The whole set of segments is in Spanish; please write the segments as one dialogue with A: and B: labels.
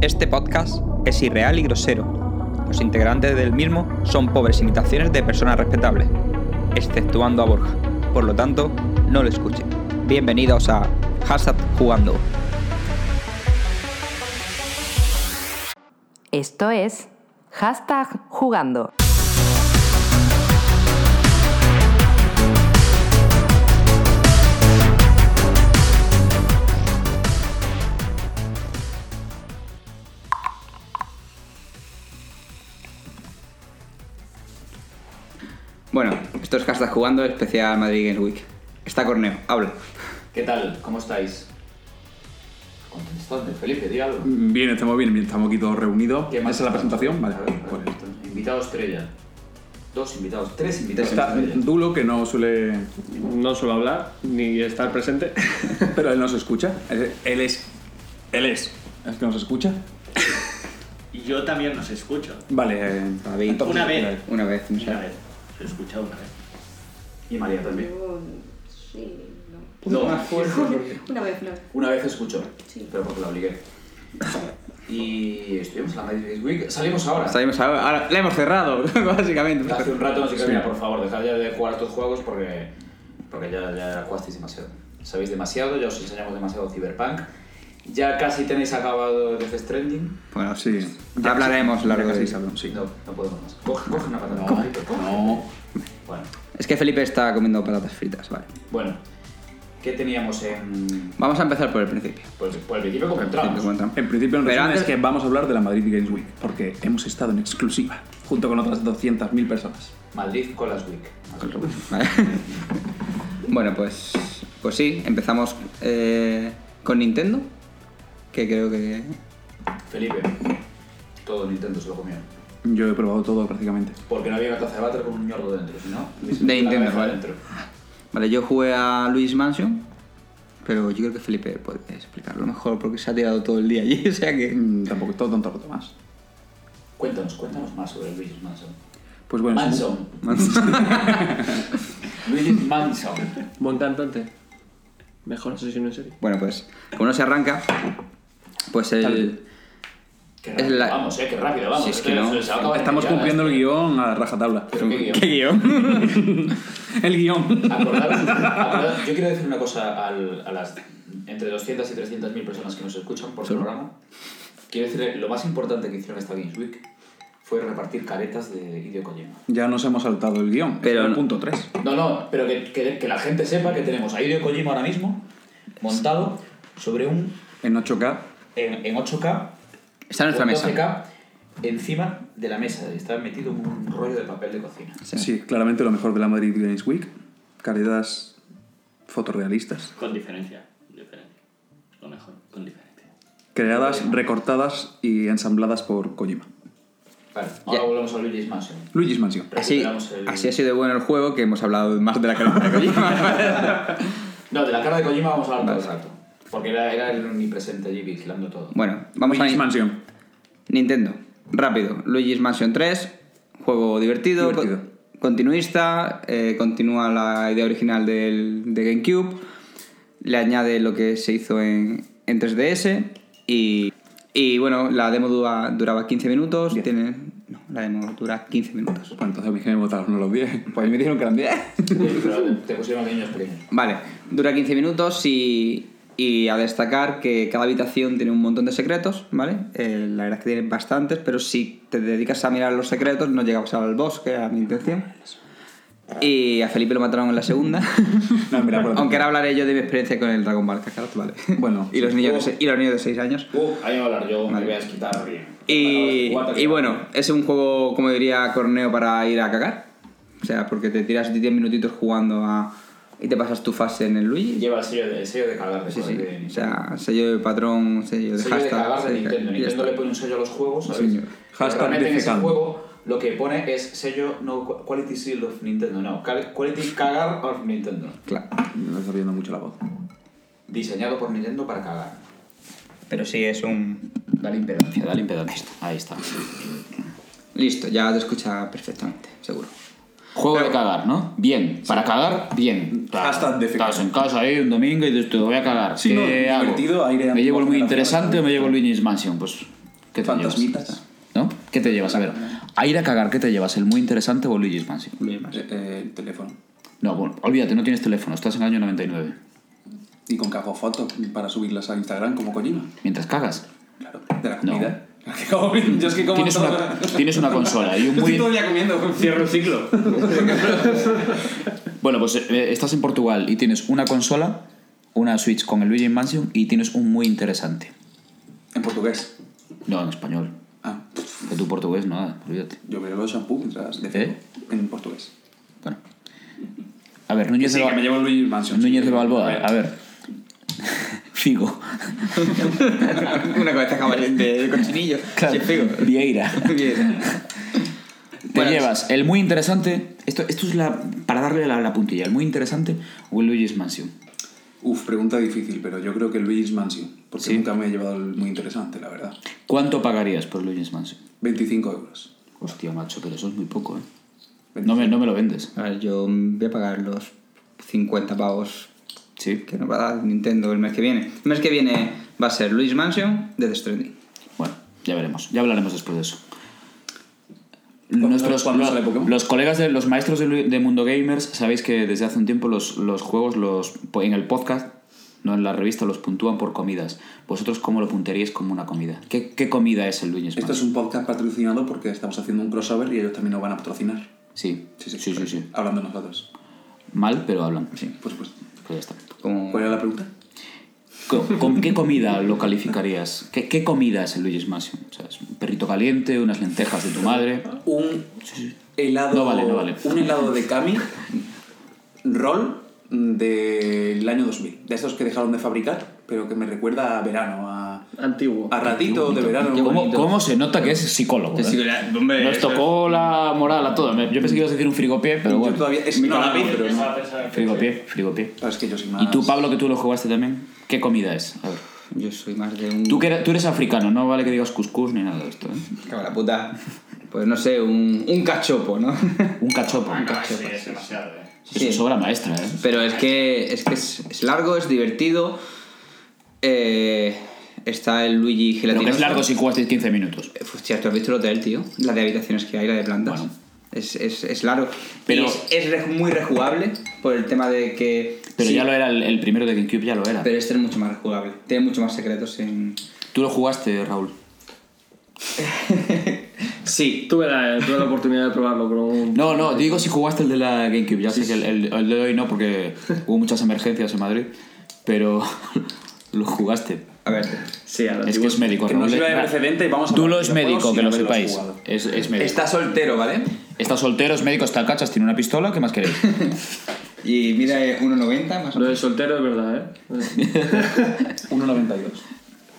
A: Este podcast es irreal y grosero. Los integrantes del mismo son pobres imitaciones de personas respetables, exceptuando a Borja. Por lo tanto, no lo escuchen. Bienvenidos a Hashtag Jugando.
B: Esto es hashtag jugando.
A: Bueno, esto es Hashtag Jugando, especial Madrid Games Week. Está Corneo, habla.
C: ¿Qué tal? ¿Cómo estáis? Contestadme, Felipe, di algo.
D: Bien, estamos bien, bien, estamos aquí todos reunidos.
C: ¿Qué
D: ¿Esa
C: más?
D: es la presentación? Vale. pues
C: A ver, perfecto. Invitado estrella. Dos invitados, tres invitados
D: Está
C: estrella.
D: Dulo, que no suele...
E: No suelo hablar ni estar presente.
D: Pero él nos escucha. Él, él es... Él es... ¿Es que nos escucha?
F: Y yo también los escucho.
D: Vale. eh,
A: David.
D: entonces-
F: Una vez.
A: Una vez, no sé.
F: Una vez. Los he escuchado una vez.
C: Y María también.
G: Sí, no.
C: No,
G: Una vez no.
C: una vez escuchó,
G: Sí.
C: pero porque la obligué. Y estuvimos en la Madrid Games Week. Salimos ahora.
A: Salimos ahora, ahora- la hemos cerrado, básicamente.
C: Hace un rato nos dije,
D: Sí.
C: mira, por favor, dejad ya de jugar estos juegos porque, porque ya, ya jugasteis demasiado. Sabéis demasiado, ya os enseñamos demasiado Cyberpunk. Ya casi tenéis acabado el Death Stranding.
A: Bueno,
D: Sí.
A: Ya hablaremos
D: la
A: largo de
D: verdad.
A: ello.
D: Sí.
C: No, no podemos más. Coge, coge una patata. Felipe, coge.
D: No.
C: Bueno,
A: es que Felipe está comiendo patatas fritas, vale.
C: bueno. ¿Qué teníamos en...?
A: Vamos a empezar por el principio.
C: Pues por el principio como
A: Te
C: entramos.
A: cuento.
D: En principio,
A: Pero
D: en resumen,
A: antes-
D: es que vamos a hablar de la Madrid Games Week, porque hemos estado en exclusiva, junto con otras 200.000 personas.
C: Madrid Colas Week.
A: Con Robin. Vale. bueno, pues, pues sí, empezamos eh, con Nintendo, que creo que...
C: Felipe, todo Nintendo se lo comió.
D: Yo he probado todo prácticamente.
C: Porque no había una taza de váter con un ñordo dentro, si no... hubiese
A: De
C: metido la
A: Nintendo,
C: cabeza
A: vale.
C: dentro.
A: Vale, yo jugué a Luis Mansion, pero yo creo que Felipe puede explicarlo mejor porque se ha tirado todo el día allí, o sea que...
D: Mm, Tampoco todo tanto rato más.
C: Cuéntanos, cuéntanos más sobre Luigi's Mansion.
D: Pues bueno, es un-
C: Manson. Luigi's Mansion.
E: Buen cantante. Mejor asesino en serie.
A: Bueno, pues como no se arranca, pues el...
C: Qué
A: Es
C: rápido,
A: la-
C: Vamos, eh, qué rápido, vamos.
A: Si es que
C: Esto ya
A: no.
C: se- se acaba de
D: estamos
C: ya,
D: cumpliendo el
C: esto.
D: guión a rajatabla.
C: Pero qué guión.
A: ¿Qué guión?
D: El guión.
C: Acordaros- acordaros- yo quiero decir una cosa al- a las entre 200 y 300 mil personas que nos escuchan por programa. Quiero decir, lo más importante que hicieron esta Games Week fue repartir caretas de Hideo Kojima.
D: Ya nos hemos saltado el guión.
A: Pero
D: Pero el
A: no-
D: punto 3.
C: No, no, pero que, que- que la gente sepa que tenemos a Hideo Kojima ahora mismo montado sobre un
D: En 8K.
C: en, en 8K
A: Está en nuestra
C: con
A: mesa.
C: 12K encima de la mesa. Está metido un rollo de papel de cocina.
A: Sí.
D: Sí. claramente lo mejor de la Madrid Games Week. Caridades fotorrealistas.
F: Con diferencia. Diferencia. Lo mejor. Con diferencia.
D: Creadas, recortadas y ensambladas por Kojima.
C: Vale, ahora
A: Ya.
C: volvemos a Luigi's Mansion.
D: Luigi's Mansion.
A: Así,
C: Recuperamos el-
A: así ha sido de bueno el juego que hemos hablado más de la calidad de Kojima.
C: No, de la cara de Kojima vamos a hablar todo el rato. Porque era, era el omnipresente allí vigilando todo.
A: Bueno, vamos
D: Luigi's
A: a...
D: Mansion.
A: Nintendo, rápido. Luigi's Mansion 3, juego divertido,
D: Divertido.
A: con- continuista, eh, continúa la idea original del, de GameCube, le añade lo que se hizo en, en 3DS y, y, bueno, la demo dura- duraba 15 minutos,
D: Diez.
A: tiene... No, la demo dura 15 minutos.
D: Bueno, entonces a mí que me votaron no los 10. Pues a mí me dijeron que eran 10.
C: Pero te, te pusieron niños pequeños.
A: Vale, dura 15 minutos y, y a destacar que cada habitación tiene un montón de secretos, ¿vale? Eh, la verdad es que tiene bastantes, pero si te dedicas a mirar los secretos no llegabas al boss, que era mi intención. Y a Felipe lo mataron en la segunda.
D: No, mira, por
A: Aunque ahora hablaré yo de mi experiencia con el Dragon Ball Kakarot, ¿vale?
D: Bueno.
A: y, los niños de se- y los niños de 6 años.
C: Uh, ahí me voy a hablar yo, me voy a quitar bien.
A: Y,
C: Guata que
A: y
C: va.
A: bueno, es un juego, como diría Corneo, para ir a cagar. O sea, porque te tiras 10 minutitos jugando a... Y te pasas tu fase en el Luigi.
C: Lleva el sello de, el sello de cagar de
A: Sí, sí.
C: de-
A: O sea, sello de patrón, sello de
C: sello de
A: hashtag.
C: cagar de
A: sello de-
C: Nintendo.
A: ya
C: Nintendo
A: está.
C: le pone un sello a los juegos, ¿sabes?
D: señor.
C: Pero
D: Hashtag
C: Realmente en ese
D: defecando.
C: juego lo que pone es sello no qu- quality seal of Nintendo, no, cal- quality cagar of Nintendo.
A: Claro.
D: Me está viendo mucho la voz.
C: Diseñado por Nintendo para cagar.
A: Pero sí es un.
C: Dale impedancia, dale impedancia. Ahí está.
A: Listo, ya te escucha perfectamente, seguro.
C: Juego de cagar, ¿no? Bien. Para cagar, bien. Claro.
D: Hasta defecar.
C: Estás en casa ahí un domingo y dices, te voy a cagar.
D: Sí, no,
C: ¿Qué hago?
D: divertido, aire
C: ¿Me llevo el muy
D: acondicionado.
C: interesante o me llevo el Luigi's Mansion? Pues
H: ¿Qué te
D: Fantasmitas.
H: llevas? ¿No? ¿Qué te llevas? A ver, a ir a cagar, ¿qué te llevas? ¿El muy interesante o Luigi's Mansion?
D: Eh, eh, el teléfono.
H: No, bueno, olvídate, no tienes teléfono, estás en el año 99.
D: Y con que hago fotos para subirlas a Instagram como Kojima.
H: Mientras cagas.
D: Claro, de la comida. Que como- yo es que como
H: Tienes
D: todo-
H: una, tienes una consola y un
D: Estoy
H: muy...
D: todo el día comiendo.
F: Cierro el ciclo.
H: Bueno, pues eh, estás en Portugal y tienes una consola, una Switch con el Luigi's Mansion y tienes un muy interesante.
D: En portugués.
H: No, en español.
D: Ah,
H: Que tu portugués, nada, olvídate.
D: yo veo los shampoo mientras de
H: ¿Eh?
D: en portugués.
H: Bueno. A ver, Núñez
D: Sí,
H: de
D: que
H: Ba-
D: me llevo el Luigi Mansion.
H: Núñez
D: sí.
H: de Balboa, a ver. Figo.
A: Una cabeza cabal- de, de cochinillo. Sí, figo.
H: Vieira.
A: Bien.
H: Te
A: Bueno,
H: llevas el muy interesante. Esto, esto es la. Para darle la, la puntilla, el muy interesante o el Luigi's Mansion.
D: Uf, pregunta difícil, pero yo creo que el Luigi's Mansion. Porque
H: Sí.
D: nunca me he llevado el muy interesante, la verdad.
H: ¿Cuánto pagarías por el Luigi's Mansion?
D: 25 euros.
H: Hostia, macho, pero eso es muy poco, ¿eh? No me, no me lo vendes.
A: A ver, yo voy a pagar los 50 pavos
H: Sí.
A: que nos va a dar Nintendo el mes que viene. El mes que viene va a ser Luis Mansion de The Stranding.
H: Bueno, ya veremos. Ya hablaremos después de eso.
D: ¿Cuándo-
H: Nuestros,
D: cuándo
H: los,
D: sale Pokémon?
H: los colegas de los maestros de, Lu- de Mundo Gamers, sabéis que desde hace un tiempo los, los juegos los po- en el podcast, no en la revista, los puntúan por comidas. ¿Vosotros cómo lo puntaríais como una comida? ¿Qué, qué comida es el Luigi's
D: Esto es
H: Mansion?
D: un podcast patrocinado porque estamos haciendo un crossover y ellos también nos van a patrocinar.
H: Sí, sí, sí, sí, sí.
D: Hablando nosotros.
H: Mal, pero hablan.
D: Por supuesto.
H: Pues ya está.
A: Como...
D: ¿Cuál era la pregunta?
H: ¿Con, con qué comida lo calificarías? ¿Qué, qué comida es el Luigi's Mansion? O sea, ¿es un perrito caliente, unas lentejas de tu madre.
D: Un helado.
H: No vale, no vale.
D: Un helado de Kami roll del año 2000. De esos que dejaron de fabricar, pero que me recuerda a verano, a,
F: Antiguo.
D: a ratito de verano.
H: ¿Cómo, cómo se nota que es psicólogo? eh? Nos tocó la moral a todos. Me- Yo pensé que ibas a decir un frigopié, pero
D: Yo
H: bueno.
D: todavía. Es mi
F: calabaza,
D: pero no.
H: Frigopié, frigopié.
D: Claro, es que yo soy más.
H: ¿Y tú, Pablo, que tú lo jugaste también? ¿Qué comida es? A ver.
A: Yo soy más de un...
H: Tú, que eres, tú eres africano, no vale que digas cuscús ni nada de esto. ¿eh?
A: Cago en la puta. Pues no sé, un, un cachopo, ¿no?
H: Un cachopo. un cachopo.
A: Ah, sí,
H: Eso demasiado,
A: Sí.
H: es obra maestra, ¿eh?
A: Pero es que es, que es, es largo, es divertido. Eh, está el Luigi
H: Lo
A: gelatinoso.
H: que es largo si jugaste 15 minutos.
A: Eh, Hostia, ¿tú has visto el hotel, tío? La de habitaciones que hay, la de plantas.
H: Bueno.
A: Es, es, es largo.
H: Pero-
A: Pero es, es re- muy rejugable por el tema de que...
H: Pero
A: sí,
H: ya lo era, el, el primero de GameCube ya lo era.
A: Pero este es mucho más rejugable. Tiene mucho más secretos en...
H: Tú lo jugaste, Raúl.
A: Sí.
F: Tuve la, tuve la oportunidad de probarlo, pero un-
H: No, no, digo si jugaste el de la GameCube. Ya sé que el, el- el de hoy no, porque hubo muchas emergencias en Madrid. Pero lo jugaste.
A: A ver.
F: Sí, al
H: Es
F: antiguo.
H: que es médico.
D: que no
H: Raúl.
D: sirva de
H: Na-
D: precedente y vamos a
H: Tú
D: hablar
H: lo
D: de
H: es
D: videojuegos
H: médico,
D: sin
H: que lo
D: haberlos
H: sepáis.
D: jugado.
H: Es, es médico. Está...
A: Está soltero, ¿vale?
H: soltero, es médico, está cachas, tiene una pistola, ¿qué más queréis?
A: Y mira, eh, 1,90 más o
F: Lo
A: menos.
F: del soltero es verdad, ¿eh?
D: 1.92.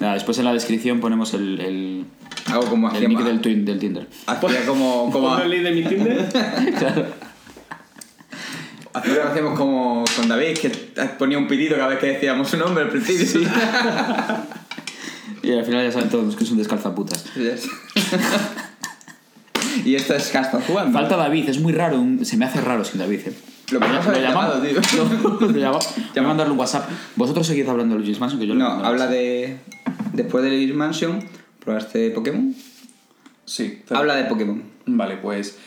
H: Nada, después en la descripción ponemos el, el,
A: Hago como
H: el
A: hacía...
H: nick
A: ma-
H: del, twin- del Tinder.
A: Hacía como... como
F: ¿Pongo el link de mi Tinder?
A: Hace lo que hacíamos como con David, que ponía un pitido cada vez que decíamos su nombre al principio.
H: Y al final ya saben todos que es un descalzaputas.
A: y esto es Hashtag jugando.
H: Falta David, es muy raro, un- se me hace raro sin David, ¿eh?
A: Lo podríamos haber llamado, tío.
H: No, lo llama- voy a mandarle un WhatsApp. Vosotros seguís hablando de Luigi's Mansion, que yo le
A: No,
H: mando un
A: habla
H: WhatsApp.
A: de. Después de Luigi's Mansion, probaste Pokémon.
D: Sí. claro.
A: Habla de Pokémon.
D: Vale, pues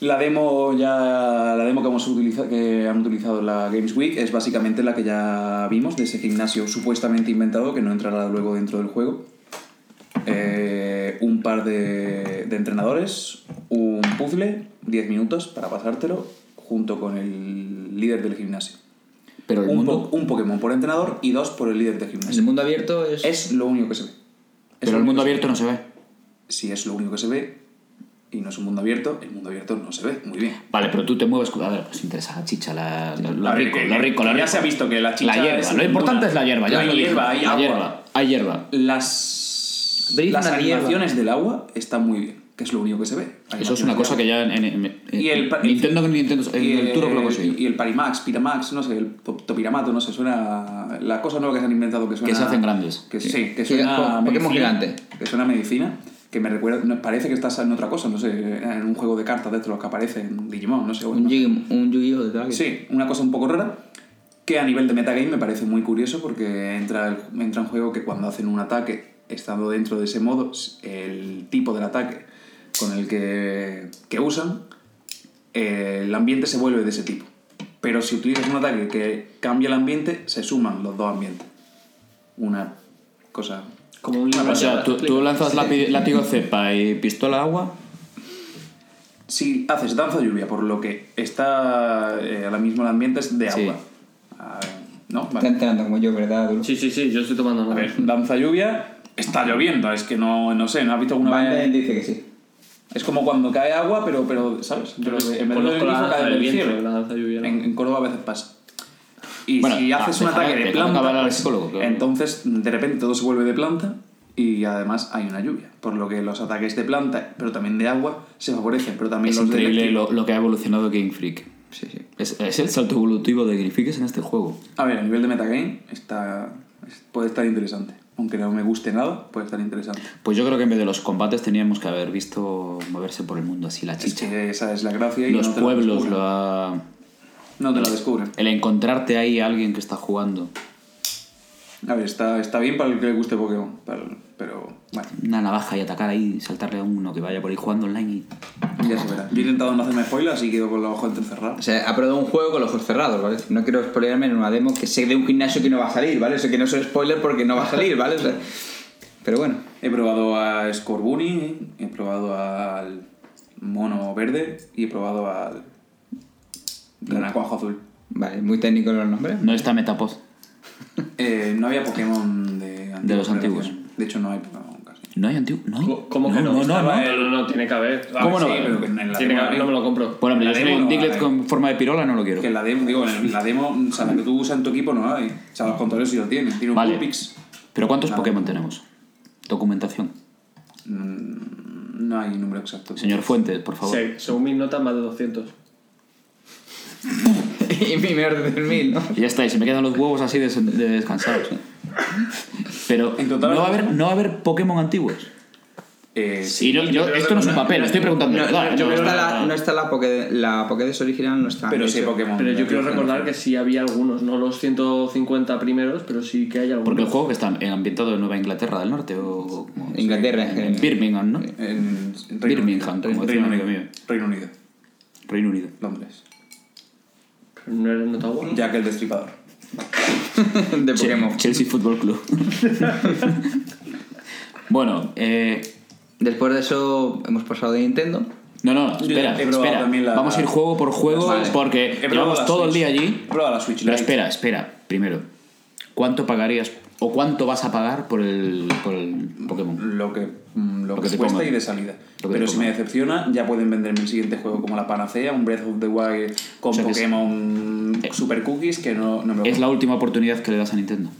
D: la demo ya la demo que hemos utilizado que han utilizado en la Games Week es básicamente la que ya vimos de ese gimnasio supuestamente inventado que no entrará luego dentro del juego. Eh, un par de, de entrenadores, un puzzle, 10 minutos para pasártelo junto con el líder del gimnasio.
H: Pero el
D: Un,
H: mundo...
D: po- un Pokémon por entrenador y dos por el líder del
A: El
D: gimnasio.
A: mundo abierto es.
D: Es lo único que se ve. Es
H: Pero
D: lo
H: el
D: único que
H: mundo
D: se ve
H: abierto no se ve.
D: si es lo único que se ve y no es un mundo abierto, el mundo abierto no se ve muy bien.
H: Vale, pero tú te mueves... con- A ver, pues interesa la chicha, la, la- lo, rico, lo rico, lo
D: Ya
H: rico.
D: se ha visto que la chicha
H: La hierba, lo importante es la hierba, ya
D: la
H: lo dije.
D: hierba, hay
H: la
D: agua.
H: hierba, hay hierba.
D: Las,
A: Veis
D: las
A: una hierba.
D: animaciones del agua están muy bien, que es lo único que se ve.
H: Eso es una cosa que ya en, en- en-
D: Y el pa-
H: Nintendo Nintendo en
D: y
H: el, Turok lo consiguió.
D: y el Parimax, Piramax, no sé, el to- Topiramato, no sé, suena... La cosa nueva que se han inventado que suena...
H: se hacen grandes.
D: Que, sí, que
A: Sí,
D: suena...
A: Pokémon
D: medicina,
A: gigante.
D: Que suena medicina, que me recuerda... no, Parece que estás en otra cosa, no sé, en un juego de cartas de estos los que aparecen, en Digimon, no sé. bueno,
A: Un Yu- un Yu-Gi-Oh! de tal.
D: Sí, una cosa un poco rara que a nivel de metagame me parece muy curioso porque entra, el- entra en juego que cuando hacen un ataque estando dentro de ese modo, s- el tipo del ataque con el que, que usan, eh, el ambiente se vuelve de ese tipo. Pero si utilizas un ataque que cambia el ambiente, se suman los dos ambientes. Una cosa...
F: Como un
H: O sea, tú, tú lanzas lápi- látigo cepa y pistola agua.
D: Si haces danza lluvia, por lo que está eh, ahora mismo el ambiente es de
H: Sí.
D: agua. A ver, ¿No?
A: Está
D: Vale.
A: enterando como yo, ¿verdad, Duro?
F: Sí, sí, sí, yo estoy tomando
D: A
F: nada.
D: ver, danza lluvia, está lloviendo, es que no, no sé, ¿no eh. has visto alguna
A: Van
D: vez?
A: Belen dice que sí.
D: Es como cuando cae agua, pero, pero ¿sabes? Pero en vez de
F: Conozco
D: del grifo,
F: la
D: cae
F: danza del
D: del
F: viento,
D: cielo.
F: la danza lluvia. ¿no?
D: En, en Córdoba a veces pasa. Y
H: Bueno,
D: si
H: ah,
D: haces un
H: déjame-
D: ataque de
H: déjame acabar
D: planta,
H: al
D: pues,
H: psicólogo, claro.
D: entonces de repente todo se vuelve de planta y además hay una lluvia. Por lo que los ataques de planta, pero también de agua, se favorecen. Pero también
H: Es
D: los de
H: increíble
D: eléctrico.
H: lo, lo que ha evolucionado Game Freak.
A: Sí, sí.
H: Es, es el salto evolutivo de Game Freak es en este juego.
D: A ver, a nivel de metagame está, es- puede estar interesante. Aunque no me guste nada, puede estar interesante.
H: Pues yo creo que en vez de los combates teníamos que haber visto moverse por el mundo así la
D: Es
H: chicha.
D: que esa es la gracia y
H: los
D: no te la
H: pueblos,
D: descubren.
H: la-
D: No te la descubren.
H: el encontrarte ahí a alguien que está jugando.
D: A ver, está, está bien para el que le guste Pokémon, para el- pero bueno,
H: Una navaja y atacar ahí, saltarle a uno que vaya por ahí jugando online y...
D: ya se verá. Yo he intentado no hacerme spoilers así quedo con los ojos
A: O
D: entrecerrados.
A: sea, ha probado un juego con los ojos cerrados, ¿vale? No quiero spoilerme en una demo que sé de un gimnasio que no va a salir, ¿vale? O sea, que no soy spoiler porque no va a salir, ¿vale? O sea, pero bueno.
D: He probado a Scorbunny, he probado al mono verde y he probado al naranjo azul.
A: Vale, muy técnico los nombres.
H: No está Metapod.
D: Eh, no había Pokémon de,
H: De los antiguos.
D: generaciones. De hecho, no hay Pokémon casi.
H: No hay antiguo. No hay.
F: Co- ¿Cómo que no?
H: No, no,
F: Estaba
H: no.
F: el- no, tiene Ah, que haber.
D: A
H: ¿Cómo
D: ver,
H: no?
D: ah, sí, pero que en la
F: Tiene que
D: demo no
F: haber, no
D: hay.
F: me lo compro.
H: Por ejemplo,
D: La
H: yo
D: demo
H: soy un
D: no
H: Diglett
D: hay.
H: con forma de pirola, no lo quiero.
D: Que en la demo, digo, en la demo, o sea, la que tú usas en tu equipo no hay. O sea, los controles sí lo tienen. Tiene un
H: Vale.
D: Pulpix.
H: Pero ¿cuántos
D: Nada.
H: Pokémon tenemos? Documentación.
D: Mm, No hay número exacto.
H: Señor Fuentes, por favor.
F: Sí, según mis notas, más de 200.
A: y mi menor de 1000, ¿no?
H: Y ya está, y se me quedan los huevos así de, de descansados. ¿eh? Pero
D: En total-
H: no, va a haber, no va a haber Pokémon antiguos.
D: Eh, sí.
H: Y no- yo-
F: pero
H: esto no es un
F: no-
H: papel, estoy preguntando.
A: No,
H: de verdad,
A: no, no
H: no,
A: está
H: no,
A: la,
H: no.
A: no está la, Poké- la Pokédex original, no está.
D: Pero
A: de
D: sí,
A: hecho.
D: Pokémon.
F: Pero yo
D: de
F: quiero
D: los
F: recordar que sí había algunos, no los 150 primeros, pero sí que hay algunos.
H: Porque el juego que está en- ambientado en Nueva Inglaterra del Norte o... o como-
A: Inglaterra, en
H: en,
A: general.
H: Birmingham, ¿no?
D: En, en Reino
H: Birmingham,
D: Unido.
H: como
D: Reino,
H: decía un
D: Unido.
H: amigo mío.
D: Reino Unido.
H: Reino Unido.
D: Londres.
F: ¿No era notable?
D: Jack el Destripador.
A: de
H: Che-
A: Pokémon.
H: Chelsea Football Club. bueno, eh,
A: Después de eso, hemos pasado de Nintendo.
H: no, no,
D: Yo
H: espera,
D: he probado
H: espera.
D: también la-
H: Vamos a ir juego por juego
A: Vale.
H: porque
D: He probado
H: llevamos
D: la
H: todo el
D: Switch.
H: día allí.
D: He probado la Switch
H: Pero
D: Lite.
H: espera, espera. Primero, ¿cuánto pagarías o cuánto vas a pagar por el, por el Pokémon?
D: Lo que, mm, lo
H: Lo
D: que,
H: que te
D: cuesta
H: pongan.
D: y de salida.
H: te
D: Pero si
H: pongan.
D: me decepciona, ya pueden venderme el siguiente juego como la panacea, un Breath of the Wild con
H: O sea que es-
D: Pokémon
H: Eh,
D: Super Cookies que no, no me lo
H: Es
D: compro.
H: la última oportunidad que le das a Nintendo.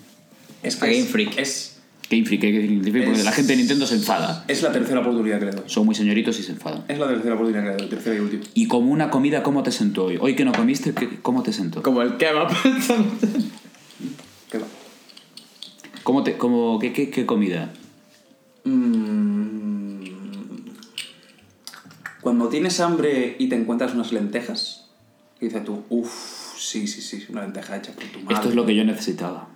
D: es
A: A
D: es-
A: Game Freak.
D: Es,
H: Game Freak, ¿qué significa? Porque
D: Es-
H: la gente de Nintendo se enfada.
D: es la tercera oportunidad que le doy.
H: Son muy señoritos y se enfadan.
D: Es la tercera oportunidad que le doy, tercera y última.
H: Y como una comida, ¿cómo te sentó hoy? Hoy que no comiste, ¿qué- ¿cómo te sentó?
A: Como el kebab.
D: ¿Qué va?
H: ¿Cómo te, cómo, qué, qué- qué comida?
D: Mm. Cuando tienes hambre y te encuentras unas lentejas, y dices tú, uff, sí, sí, sí, una lenteja hecha por tu madre.
H: Esto es lo que yo necesitaba.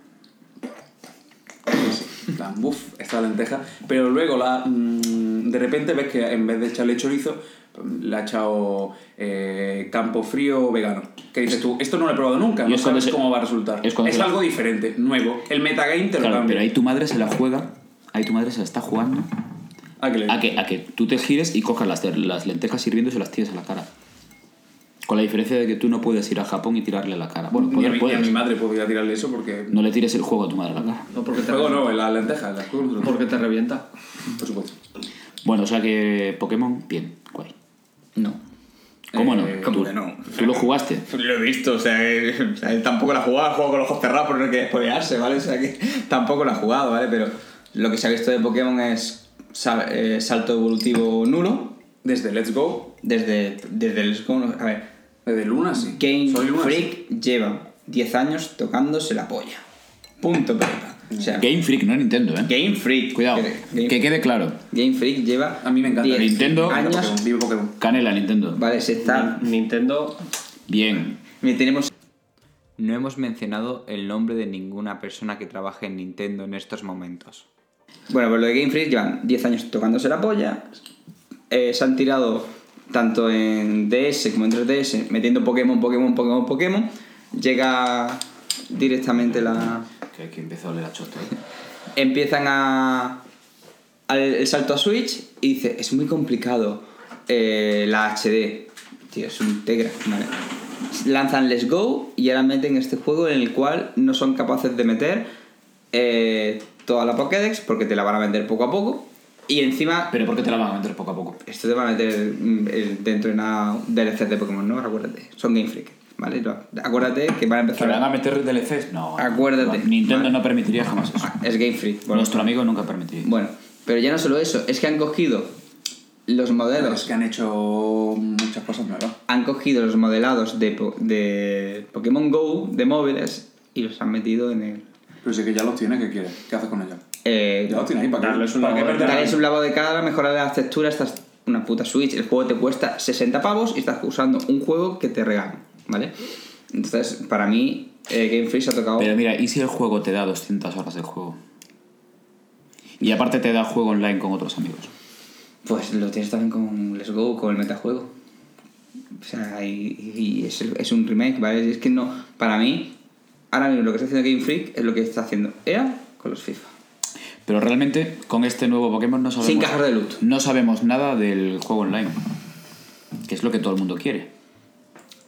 D: En plan, uff, esta lenteja. Pero luego la, mm, de repente ves que en vez de echarle chorizo, mm, le ha echado eh, campo frío vegano. Que dices tú, esto no lo he probado nunca,
H: Y
D: no
H: es cuando
D: sabes
H: se-
D: cómo va a resultar.
H: es
D: Es,
H: cuando se-
D: algo diferente, nuevo. El metagame te lo
H: Claro,
D: cambia.
H: pero ahí tu madre se la juega, ahí tu madre se la está jugando
D: Ah, que le-
H: a que, a que tú te gires y cojas las, las lentejas sirviendo y se las tires a la cara. Con la diferencia de que tú no puedes ir a Japón y tirarle a la cara. Bueno,
D: Ni a mi-
H: poder,
D: ni
F: pues,
D: a
H: puedes.
D: mi madre podía tirarle eso porque...
H: No le tires el juego a tu madre a la cara.
F: No, porque te,
D: Luego no, las lentejas, las cosas, por-
F: porque te revienta.
D: por supuesto.
H: Bueno, o sea que Pokémon, bien, guay.
A: No.
H: ¿Cómo no?
D: Eh,
H: Tú-
A: que no?
H: Tú lo jugaste.
A: Lo he visto, o sea, eh, o sea, él tampoco la ha jugado, ha jugado con los ojos cerrados por no que spoilearse, ¿vale? O sea, que tampoco la ha jugado, ¿vale? Pero lo que se ha visto de Pokémon es sal- eh, salto evolutivo nulo,
D: Desde Let's Go,
A: desde, desde el... A ver,
D: desde Luna, sí.
A: Game
D: Soy Luna, sí.
A: Freak lleva 10 años tocándose la polla. Punto pelota. O sea,
H: Game Freak, no Nintendo, ¿eh?
A: Game Freak.
H: Cuidado,
A: Game,
H: que quede claro.
A: Game Freak lleva.
D: A mí me encanta.
A: 10
H: Nintendo-
D: Vive
A: Años.
D: Pokémon, vive Pokémon.
H: Canela, Nintendo.
A: Vale, se está.
F: Nintendo.
H: Bien.
A: Mira, tenemos. No hemos mencionado el nombre de ninguna persona que trabaje en Nintendo en estos momentos. Bueno, pues lo de Game Freak llevan 10 años tocándose la polla. Eh, se han tirado tanto en DS como en 3DS, metiendo Pokémon, Pokémon, Pokémon, Pokémon. Llega directamente la.
H: Que, que empezó a oler a choto. ¿eh?
A: Empiezan a. al- el salto a Switch y dice: Es muy complicado eh, la HD. Tío, es un Tegra, ¿vale? Lanzan Let's Go y ahora meten este juego en el cual no son capaces de meter eh, toda la Pokédex porque te la van a vender poco a poco. Y encima
H: Pero ¿por qué te la van a meter poco a poco?
A: esto te van a meter mm, el- dentro de una DLC de Pokémon, ¿no? Acuérdate. Son Game Freak, ¿vale? Lo- Acuérdate que van a
H: ¿Que
A: empezar.
H: le van a meter DLCs? No.
A: Acuérdate.
H: no, Nintendo
A: Vale.
H: no permitiría jamás eso.
A: Es Game Freak. Bueno,
H: Nuestro amigo nunca permitiría.
A: bueno, pero ya no solo eso, es que han cogido los
D: Es
A: modelos.
D: que han hecho muchas cosas nuevas.
A: Han cogido los modelados de, po- de Pokémon Go, de móviles, y los han metido en el.
D: Pero si que ya los tiene, ¿qué quiere? ¿Qué haces con ellos?
A: Eh,
D: Ya los tiene ahí para
F: Darles
D: que,
F: una
D: para que
F: vuelta.
D: perder-
A: Dale un lavado de cara, mejorar las texturas, estás una puta Switch. El juego te cuesta 60 pavos y estás usando un juego que te regalan, ¿vale? Entonces, para mí, eh, Game Freak se ha tocado.
H: Pero mira, ¿y si el juego te da 200 horas de juego? Y aparte te da juego online con otros amigos.
A: Pues lo tienes también con Let's Go, con el metajuego. O sea, y, y es, es un remake, ¿vale? Y es que no, para mí, ahora mismo lo que está haciendo Game Freak es lo que está haciendo EA con los FIFA.
H: Pero realmente con este nuevo Pokémon no sabemos...
A: Sin cajas de loot.
H: No sabemos nada del juego online. Que es lo que todo el mundo quiere.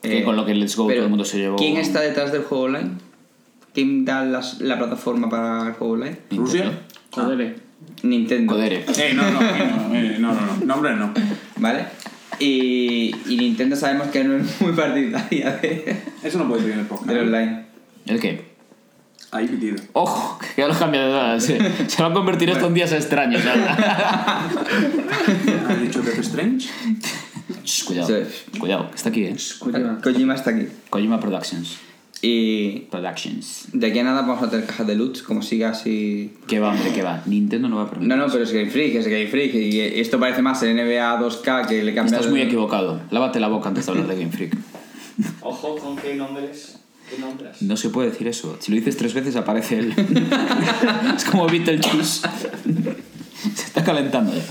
H: Que con lo que Let's Go
A: pero,
H: todo el mundo se llevó-
A: ¿Quién está detrás del juego online? ¿Quién da las- la plataforma para el juego online?
H: Nintendo.
D: ¿Rusia? Ah.
F: Joder, eh.
A: Nintendo.
H: Codere.
D: Eh, no, no, eh, no, eh, no, no, no, nombres no.
A: ¿Vale? Y, y Nintendo sabemos que no es muy partidaria de,
D: Eso no puede ir en el podcast.
A: del online.
H: ¿El qué?
D: Ahí pitido.
H: Ojo, que ya lo cambia de edad. Se, se va a convertir esto en días extraños. ¿verdad?
D: ¿Has dicho Death Strange?
H: Shh, cuidado. Cuidado, que está aquí, ¿eh?
F: Kojima.
A: Kojima está aquí.
H: Kojima Productions.
A: Y
H: Productions.
A: de aquí a nada vamos a tener cajas de loot, como siga así.
H: ¿Qué va, hombre? ¿Qué va? Nintendo no va a permitir.
A: No, no, pero es Game Freak, es Game Freak. Y esto parece más el NBA 2K que le cambian.
H: Estás muy equivocado. Lávate la boca antes de hablar de Game Freak.
C: Ojo con qué nombres. ¿Qué nombres?
H: No se puede decir eso. Si lo dices tres veces aparece él. es como Beetlejuice. se está calentando ya.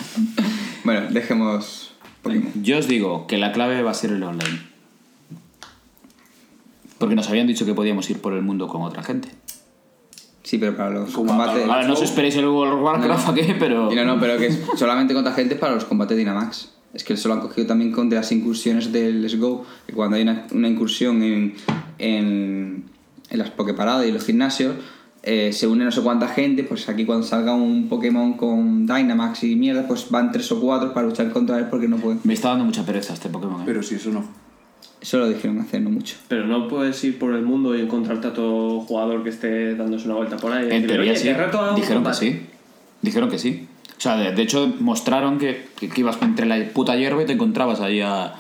A: Bueno, dejemos Pokémon.
H: Yo os digo que la clave va a ser el online. Porque nos habían dicho que podíamos ir por el mundo con otra gente.
A: Sí, pero para los
D: Como
A: combates.
D: para-
H: Ahora no os esperéis el World of Warcraft, ¿a qué? Pero...
A: Y no, no, pero que es solamente contra gente para los combates Dynamax. Es que eso lo han cogido también con de las incursiones del Let's Go, que cuando hay una, una incursión en, en, en las Poképaradas y en los gimnasios, eh, se une no sé cuánta gente, pues aquí cuando salga un Pokémon con Dynamax y mierda, pues van tres o cuatro para luchar contra él porque no pueden.
H: Me está dando mucha pereza este Pokémon. ¿eh?
D: Pero si eso no.
A: Eso lo dijeron hace no mucho.
F: Pero no puedes ir por el mundo y encontrarte a todo jugador que esté dándose una vuelta por ahí. y
H: En
F: decirle,
H: teoría
F: "Oye,
H: sí.
F: te reto a un
H: Dijeron que
F: combate".
H: sí. Dijeron que sí. O sea, de, de hecho mostraron que, que, que ibas entre la puta hierba y te encontrabas ahí a,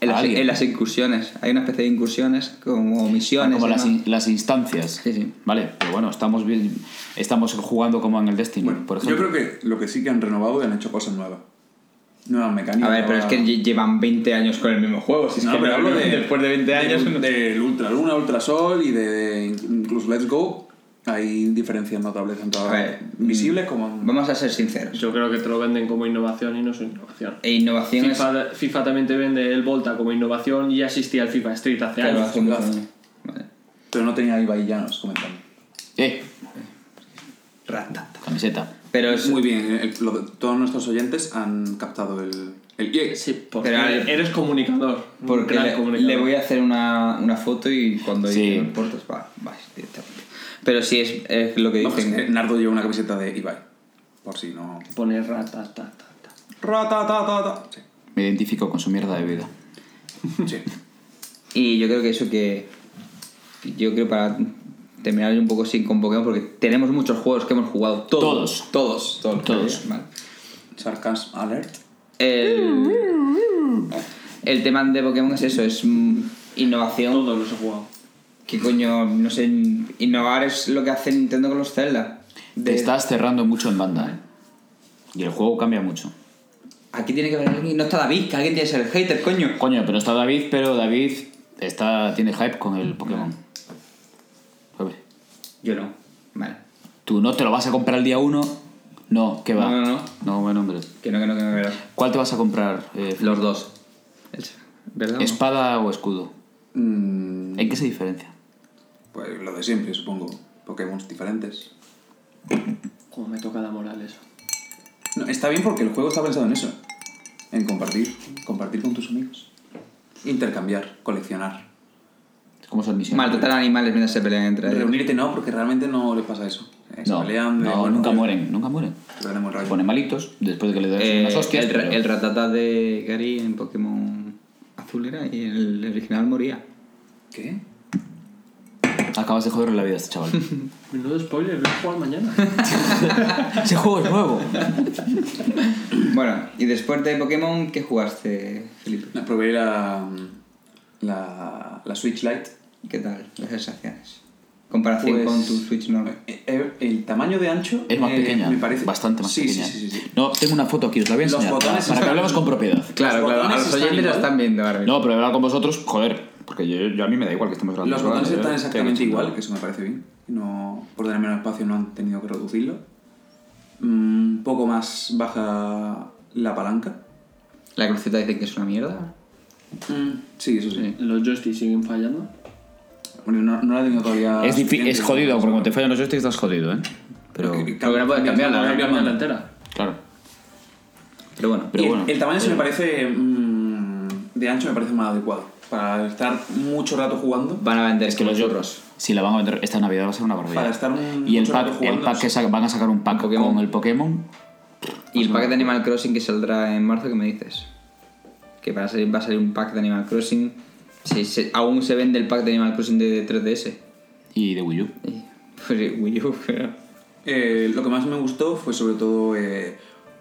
A: En
H: a
A: las,
H: alguien.
A: en las incursiones, hay una especie de incursiones como
H: Ah,
A: misiones.
H: como
A: y
H: las,
A: demás.
H: in- las instancias.
A: Sí, sí.
H: Vale, pero bueno, estamos bien, estamos jugando como en el Destiny,
D: Bueno,
H: por
D: yo
H: ejemplo.
D: creo que lo que sí que han renovado y han hecho cosas nuevas. Nuevas mecánicas.
A: A ver, pero es que
D: nuevas-
A: lle- llevan 20 años con el mismo juego. Si es
D: No,
A: que
D: pero
A: no-
D: hablo de-
A: después de 20 años.
D: del,
A: no-
D: del Ultra Luna, Ultra Sol y de, de incluso Let's Go hay diferencias notables tanto
A: A ver, mm,
D: visibles como en-
A: Vamos a ser sinceros.
F: Yo creo que te lo venden como innovación y no es una innovación.
A: E innovación es.
F: FIFA, FIFA también te vende el Volta como innovación y ya existía el FIFA Street hace
A: Claro,
F: años.
A: hace mucho
D: Gaza.
A: daño. Vale.
D: pero no tenía ahí vallanos comentando
H: Eh, camiseta.
A: Pero es.
D: muy bien el- lo- todos nuestros oyentes han captado el, el Yeah.
F: Sí, porque
A: Pero,
F: eres comunicador. un
A: Porque
F: gran
A: le,
F: comunicador.
A: le voy a hacer una, una foto y cuando
H: Sí.
A: llegue al puerto va, va directamente. Pero sí es, es lo que
D: Vamos,
A: dicen.
D: eh, Nardo lleva una camiseta de Ibai por si no
F: Pone rata, ta, ta, ta.
D: Ratatatatata. sí,
H: Me identifico con su mierda de vida.
D: sí.
A: Y yo creo que eso que. Yo creo para terminar un poco sin con Pokémon, porque tenemos muchos juegos que hemos jugado. Todos. Todos. Todos.
H: Todos.
A: Vale.
D: sarcasm alert
A: El, el tema de Pokémon es eso, es mm, innovación.
F: Todos los he jugado.
A: ¿Qué coño? No sé, innovar es lo que hace Nintendo con los Zelda.
H: Te
A: De-
H: estás cerrando mucho en banda, ¿eh? Y el juego cambia mucho.
A: Aquí tiene que haber alguien. No está David, que alguien tiene que ser el hater, coño.
H: Coño, pero está David, pero David está, tiene hype con el Pokémon. ¿Sabes?
A: Yo no. Vale.
H: Tú no te lo vas a comprar el día uno, No, que va.
A: No, no, no.
H: No, buen hombre.
A: Que no, que no, que no. que no.
H: ¿Cuál te vas a comprar? eh,
A: Los dos. Es- ¿Verdad? o no?
H: ¿Espada o escudo?
D: Mm,
H: ¿En qué se diferencia?
D: pues lo de siempre, supongo. Pokémon diferentes.
F: Como me toca la moral eso.
D: No, está bien porque el juego está pensado en eso. En compartir. Compartir con tus amigos. Intercambiar, coleccionar.
H: ¿Cómo son misiones?
A: Maltratar animales mientras se pelean entre ellos.
D: Reunirte no, porque realmente no le pasa eso. Eh, se
H: No,
D: pelean de-
H: no,
D: bueno, pues,
H: nunca
D: de-
H: mueren, nunca mueren.
D: se pelean de buen
H: Se
D: rollo.
H: ponen malitos después de que le das
A: Eh,
H: unas hostias.
A: el, ra-
H: pero-
A: el ratata de Gary en Pokémon Azul era y el original moría.
D: ¿Qué?
H: Acabas de joderle la vida a este chaval.
F: Menudo spoiler, voy a jugar mañana.
H: ¡Ese juego es nuevo!
A: Bueno, y después de Pokémon, ¿qué jugaste, Felipe?
D: No, probé la, la, la Switch Lite.
A: ¿Qué tal las sensaciones? Comparación
D: Pues-
A: con tu Switch normal.
D: Eh, eh, el tamaño de ancho
H: Es más
D: eh,
H: pequeña.
D: me parece
H: Bastante más
D: Sí,
H: pequeña.
D: Sí, sí, sí, sí.
H: No, tengo una foto aquí, os la voy a
D: Los
H: enseñar.
D: botones
H: para que
D: están-
H: hablemos con propiedad.
A: Claro,
D: Los
A: claro, a
D: botones
A: los
D: están
A: oyentes lo
D: igual.
A: están viendo ahora mismo.
H: No, pero hablar con vosotros, joder. Porque yo, yo- a mí me da igual que estemos hablando.
D: Los
H: de
D: botones
H: verdad,
D: están
H: yo-
D: exactamente
H: tengo
D: igual, que eso me parece bien. No, por tener menos espacio no han tenido que reducirlo. Un poco más baja la palanca.
A: La cruceta dicen que es una mierda.
D: Mm, sí, eso sí.
A: Sí.
F: Eh, Los joysticks siguen fallando.
D: Bueno, no, no la he tenido todavía.
H: Es, difí- es
D: suficiente,
H: jodido,
D: ¿no?
H: porque cuando te fallan los joysticks estás jodido, ¿eh? Pero,
D: Porque
A: Pero que no puedes cambiarla,
F: Ahora
A: ¿no?
F: cambia la entera.
H: claro.
A: Pero bueno,
H: Pero
D: Y el-
H: bueno,
D: el, tamaño se me parece. mm, de ancho me parece más adecuado. Para estar mucho rato jugando.
A: van a vender
H: Es que los
A: churros.
H: churros, si la van a vender esta Navidad va a ser una barbaridad.
D: Para estar un-
H: y el
D: mucho rato
H: pack, el
D: jugando,
H: pack
D: sí.
H: que saca- van a sacar un pack
A: Pokémon.
H: con el Pokémon.
A: Y el pack de Animal Crossing que saldrá en marzo, ¿qué me dices? Que para salir, va a salir un pack de Animal Crossing. Si se- aún se vende el pack de Animal Crossing de 3DS.
H: Y de Wii U.
A: Y- Pues Wii U, pero-
D: Eh, lo que más me gustó fue sobre todo eh,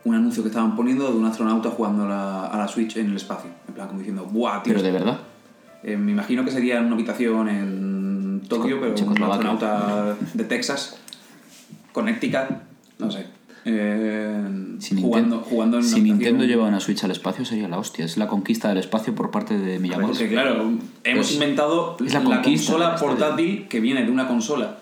D: un anuncio que estaban poniendo de un astronauta jugando a la, a la Switch en el espacio. En plan, como diciendo, ¡buah, tío!
H: Pero de verdad.
D: Eh, me imagino que sería en una habitación en Tokio,
H: Checo-
D: pero un
H: Checoslovaquia.
D: astronauta de Texas, Connecticut, no sé. Eh,
H: Si
D: jugando,
H: Ninten-
D: jugando en una
H: si Nintendo
D: habitación-
H: lleva una Switch al espacio sería la hostia. Es la conquista del espacio por parte de Miyamoto.
D: Porque claro, hemos
H: Pues,
D: inventado
H: es
D: la,
H: la conquista,
D: consola
H: está bien.
D: portátil que viene de una consola.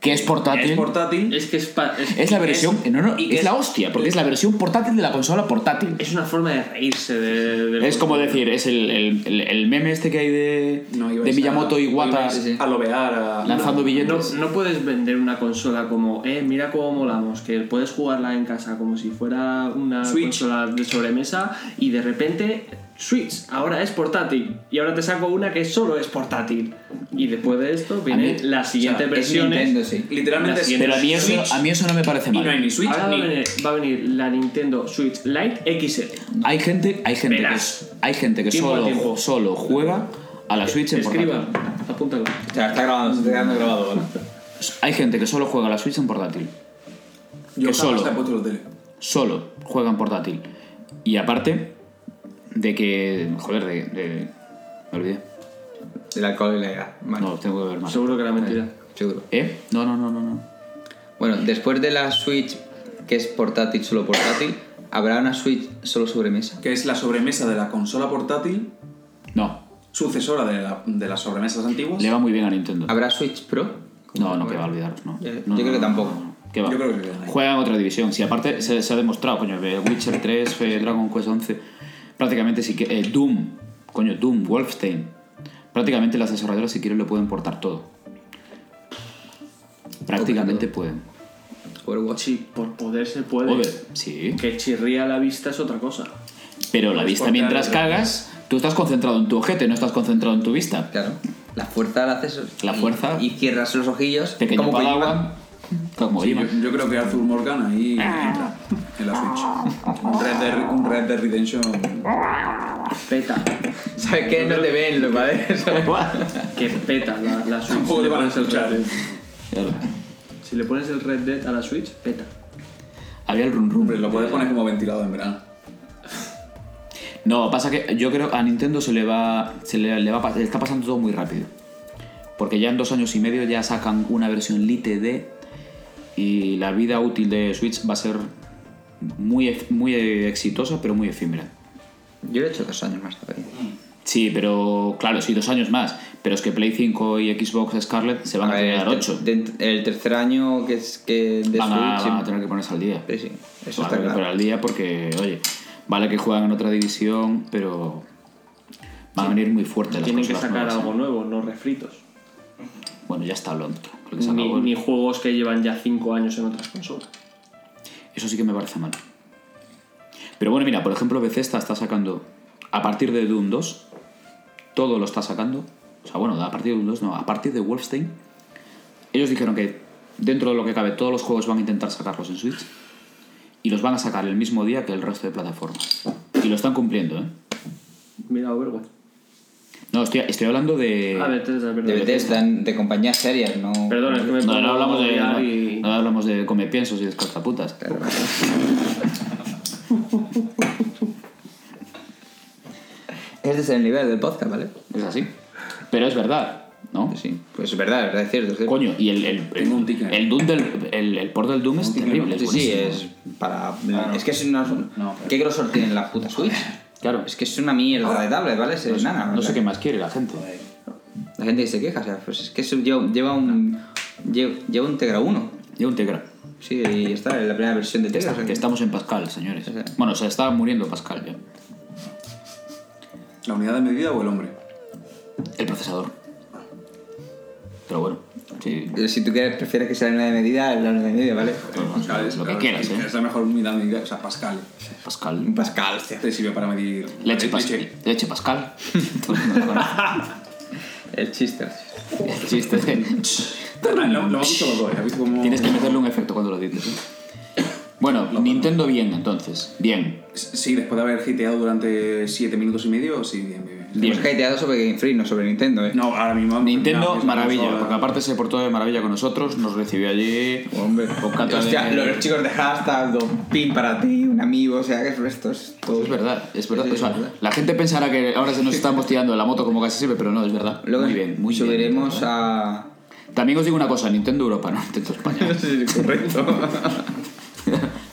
H: que es portátil.
D: Es
H: Es,
D: portátil.
F: Es que es, pa- es,
H: la
D: que
H: versión.
D: es-
H: no, no,
D: y que
H: es, la
D: es-
H: hostia, porque es la versión portátil de la consola portátil.
F: es una forma de reírse de, del
H: Es como
F: juego.
H: decir, es el, el- el- el meme este que hay de,
D: No, ibais
H: de
D: a-
H: Miyamoto y Wata
D: ibais A lobear. A,
H: lanzando
F: No,
H: billetes.
F: no puedes vender una consola como, eh, mira cómo molamos, que puedes jugarla en casa como si fuera una
D: Switch.
F: consola de sobremesa y de repente, Switch, ahora es portátil. Y ahora te saco una que solo es portátil. Y después de esto vienen
H: mí-
F: las siguientes
D: sea, es
F: versiones.
A: Nintendo, sí.
D: Literalmente
F: La
D: es
F: siguiente.
H: Pero a mí, eso,
D: Switch
H: a mí eso no me parece
D: Y
H: mal.
D: no hay ni Switch
H: Ah,
F: Ahora va a,
D: ni.
F: venir, va a venir la Nintendo Switch Lite E. XL.
H: Hay gente, hay gente que,
F: Verás.
H: hay gente que
F: Tiempo al
H: solo,
F: tiempo. Eh,
H: solo juega a la Switch en
F: Escriba,
H: portátil.
F: apúntalo.
A: O sea, está grabando, se está quedando grabado, ¿vale?
H: Hay gente que solo juega a la Switch en portátil.
D: Yo solo.
H: que solo.
D: Te he puesto los tele.
H: Solo juega en portátil. Y aparte de que. Joder, de. de- me olvidé.
A: El alcohol y la edad. Vale,
H: No, tengo que ver más.
F: Seguro que era mentira.
A: seguro.
H: ¿Eh? No, no, no, no. no.
A: Bueno, después de la Switch, que es portátil, solo portátil, habrá una Switch solo sobremesa.
D: Que es la sobremesa de la consola portátil,
H: No.
D: sucesora de, la- de las sobremesas antiguas.
H: Le va muy bien a Nintendo.
A: ¿Habrá Switch Pro?
H: No, no, que va a olvidaros, no.
A: Eh,
H: No,
A: yo
H: no,
A: creo que
H: no,
A: tampoco.
H: no, no. ¿Qué va?
D: Yo creo que sí.
H: Juega en otra división. Si aparte se, se ha demostrado, coño, eh, Witcher 3, eh, Dragon Quest 11, prácticamente si que eh, Doom, coño, Doom, Wolfenstein, prácticamente las desarrolladoras si quieren lo pueden portar todo. Prácticamente pueden.
A: Overwatch.
F: Sí, por poder se puede.
H: Over, sí.
F: Que chirría la vista es otra cosa.
H: Pero la vista
D: portar
H: mientras
D: otra
H: cagas, tú estás concentrado en tu ojete, no estás concentrado en tu vista.
A: Claro. La fuerza la haces.
H: La
A: y-
H: fuerza.
A: Y cierras los ojillos.
H: Pequeño
A: como que
H: Padawan, como
D: Sí,
H: Kojima.
D: yo, yo creo que Arthur Morgan ahí entra en la Switch. Un Red Dead, un Red Dead Redemption.
F: Peta.
A: ¿Sabes qué? No te ven los padres.
F: Que peta la, la Switch.
D: Tampoco
F: Si
D: le van a
F: pones el
D: escuchar,
F: Red
D: eh.
H: Claro.
F: Dead- Si le pones el Red Dead a la Switch, peta.
H: Había el rum rum.
D: Hombre, lo puedes poner como ventilado en verano.
H: No, pasa que yo creo a Nintendo se le va. Se le, le va pa- le está pasando todo muy rápido. Porque ya en dos años y medio ya sacan una versión Lite D. Y la vida útil de Switch va a ser muy, ef- muy exitosa, pero muy efímera.
A: Yo le he hecho dos años más todavía.
H: Sí, pero claro, sí, dos años más. Pero es que Play 5 y Xbox Scarlet se van a,
A: A ver,
H: tener
A: el,
H: 8.
A: ter- de- el tercer año que es que de
H: Van a,
A: Switch.
H: van a tener que ponerse al día.
A: Sí, sí, eso
H: Van a
A: está
H: tener que
A: claro.
H: poner al día porque, oye, vale que juegan en otra división, pero van a venir muy fuertes las
F: Tienen que
H: consolas
F: sacar
H: nuevas, ¿eh?
F: algo nuevo, no refritos.
H: Bueno, ya está lo otro. Creo que se
F: Ni,
H: acabó el-
F: ni juegos que llevan ya 5 años en otras consolas.
H: Eso sí que me parece mal. Pero bueno, mira, por ejemplo, Bethesda está sacando, a partir de Doom 2, todo lo está sacando. O sea, bueno, a partir de Doom 2, no, a partir de Wolfenstein. Ellos dijeron que dentro de lo que cabe, todos los juegos van a intentar sacarlos en Switch. Y los van a sacar el mismo día que el resto de plataformas. Y lo están cumpliendo, ¿eh?
F: Mira, Overwatch.
H: No, estoy, estoy hablando de...
F: Ah, Bethesda, perdón.
A: De Bethesda, de compañías serias, no.
F: Perdón, es que me
H: No,
F: pongo
H: no hablamos
F: a
H: de,
F: odiar
H: no,
F: y-
H: no hablamos de come piensos y descartaputas.
A: Este es el nivel del podcast, ¿vale?
H: Es así. Pero es verdad, ¿no?
A: Sí, pues es verdad, es verdad, es cierto. es cierto.
H: Coño, y el, el,
D: Tengo un ticket.
H: el Doom del el, el port del Doom es
D: ticket,
H: terrible, es
A: Sí, sí,
H: buenísimo.
A: es para. Es que es una.
D: No, pero-
A: ¿Qué grosor tiene la puta Switch?
H: Claro. Pues,
A: Es que es una mierda de tablet, ¿vale? Es enana,
H: No sé
A: ¿vale?
H: qué más quiere la gente.
A: La gente que se queja, o sea, pues es que eso lleva, lleva un. Lleva, lleva un Tegra 1.
H: Lleva un Tegra.
A: Sí, y está en la primera versión de
H: Que,
A: Tegra.
H: está-
A: o sea,
H: que estamos en Pascal, señores.
A: Ajá.
H: Bueno, se está muriendo Pascal ya.
D: ¿La unidad de medida o el hombre?
H: El procesador. Pero bueno, sí.
A: Eh, Si tú quieres, prefieres que sea la unidad de medida, la unidad de medida, ¿vale?
D: Pascal es
H: lo que
D: claro,
H: quieras, ¿eh?
D: Es la mejor unidad de medida, o sea, Pascal.
H: Pascal.
A: Pascal, hostia.
D: Te sirve para medir. eh,
H: Leche, Pas- leche Pascal. Todo el mundo conoce.
A: El chiste.
H: El chiste es que-
D: Ah, Lo, lo hemos visto los dos, ¿eh? ¿Has visto cómo-
H: Tienes que meterle un efecto cuando lo dices. ¿eh? Bueno, Nintendo bien entonces. Bien.
D: Sí, después de haber hiteado durante 7 minutos y medio, sí, bien, bien. bien.
A: Hemos hateado sobre Game Freak, no sobre Nintendo, ¿eh?
D: No, ahora mismo.
H: Nintendo,
D: no, es una
H: maravilla,
D: consola-
H: porque aparte se portó de maravilla con nosotros, nos recibió allí.
A: Hombre,
H: con cata
A: hostia,
H: de-
A: los chicos de hashtag, Don Pin para ti, un amigo, o sea, que esto es todo.
H: Es verdad, es verdad.
A: Sí, sí,
H: O sea,
A: es verdad.
H: la gente pensará que ahora se nos estamos tirando de la moto como casi siempre, pero no, es verdad.
A: Luego
H: muy bien, muy
A: subiremos
H: bien.
A: a.
H: También os digo una cosa, Nintendo Europa, no Nintendo España.
A: Sí, sí, correcto.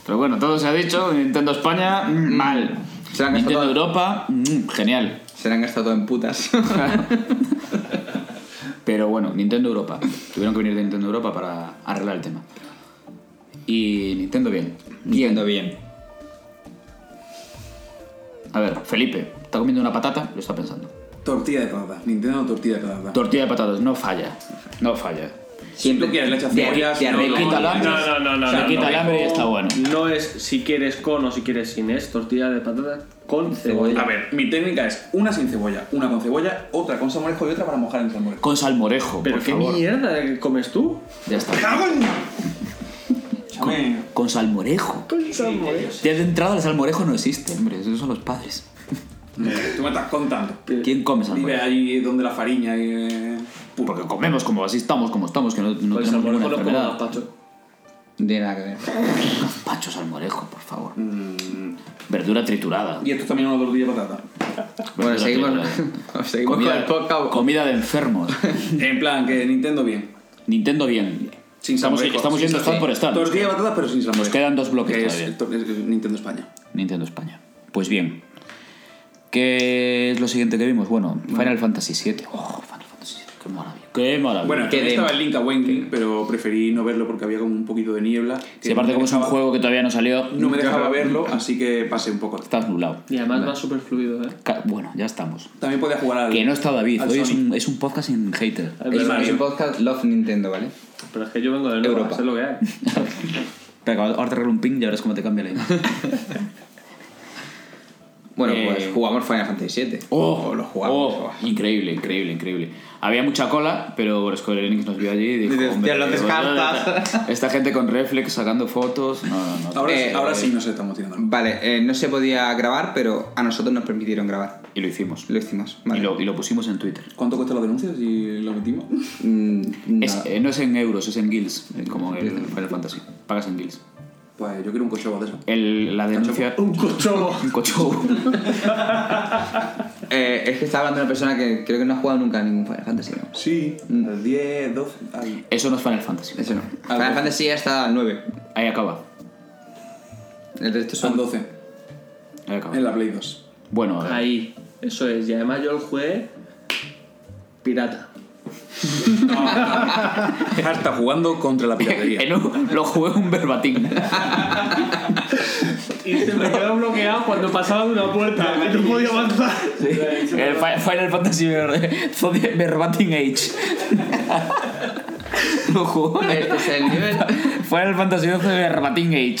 H: pero bueno, todo se ha dicho, Nintendo España, mm, mal.
A: Se la han
H: Nintendo
A: gastado.
H: Europa, mm, genial.
A: Se le han gastado todo en putas.
H: Pero bueno, Nintendo Europa. Tuvieron que venir de Nintendo Europa para arreglar el tema. Y Nintendo bien.
A: Yendo bien.
H: A ver, Felipe, está comiendo una patata, lo está pensando.
D: Tortilla de patata. Nintendo tortilla de patata.
H: Tortilla de patatas, no falla. No falla.
A: Siempre.
D: tú quieres leche a
A: Te arre-
D: cebollas,
A: te
D: no,
A: arregla.
H: Le quita el hambre.
F: No, no, no, no.
H: Le
F: no,
H: quita
F: no,
H: el hambre y
F: no.
H: está bueno.
F: No es si quieres con o si quieres sin, es tortilla de patata con
D: A
F: cebolla.
D: ver, mi técnica es una sin cebolla, una con cebolla, otra con salmorejo y otra para mojar en salmorejo.
H: Con salmorejo,
F: Pero
H: por
F: qué
H: favor.
F: mierda de que comes tú.
H: Ya está.
C: Chame.
H: Con salmorejo. Ya de entrada el salmorejo no existe, hombre. Esos son los padres.
D: Tú me estás contando.
H: ¿Quién come
D: Vive
H: salmorejo?
D: ahí donde la fariña y. eh, puro.
H: Porque comemos como así estamos, como estamos, que no, no
F: Pues
H: tenemos
F: salmorejo
H: ninguna
F: no como
H: enfermedad.
F: gazpacho.
A: No tiene nada que ver.
H: Pacho salmorejo, por favor.
D: Mm,
H: Verdura triturada.
D: Y esto es también una tortilla de patata.
A: Bueno,
H: Verdura
A: seguimos,
H: triturada.
A: seguimos con el
H: Comida,
A: podcast.
H: comida de enfermos.
D: En plan, que Nintendo bien.
H: Nintendo bien.
D: Sin
H: estamos
D: salmorejo,
H: estamos
D: sin
H: yendo stand
D: salmorejo.
H: por stand.
D: Tortilla de patata, pero sin salmorejo.
H: Nos quedan dos bloques
D: Que
H: todavía.
D: es, to- es- es Nintendo España.
H: Nintendo España. Pues bien. ¿Qué es lo siguiente que vimos? Bueno, Final Fantasy VII. Oh, Final Fantasy VII. Qué maravilla. Qué maravilla.
D: Bueno,
H: Qué
D: también
H: demo.
D: estaba el Link Awakening, pero preferí no verlo porque había como un poquito de niebla.
H: Si
D: que
H: aparte
D: no me
H: como es un
D: dejaba-
H: juego que todavía no salió,
D: No me dejaba verlo, así que pasé un poco.
H: estás nublado.
F: Y además va súper fluido, ¿eh?
H: Ca- Bueno, ya estamos.
D: También podía jugar al.
H: Que no está David,
D: al
H: hoy es
D: Sonic.
H: un, es un podcast sin hater.
F: Es
A: Es,
F: verdad.
A: es un podcast Love Nintendo, ¿vale?
F: Pero es que yo vengo de Nueva,
A: Europa.
F: sé lo que hay.
H: Pero ahora te arreglo un ping y ahora es como te cambia la imagen.
A: Bueno,
H: Eh,
A: pues jugamos Final Fantasy VII. O lo jugamos.
H: oh,
A: o-
H: increíble, increíble, increíble. Había mucha cola, pero Square Enix nos vio allí y dijo...
A: Dices,
H: "Hombre,
A: "Tío, lo
H: tío,
A: descartas".
H: Esta gente con reflex sacando fotos... No, no, no.
D: Ahora,
A: Eh,
D: ahora
A: eh,
D: sí nos estamos tirando.
A: Vale, eh, no se podía grabar, pero a nosotros nos permitieron grabar.
H: Y lo hicimos.
A: Lo hicimos, ¿vale?
H: Y, lo, y lo pusimos en Twitter.
D: ¿Cuánto cuesta los denuncias si lo metimos?
A: Mm, no.
H: Es- eh, no es en euros, es en guilds, como el Final Fantasy. Pagas en guilds.
D: Pues yo quiero un cochobo de eso.
H: El- la denuncia...
F: Un cochobo.
H: Un cocho.
A: Eh, es que estaba hablando de una persona que creo que no ha jugado nunca a ningún Final Fantasy. ¿no?
D: Sí. Mm. Al 10, 12. Al...
H: Eso no es Final Fantasy.
A: Eso no.
D: Al
A: Final
D: doce.
A: Fantasy ya está al 9.
H: Ahí acaba.
A: El resto son.
D: Al 12.
H: Ahí acaba.
D: En la Play 2.
H: Bueno, eh, a ver.
F: Ahí. Eso es, y además yo lo jugué pirata.
D: Hasta jugando contra la piratería.
H: En un- lo jugué un verbatim.
F: Y se me quedó bloqueado cuando pasaba de una puerta, no podía avanzar.
H: El Fi- Final Fantasy Ver- Zodi- Verbatim Age. Lo jugó.
A: Este es el nivel.
H: Final Fantasy XII Verbatim Age.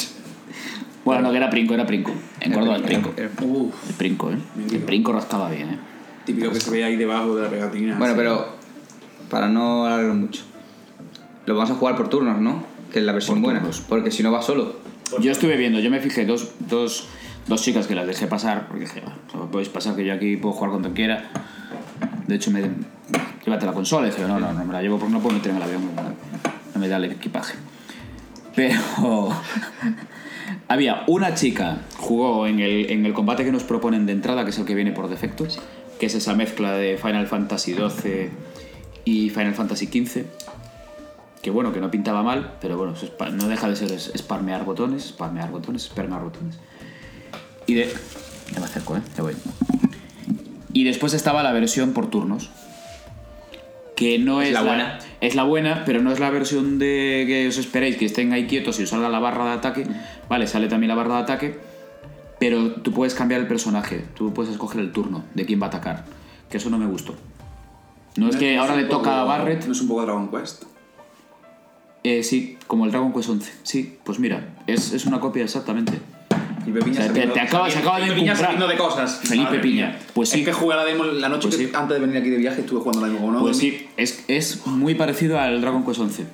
H: Bueno, no, que era Princo, era Princo. En Córdoba es Princo. El Princo, ¿eh? El Princo rascaba bien, ¿eh?
D: Típico que se ve ahí debajo de la pegatina.
A: Bueno,
H: Ah,
D: así.
A: pero para no alargarlo mucho, lo vamos a jugar por turnos, ¿no? Que es la versión buena, porque si no va solo.
H: Yo estuve viendo, yo me fijé dos, dos, dos chicas que las dejé pasar, porque dije, "Bueno, o sea, podéis pasar que yo aquí puedo jugar cuando quiera. De hecho, me llévate la consola, dije, no, no, no me la llevo porque no puedo meter en el avión, no, no me da el equipaje. Pero había una chica, jugó en el, en el combate que nos proponen de entrada, que es el que viene por defecto, que es esa mezcla de Final Fantasy XII y Final Fantasy XV que bueno, que no pintaba mal, pero bueno, eso es pa- no deja de ser es- esparmear botones, esparmear botones, esparmear botones. Y de... Ya me acerco, ¿eh? Ya voy. Y después estaba la versión por turnos. Que no es,
A: la buena.
H: Es la buena, pero no es la versión de que os esperéis, que estén ahí quietos y os salga la barra de ataque. Vale, sale también la barra de ataque, pero tú puedes cambiar el personaje, tú puedes escoger el turno de quién va a atacar. Que eso no me gustó. No, es que ahora
D: un
H: le toca a
D: poco-
H: Barrett.
D: No es un poco Dragon Quest.
H: Eh, sí, como el Dragon Quest 11. Sí, pues mira, es, es una copia exactamente.
D: Y Pepiña
H: O sea, te-
D: sabiendo-
H: te acabas- se acaba de
D: Pepiña
H: encumbrar.
D: sabiendo de cosas.
H: Felipe
D: Madre
H: Piña.
D: mía.
H: Pues sí.
D: Es que jugué a la demo la noche
H: Pues
D: que-
H: sí.
D: antes de venir aquí de viaje estuve jugando a la demo con uno.
H: Pues sí, es, es muy parecido al Dragon Quest 11.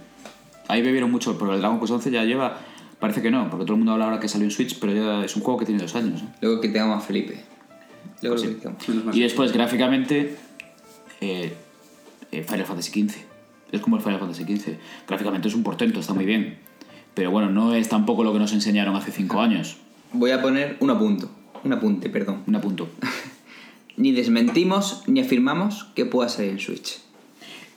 H: Ahí bebieron mucho, pero el Dragon Quest 11 ya lleva. Parece que no, porque todo el mundo habla ahora que salió en Switch, pero ya es un juego que tiene dos años. ¿eh?
A: Luego que tengamos a Felipe.
H: Pues
A: Luego lo quitamos.
D: Menos mal.
H: Y después, gráficamente, eh, eh, Final Fantasy XV. Es como el Final Fantasy XV. Gráficamente es un portento, está muy bien. Pero bueno, no es tampoco lo que nos enseñaron hace cinco años.
A: Voy a poner un apunto, un apunte, perdón.
H: Un apunto.
A: Ni desmentimos ni afirmamos que pueda salir en Switch.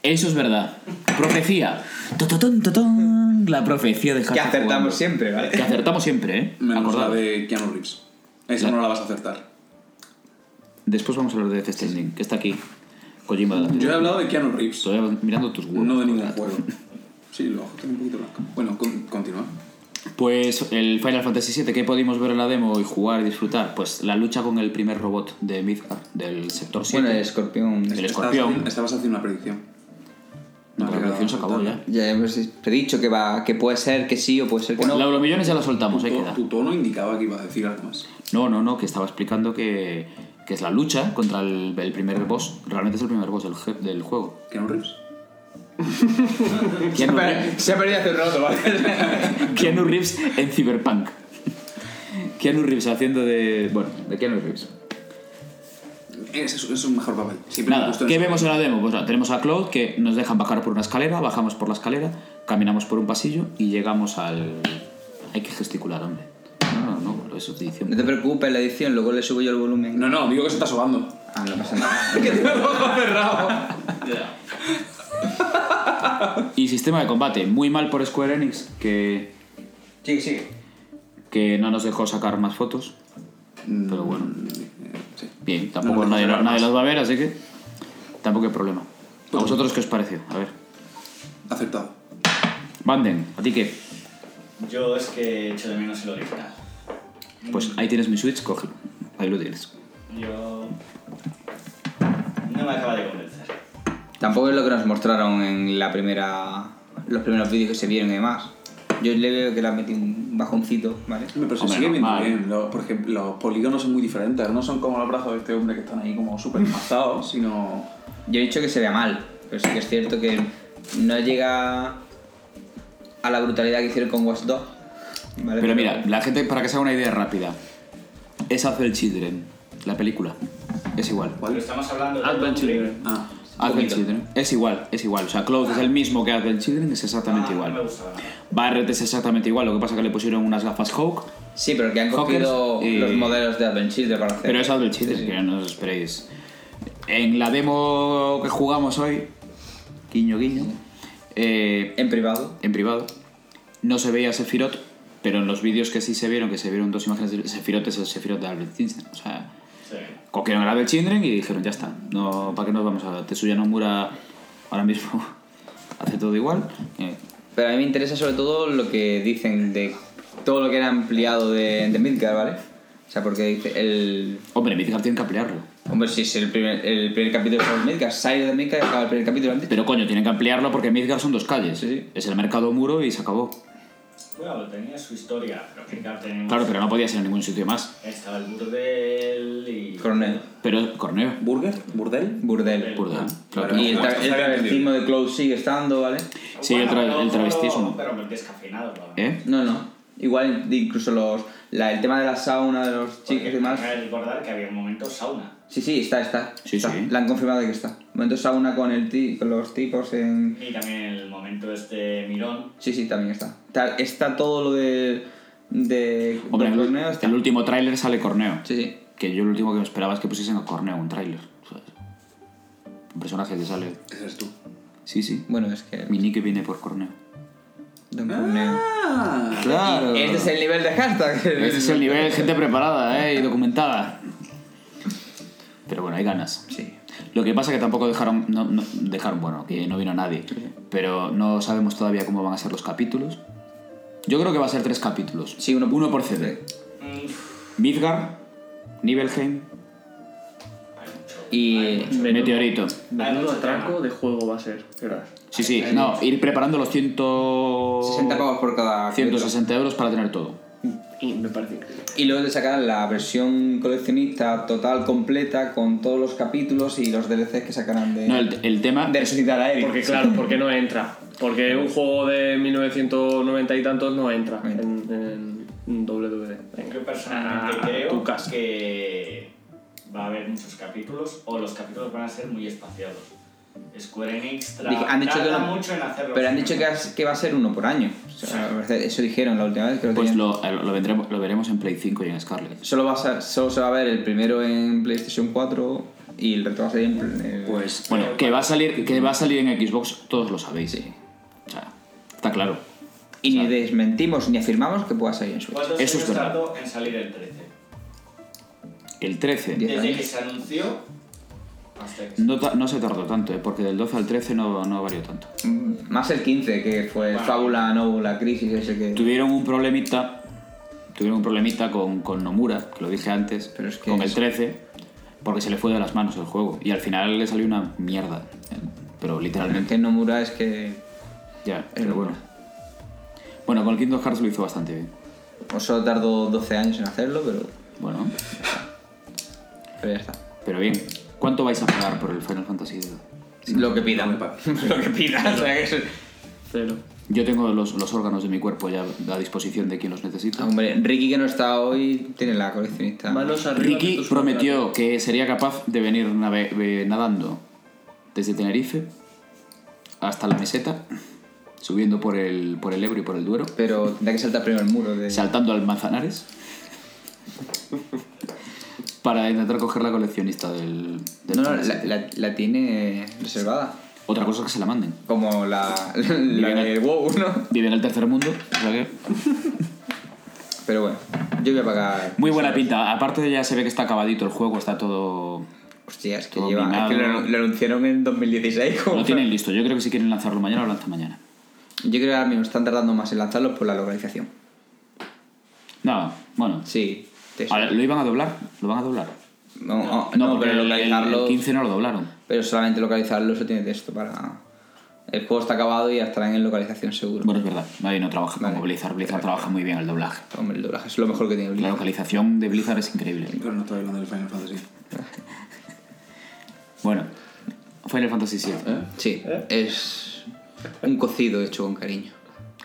H: Eso es verdad. Profecía. Tototón, totón. La profecía de
A: que
H: Hashtag
A: acertamos
H: Jugando.
A: siempre, ¿vale?
H: Que acertamos siempre, ¿eh?
D: Menos
H: Acordad.
D: la de Keanu Reeves. Esa
H: La-
D: no la vas a acertar.
H: Después vamos a hablar de Death Stranding, que está aquí. Kojima de la
D: Yo he hablado de Keanu Reeves,
H: Estoy mirando tus huevos.
D: no de ningún juego. Sí, lo ajusté un poquito blanco. Bueno, con- continúa.
H: Pues el Final Fantasy VII, ¿qué pudimos ver en la demo y jugar y disfrutar? Pues la lucha con el primer robot de Midgar, del sector 7.
A: Bueno, el escorpión.
H: El
D: Estabas
H: escorpión.
D: haciendo- Estabas haciendo una predicción.
H: No, la revolución se acabó ya.
A: Ya hemos predicho que va, que puede ser que sí o puede ser que
H: La
A: no.
H: Euromillones ya la soltamos, ahí
D: Tu-
H: queda.
D: Tu tono indicaba que iba a decir algo más.
H: No, no, no, que estaba explicando que, que es la lucha contra el, el primer boss. Realmente es el primer boss del, je- del juego.
D: Keanu Reeves.
A: Se ha, per- se ha perdido hace un rato, ¿vale?
H: Keanu Reeves en Cyberpunk. Keanu Reeves haciendo de. Bueno, de Keanu Reeves.
D: Es, es- es un mejor papel. Siempre me
H: Nada,
D: gustó
H: ¿qué
D: eso.
H: vemos en la demo? Pues nada, tenemos a Cloud que nos dejan bajar por una escalera, bajamos por la escalera, caminamos por un pasillo y llegamos al. Hay que gesticular, hombre. No, no, no, pero eso te dice.
A: No te preocupes, la edición, luego le subo yo el volumen.
D: No, no, digo que se está sobando.
A: Ah, no pasa nada.
H: Y sistema de combate, muy mal por Square Enix, que,
A: Sigue, sigue.
H: que no nos dejó sacar más fotos. Pero bueno,
D: Mm, Sí.
H: bien,
D: No
H: tampoco
D: nos dejó
H: nadie,
D: sacar
H: nadie
D: más.
H: las va a ver, así que tampoco hay problema. ¿A vosotros qué os pareció? A ver.
D: Acertado.
H: Banden, ¿a ti qué?
C: Yo es que echo de menos el original.
H: Pues ahí tienes mi Switch, cógelo. Ahí lo tienes.
C: Yo. No me acaba de convencer.
A: Tampoco es lo que nos mostraron en la primera. los primeros vídeos que se vieron y demás. Yo le veo que le han metido un bajoncito, ¿vale?
D: Pero se
H: Hombre,
D: sigue viendo
H: normal.
D: bien. Los, por ejemplo, los polígonos son muy diferentes. No son como los brazos de este hombre que están ahí como súper mazados, sino.
A: Yo he dicho que se vea mal, pero sí que es cierto que no llega a la brutalidad que hicieron con Watch 2. ¿vale?
H: Pero mira, la gente, para que se haga una idea rápida, es Advent Children, la película. Es igual.
C: Pero estamos hablando de.
F: Advent Children.
D: Ah,
H: Advent Children. Es igual, es igual. O sea, Cloud es el mismo que Advent Children, es exactamente
C: Ah, No me
H: igual.
C: gustaba nada.
H: Barrett es exactamente igual, lo que pasa que le pusieron unas gafas Hawk,
A: Sí, pero que han
H: Hawkers
A: cogido
H: y-
A: los modelos de Adventure para hacer.
H: pero es Advent
A: Sí,
H: Children,
A: sí.
H: que no os esperéis. En la demo que jugamos hoy, guiño guiño, eh,
A: En privado.
H: en privado. No se veía Sephiroth, pero en los vídeos que sí se vieron, que se vieron dos imágenes de Sephiroth, es el Sephiroth de Albert Einstein. O sea,
C: Sí.
H: cogieron el Abel Children y dijeron, ya está, no, ¿para qué nos vamos a Tetsuya Nomura ahora mismo? hace todo igual. Eh,
A: Pero a mí me interesa sobre todo lo que dicen de todo lo que era ampliado de, de Midgar, ¿vale? O sea, porque dice el...
H: hombre, Midgar tienen que ampliarlo.
A: Hombre, si es el primer, el primer capítulo sobre Midgar, sale de Midgar y acaba el primer capítulo antes.
H: Pero coño, tienen que ampliarlo porque Midgar son dos calles.
A: Sí, sí.
H: Es el mercado muro y se acabó.
C: Bueno, tenía su historia, pero que ya tenemos...
H: Claro, pero no podía ser en ningún sitio más.
C: Estaba el burdel y...
A: Coronel,
H: Pero Corneo,
D: ¿Burger? ¿Burdel?
A: burdel.
H: Burdel, claro.
A: Y el, tra- el travestismo de Cloud sigue estando, ¿vale?
H: Sí, el, tra-
C: pero
H: el
C: no-
H: travestismo.
C: Pero descafeinado, claro.
H: ¿Eh?
A: No, no. Igual incluso los, la- el tema de la sauna de los
C: Porque
A: chicos y demás.
C: cabe recordar que había un momento sauna.
A: Sí, sí, está, está.
H: Sí,
A: está.
H: sí.
A: La han confirmado que está. Momento sauna con, el ti- con los tipos en...
C: Y también el momento este Mirón.
A: Sí, sí, también está. Está, está todo lo de... de
H: Hombre,
A: del
H: el,
A: torneo, está.
H: el último tráiler sale Corneo.
A: Sí, sí.
H: Que yo lo último que me esperaba es que pusiesen a Corneo un tráiler. ¿sabes? Un personaje que sale.
D: Ese eres tú.
H: Sí, sí.
A: Bueno, es que...
H: Mi nick viene por Corneo.
A: Don Corneo.
D: Ah,
H: Claro.
A: Este es el nivel de hashtag.
H: Este es el nivel, gente preparada ¿eh? y documentada. Pero bueno, hay ganas.
A: Sí.
H: Lo que pasa que tampoco dejaron, no, no- dejaron, bueno, que no vino nadie. Pero no sabemos todavía cómo van a ser los capítulos. Yo creo que va a ser tres capítulos.
A: Sí, uno-
H: uno por CD. Midgar, Nibelheim,
A: Y...
H: Meteorito.
F: Menudo atraco de juego va a ser. verás.
H: Sí, sí, no, ir preparando los 100...
A: 60 pavos por cada... capítulo.
H: 160 euros para tener todo.
F: Y me parece increíble.
A: Y luego te sacarán la versión coleccionista total, completa, con todos los capítulos y los DLCs que sacarán de,
H: No, el, el tema...
A: de resucitar a Eric.
F: Porque claro, porque no entra. Porque un juego de 1990 y tantos no entra en, en WD. Venga.
C: Yo personalmente
F: Ah,
C: creo
F: tu casa.
C: que va a haber muchos capítulos o los capítulos van a ser muy espaciados. Square Enix tra-
A: Dije- han dicho que
C: tarda
A: no-
C: mucho en hacerlo.
A: Pero han dicho que, has- que va a ser uno por año. O sea, me parece- eso dijeron la última vez. Que lo
H: Pues
A: tenían.
H: lo, lo, vendremos- lo veremos en Play 5 y en Scarlet.
A: Solo, va a ser- solo se va a ver el primero en PlayStation 4 y el resto va a salir en... pl- eh,
H: Pues bueno, que va a salir, que va a salir en Xbox, todos lo sabéis. ¿eh? O sea, está claro.
A: y ni
H: sabe.
A: desmentimos ni afirmamos que pueda salir en Switch.
C: ¿Cuántos
H: Eso
C: años
H: es verdad.
C: tardó en salir el 13?
H: El 13
A: Diez
C: Desde que
A: años.
C: se anunció hasta que se-
H: no, ta- no se tardó tanto, ¿eh? porque del 12 al 13 no, no varió tanto.
A: Mm, Más el 15, que fue
C: Bueno.
A: Fábula, Nóbula, Crisis, ese que...
H: Tuvieron un problemita, tuvieron un problemita con, con Nomura, que lo dije antes,
A: Pero es que
H: con el
A: es-
H: 13, porque se le fue de las manos el juego y al final le salió una mierda, ¿eh? pero literalmente.
A: Que Nomura es que...
H: Ya, pero bueno. Bueno, con el Kingdom Hearts lo hizo bastante bien.
A: o Pues Solo tardó 12 años en hacerlo, pero,
H: Bueno,
A: pero ya está.
H: pero bien. ¿Cuánto vais a pagar por el Final Fantasy?
A: Lo que pidan. Lo que pidan. O sea, que es-
F: Cero.
H: Yo tengo los, los órganos de mi cuerpo ya a disposición de quien los necesita.
A: Ah, Hombre, Ricky que no está hoy tiene la coleccionista.
F: Manos arriba. que
H: Ricky
F: tus
H: prometió que sería capaz de venir nave- eh, nadando desde Tenerife hasta la meseta, subiendo por el, por el Ebro y por el Duero,
A: Pero tendrá que saltar primero el muro de...
H: saltando al Manzanares, para intentar coger la coleccionista del... del
A: No, no,
H: Tenerife.
A: la, la- la tiene reservada.
H: Otra cosa es que se la manden.
A: Como la, la
H: Venga.
A: del WoW, ¿no?
H: Vive en el tercer mundo, o sea que-
A: Pero bueno, yo voy a pagar...
H: Muy buena pinta. Aparte ya se ve que está acabadito el juego, está todo...
A: Hostia, es que
H: Todo
A: lleva... Es
H: mimado.
A: que lo, lo anunciaron en 2016. como-
H: Lo tienen listo. Yo creo que si quieren lanzarlo mañana, lo lanzan mañana.
A: Yo creo que ahora mismo están tardando más en lanzarlos por la localización.
H: Nada, bueno.
A: Sí. te-
H: A ver, ¿Lo iban a doblar? ¿Lo van a doblar?
A: No, no,
H: No,
A: no,
H: porque
A: pero
H: el- el,
A: localizarlo...
H: 15 no lo doblaron.
A: Pero solamente localizarlo eso tiene texto para... El juego está acabado y ya estarán en localización seguro.
H: Bueno, es verdad. Nadie no trabaja
A: Vale.
H: como Blizzard. Blizzard trabaja muy bien el doblaje.
A: Hombre, el doblaje es lo mejor que tiene
H: La
A: Blizzard.
H: localización de Blizzard es increíble.
D: Pero no estoy hablando del Final Fantasy.
H: Bueno, Final Fantasy VII.
A: Sí, es un cocido hecho con cariño.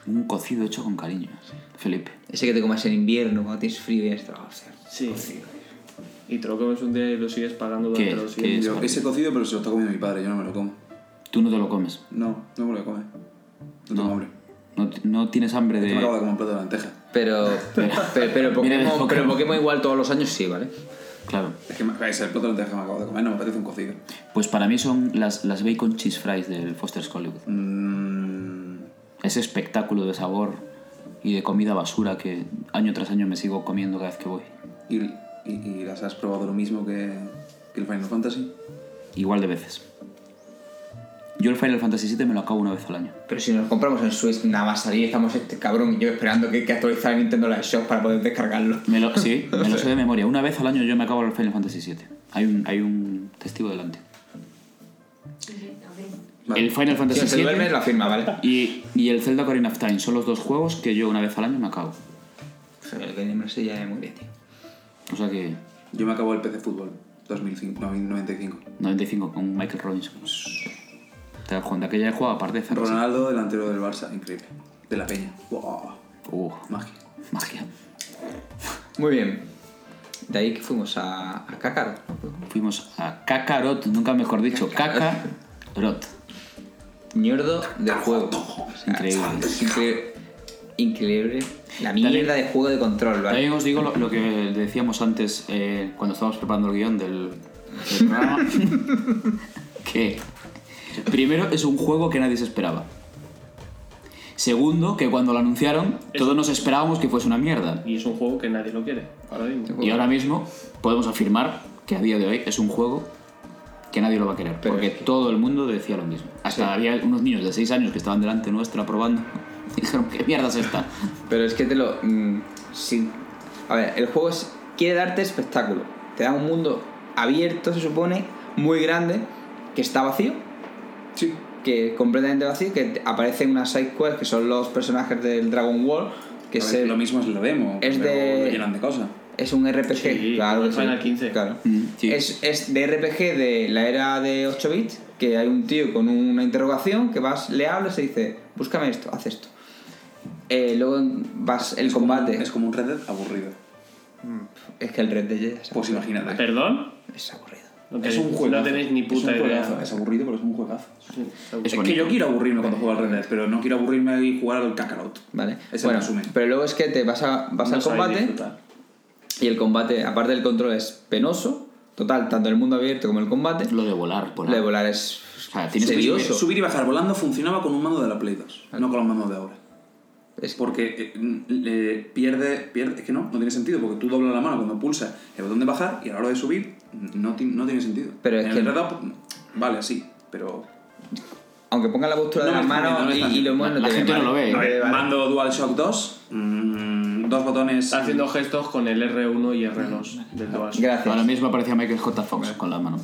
H: Un cocido hecho con cariño. Felipe.
A: Ese que te comas en invierno cuando tienes frío y estás... hostia.
F: Sí. Y te lo comes un día y lo sigues pagando durante
H: ¿Qué es?
F: los
H: ¿Qué
F: siguientes.
H: es?
D: Yo ese cocido, pero se lo está comiendo mi padre, yo no me lo como.
H: Tú no te lo comes.
D: No, no me lo come. No tengo hambre.
H: No, t- no tienes hambre
D: Yo me acabo de
H: de...
D: comer un plato de lenteja.
A: Pero, pero, pero,
H: Mira el
A: Pokémon,
H: Pokémon.
A: pero Pokémol igual todos los años sí, ¿vale?
H: Claro.
D: Es que me- es el plato de lenteja que me acabo de comer, no me parece un cocido.
H: Pues para mí son las, las bacon cheese fries del Foster's Hollywood.
D: Mmm.
H: Ese espectáculo de sabor y de comida basura que año tras año me sigo comiendo cada vez que voy.
D: Y ¿Y, y las has probado lo mismo que, que el Final Fantasy?
H: Igual de veces. Yo el Final Fantasy VII me lo acabo una vez al año.
A: Pero si nos compramos en Switch, nada más salir, estamos este cabrón y yo esperando que, que actualizara Nintendo la Shop para poder descargarlo.
H: Me lo, sí, me lo sé de memoria. Una vez al año yo me acabo el Final Fantasy VII. Hay un, hay un testigo delante. El Final
A: Si
H: Fantasy
A: se duerme,
H: VII
A: la firma, ¿vale?
H: y, y el Zelda Ocarina of Time son los dos juegos que yo una vez al año me acabo.
A: O sea, el Game se ya es muy bien, tío.
H: O sea que
D: Yo me acabo el PC Fútbol 2005, 95.
H: 95 con Michael Robinson. Te das cuenta que ya he jugado aparte de Fantasy.
D: Ronaldo, delantero del Barça, increíble. De la Peña. Wow,
H: Uh,
D: magia.
H: magia.
A: Muy bien. De ahí que fuimos a, a Cácaro.
H: Fuimos a Kakarot, nunca mejor dicho, Kakarot.
A: Ñordo del juego.
H: Increíble.
A: Es increíble. Increíble. La mierda de juego de control, ¿vale?
H: También os digo lo, lo que decíamos antes eh, cuando estábamos preparando el guión del, del programa. que primero es un juego que nadie se esperaba. Segundo, que cuando lo anunciaron, todos nos esperábamos que fuese una mierda.
F: Y es un juego que nadie lo quiere, ahora mismo.
H: Y ahora mismo podemos afirmar que a día de hoy es un juego que nadie lo va a querer.
A: Pero
H: porque
A: es que-
H: todo el mundo decía lo mismo. Hasta había unos niños de 6 años que estaban delante nuestra probando. Y dijeron, ¿qué mierda es esta?
A: Pero es que te lo. mm, sí. A ver, el juego es- quiere darte espectáculo. Te da un mundo abierto, se supone, muy grande, que está vacío.
D: Sí.
A: Que completamente vacío, que aparecen unas side quests que son los personajes del Dragon Ball. Que
D: Que
A: es,
D: lo mismo es la demo.
A: es
D: pero
A: de-
D: lo llenan de cosas.
A: es un RPG.
F: Sí,
A: claro.
F: como el
A: que sí,
F: Final 15.
A: Claro.
H: Mm, sí.
A: Es, es de RPG de la era de 8 bits, que hay un tío con una interrogación que vas, le hablas y dice, búscame esto, haz esto. Eh, luego vas el
D: Es como-
A: combate.
D: es como un Red Dead aburrido.
A: es que el Red Dead ya es
D: Pues
A: aburrido.
D: imagínate.
F: ¿Perdón,
A: Es aburrido.
F: no
D: Es
F: tenéis,
D: un juegazo.
F: no tenéis ni puta
D: es un
F: idea.
D: juegazo. Es aburrido, pero es un juegazo.
F: Sí, está
H: Es
D: Es,
H: bonito.
D: que yo quiero aburrirme cuando juego al Red Dead, pero no quiero aburrirme y jugar al Kakarot.
A: Vale.
D: Es el
A: bueno,
D: resumen.
A: pero luego es que te vas, a, vas
D: No
A: al
D: sabéis
A: combate
D: disfrutar.
A: y el combate, aparte del control, es penoso. Total, tanto el mundo abierto como el combate.
H: Lo de volar, por
A: Lo de
H: ahí.
A: volar es
H: O sea, tienes que
A: Serioso.
H: subir-
D: Subir y bajar volando funcionaba con un mando de la Play 2, no con los mandos de ahora.
A: Es-
D: Porque eh, n- le pierde, pierde. Es que no, no tiene sentido, porque tú doblas la mano cuando pulsas el botón de bajar y a la hora de subir no, ti- no tiene sentido.
A: Pero es
D: En
A: que-
D: el Red Dead, vale, sí, pero.
A: Aunque ponga la postura
D: No
A: de
D: me
A: las
D: está
A: manos
D: viendo, no me
A: y,
D: está
A: y lo
D: viendo.
A: mueves,
H: La
A: te
H: gente no
A: vale.
H: lo ve, ¿eh?
A: te vale.
D: Mando DualShock 2, mm, dos botones.
F: Está haciendo gestos con el R1 y R2 del DualShock.
A: Gracias.
H: Ahora mismo aparecía Michael J. Fox con la mano.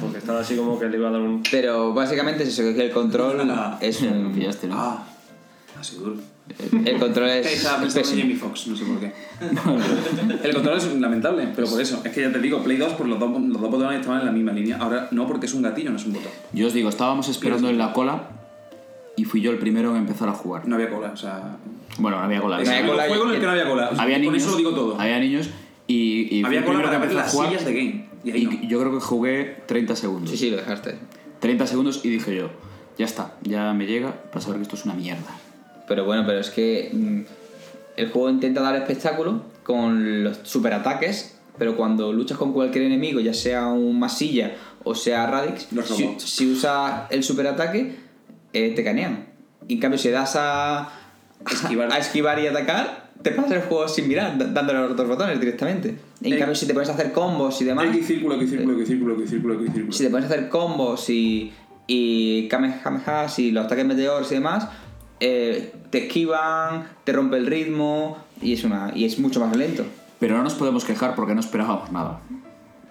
F: Porque estaba así como que le iba a dar un.
A: Pero básicamente es eso, que el control
D: Ah.
A: es
H: Lo
A: un...
H: pillaste, ¿no?
D: Ah, así duro.
A: El control es
D: Estaba pensando en
A: pésimo.
D: Jamie Foxx, no sé por qué. El control es lamentable, pero por eso. Es que ya te digo, Play 2, por los dos, los dos botones estaban en la misma línea. Ahora no, porque es un gatillo, no es un botón.
H: Yo os digo, estábamos esperando en la cola y fui yo el primero en empezar a jugar.
D: No había cola, o sea.
H: Bueno, no había cola.
D: Es
A: había
D: el único
H: había,
A: cola y-
D: juego en el que no había cola. O sea, con
H: niños.
D: eso lo digo todo.
H: Había niños y, y fui
D: Había
H: el
D: cola
H: primero
D: para
H: que
D: ver
H: empezó a
D: las
H: jugar.
D: sillas de game. Y ahí
H: Y
D: no.
H: yo creo que jugué 30 segundos.
A: Sí, sí, lo dejaste.
H: 30 segundos y dije yo, ya está, ya me llega para saber que esto es una mierda.
A: Pero bueno, pero es que mm, el juego intenta dar espectáculo con los superataques, pero cuando luchas con cualquier enemigo, ya sea un Masilla o sea Radix,
D: Los
A: si,
D: robots.
A: si usa el superataque, eh, te canean. Y en cambio, si das a
D: Esquivar.
A: a esquivar y atacar, te pasas el juego sin mirar, d- dándole a los dos botones directamente. En
D: Eh,
A: cambio, si te pones a hacer combos y demás,
D: Hay que círculo, que círculo, que círculo, que círculo, que círculo.
A: si te pones a hacer combos y, y kamehamehas y los ataques meteoros y demás, eh, te esquivan, te rompe el ritmo y es, una, y es mucho más lento.
H: Pero no nos podemos quejar porque no esperábamos nada.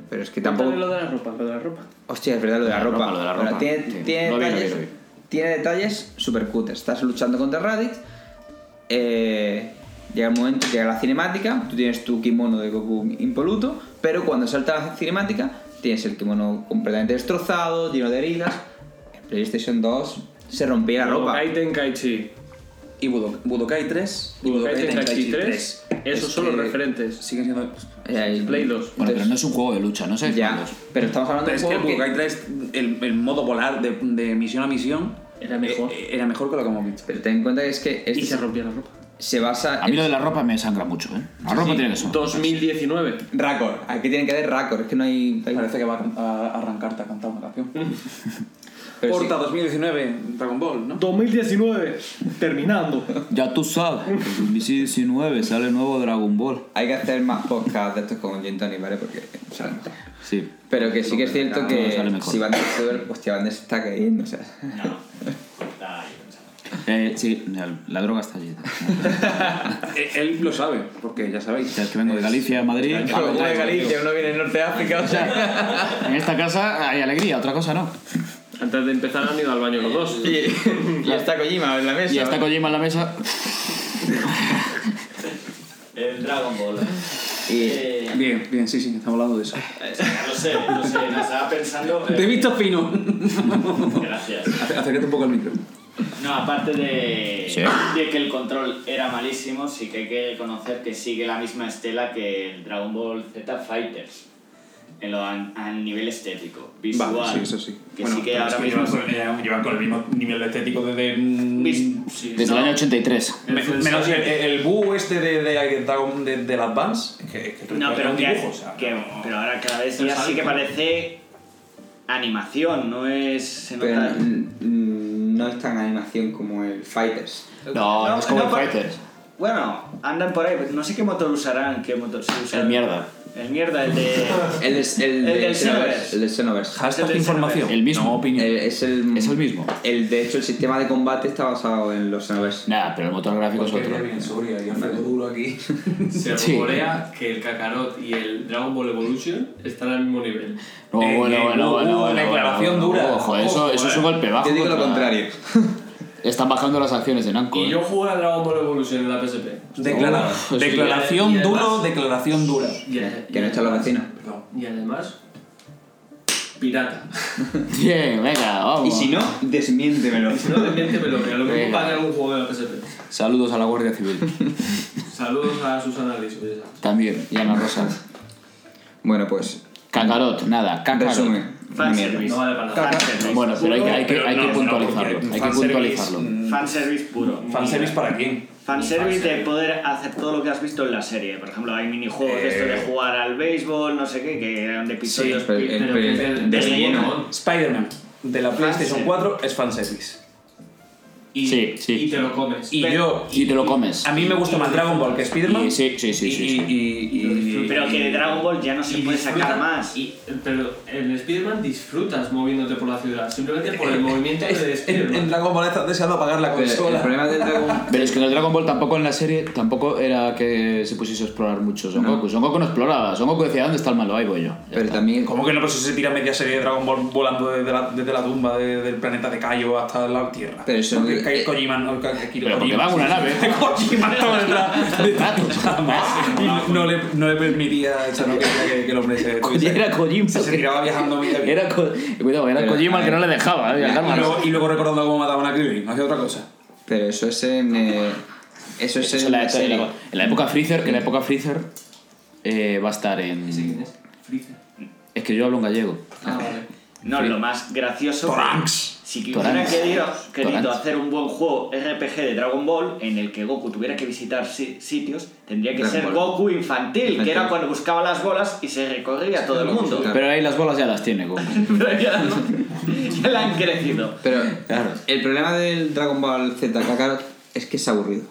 A: Pero es que
F: Cuéntame
A: tampoco...
F: lo de la ropa, lo de la ropa.
A: Hostia, es verdad lo de la
H: Lo de la
A: ropa.
H: ropa, lo de la
A: Bueno,
H: ropa.
A: Tiene,
H: Sí,
A: tiene
H: lo vi, lo vi,
A: detalles,
H: lo vi.
A: tiene detalles super cutres. Estás luchando contra Raditz. eh, llega un momento, llega la cinemática. Tú tienes tu kimono de Goku impoluto. Pero cuando salta la cinemática, tienes el kimono completamente destrozado, lleno de heridas. En PlayStation 2 se rompía la ropa.
F: Kai Tenkaichi.
D: Y Budok- Budokai 3. y
F: Budokai Tenkaichi 3. Esos son los
D: que
F: referentes.
D: Siguen siendo. pues,
A: Eh,
F: Play 2.
H: Bueno,
A: entonces-
H: pero no es un juego de lucha, no sé.
A: ya, pero estamos hablando
D: Pero es
A: de
D: que
A: un
D: el
A: juego que-
D: Budokai 3, el, el modo volar de, de misión a misión.
F: Era mejor.
D: eh, Era mejor que lo que hemos visto.
A: Pero ten en cuenta que es que
F: Y
A: este
F: se
A: se,
F: rompía la ropa.
A: basa
H: A mí lo de la ropa me sangra mucho, ¿eh? La ropa tiene que ser.
F: 2019.
A: Raccord, aquí tienen que haber Raccord, es que no hay...
D: Parece que va a, a arrancarte a cantar una canción.
A: Pero sí.
D: Porta 2019, Dragon Ball, ¿no?
F: 2019, terminando.
H: Ya tú sabes, en 2019 sale nuevo Dragon Ball.
A: Hay que hacer más podcasts de estos con Gin Tony, ¿vale? Porque sale mejor.
H: Sí.
A: Pero que sí que es cierto que
H: sale mejor.
A: si Van der Steur, hostia, Van der Steur está cayendo, o sea.
C: No. Ay, pensaba.
H: Eh, sí, la- la droga está allí.
D: Eh, Él lo sabe, porque ya sabéis.
H: O sea, es que vengo de Galicia a Madrid.
A: de Galicia, uno viene de Norte de África, o sea.
H: En esta casa hay alegría, otra cosa no.
F: Antes de empezar han ido al baño los dos.
A: Y, y está Kojima en la mesa.
H: Y está Kojima en la mesa.
C: El Dragon Ball.
A: Y-
C: Eh,
D: Bien, bien, sí, sí, estamos hablando de eso.
C: lo sé, lo sé, me estaba pensando. eh,
D: Te he visto fino.
C: gracias.
D: Ac- Acércate un poco al micro.
C: No, aparte de,
H: Sí.
C: de que el control era malísimo, sí que hay que conocer que sigue la misma estela que el Dragon Ball Z Fighters. En lo, a, a nivel estético, visual.
D: Vale, sí, eso sí.
C: Que
D: Bueno,
C: sí que
D: pero
C: ahora
D: es que
C: mismo.
D: llevan con- eh, llevan con el mismo nivel estético desde. mm,
C: vis- sí,
H: Desde
C: no,
H: el año 83.
D: me- Menos el, el, el búho este de, de, Dragon- de, del Advance. es Que, es que
C: No, pero,
D: un
C: que-
D: dibujo, o sea,
C: que- pero ahora cada vez
F: Pero
C: ya sí
F: sabe-
C: que parece animación, no es. Se
A: Pero
C: nota.
A: mm, no es tan animación como el Fighters.
H: No, es como el
C: pa-
H: Fighters.
C: Bueno, andan por ahí, pero no sé qué motor usarán, qué motor se usa.
H: El mierda.
C: El mierda, el de.
A: El de, el
C: El
A: de Xenoverse.
C: del Xenoverse.
A: El de Xenoverse.
C: Hashtag
D: Hashtag información.
C: información.
H: El mismo.
D: No opinión.
A: El- es, el,
H: Es el mismo.
A: el- de hecho, el sistema de combate está basado en los Xenoverse.
H: Nada, pero el motor gráfico es otro.
D: duro aquí.
I: Se
H: Sí.
I: rumorea que el Kakarot y el Dragon Ball Evolution están al mismo nivel.
H: No,
D: Eh,
H: bueno,
D: eh,
H: bueno,
D: hubo
H: bueno,
D: una
H: bueno,
D: declaración
H: bueno,
D: dura.
H: bueno. Ojo, eso,
I: Ojo,
H: eso es
I: eh.
H: un golpe bajo.
A: Yo digo lo
H: contra-
A: contrario.
H: Están bajando las acciones en Anco.
I: Y yo jugué al Dragon Ball Evolution en la PSP.
D: Declara-
H: Oh,
D: declaración
I: y además-
D: duro, declaración dura.
I: Y a-
A: Que no están los vecinos.
I: Y además. Pirata.
H: Bien, venga, vamos.
A: Y si no, desmiéntemelo.
I: Si no, desmiéntemelo, que a lo mismo
H: Venga.
I: paga algún juego de la PSP.
H: Saludos a la Guardia Civil.
I: Saludos a Susana Liz. oye, esa.
H: También, y Ana Rosa.
A: Bueno, pues,
H: Cacarot, nada, cacarot.
A: resumen. Una mierda.
I: No vale para nada.
H: Bueno, pero hay que, hay que,
D: Pero
H: hay que
D: no,
H: puntualizarlo.
D: porque
H: hay que
D: fanservice,
H: puntualizarlo.
D: mm,
C: Fanservice puro.
D: ¿Fanservice para quién?
C: Fanservice de poder hacer todo lo que has visto en la serie. Por ejemplo, hay minijuegos de esto
I: Eh.
C: de jugar al béisbol, no sé qué, que eran de episodios.
A: Pero-
I: Pero
A: pero-
I: que es del-
A: pues, de
I: del
A: relleno.
I: Pokémon.
D: Spider-Man de la PlayStation
C: Fanservice.
D: 4 es fanservice.
I: Y,
H: Sí, sí.
I: y te lo comes.
D: Y
C: Pero-
D: yo.
H: Y te lo comes.
D: A mí me gusta más Dragon Ball que Spider-Man.
H: Y- sí, sí, sí,
D: Y-
H: sí,
D: y-
H: sí.
D: y- y-
C: Pero que de Dragon Ball ya no se
I: Y
C: puede
I: disfruta-
C: sacar más.
I: y- pero en Spider-Man disfrutas moviéndote por la ciudad, simplemente por el movimiento de
D: eh, En, en
I: Spider-Man.
D: Dragon Ball estás deseando apagar la
H: eh,
A: Pero el
D: consola.
A: problema del Dragon
H: Pero es que en el Dragon Ball tampoco en la serie tampoco era que se pusiese a explorar mucho Son Goku. Son Goku no exploraba. Son Goku decía, ¿dónde está el malo? Ahí voy yo. Ya
A: Pero
H: está.
A: también,
D: ¿Cómo que no? Pues si se tira media serie de Dragon Ball volando desde la, desde la tumba de- del planeta de Cayo hasta la Tierra.
A: Pero eso-
D: Porque Kai-
A: eh,
D: Kojima no. Ka- Akira
H: Pero porque
D: Kojima-
H: va en una nave.
D: Kojima todo detrás.
H: Rato. Ah,
D: Y no le, no le permitía, o sea, no quería que, que el hombre se. pues,
H: Era Kojima.
D: se, se tiraba viajando media vida.
H: Era, Ko- Cuidado, era
A: Pero,
H: Kojima el que
A: a
H: no
A: ver.
H: le dejaba. eh,
D: Y
H: calma.
D: luego, y luego recordando cómo mataban a Krillin, no hacía otra cosa.
A: pero eso es en... eh, eso es
H: Eso
A: en
H: en, la,
A: la serie.
H: en la- en la época Freezer, que en la época Freezer eh, va a estar en.
I: ¿Sí quién es? Freezer.
H: Es que yo hablo en gallego.
I: Ah, vale.
C: No, lo más gracioso.
D: Toranx.
C: Si hubiera
H: Toranx.
C: querido, querido
H: Toranx.
C: hacer un buen juego RPG de Dragon Ball en el que Goku tuviera que visitar si- sitios, tendría que
A: Dragon
C: ser
A: Ball.
C: Goku infantil,
A: Infantil.
C: que era cuando buscaba las bolas y se recorría todo el mundo.
A: Claro.
H: Pero ahí las bolas ya las tiene, Goku.
C: Pero ya, no- ya le han crecido.
A: Pero
H: Claro.
A: el problema del Dragon Ball Z Kakarot es que es aburrido.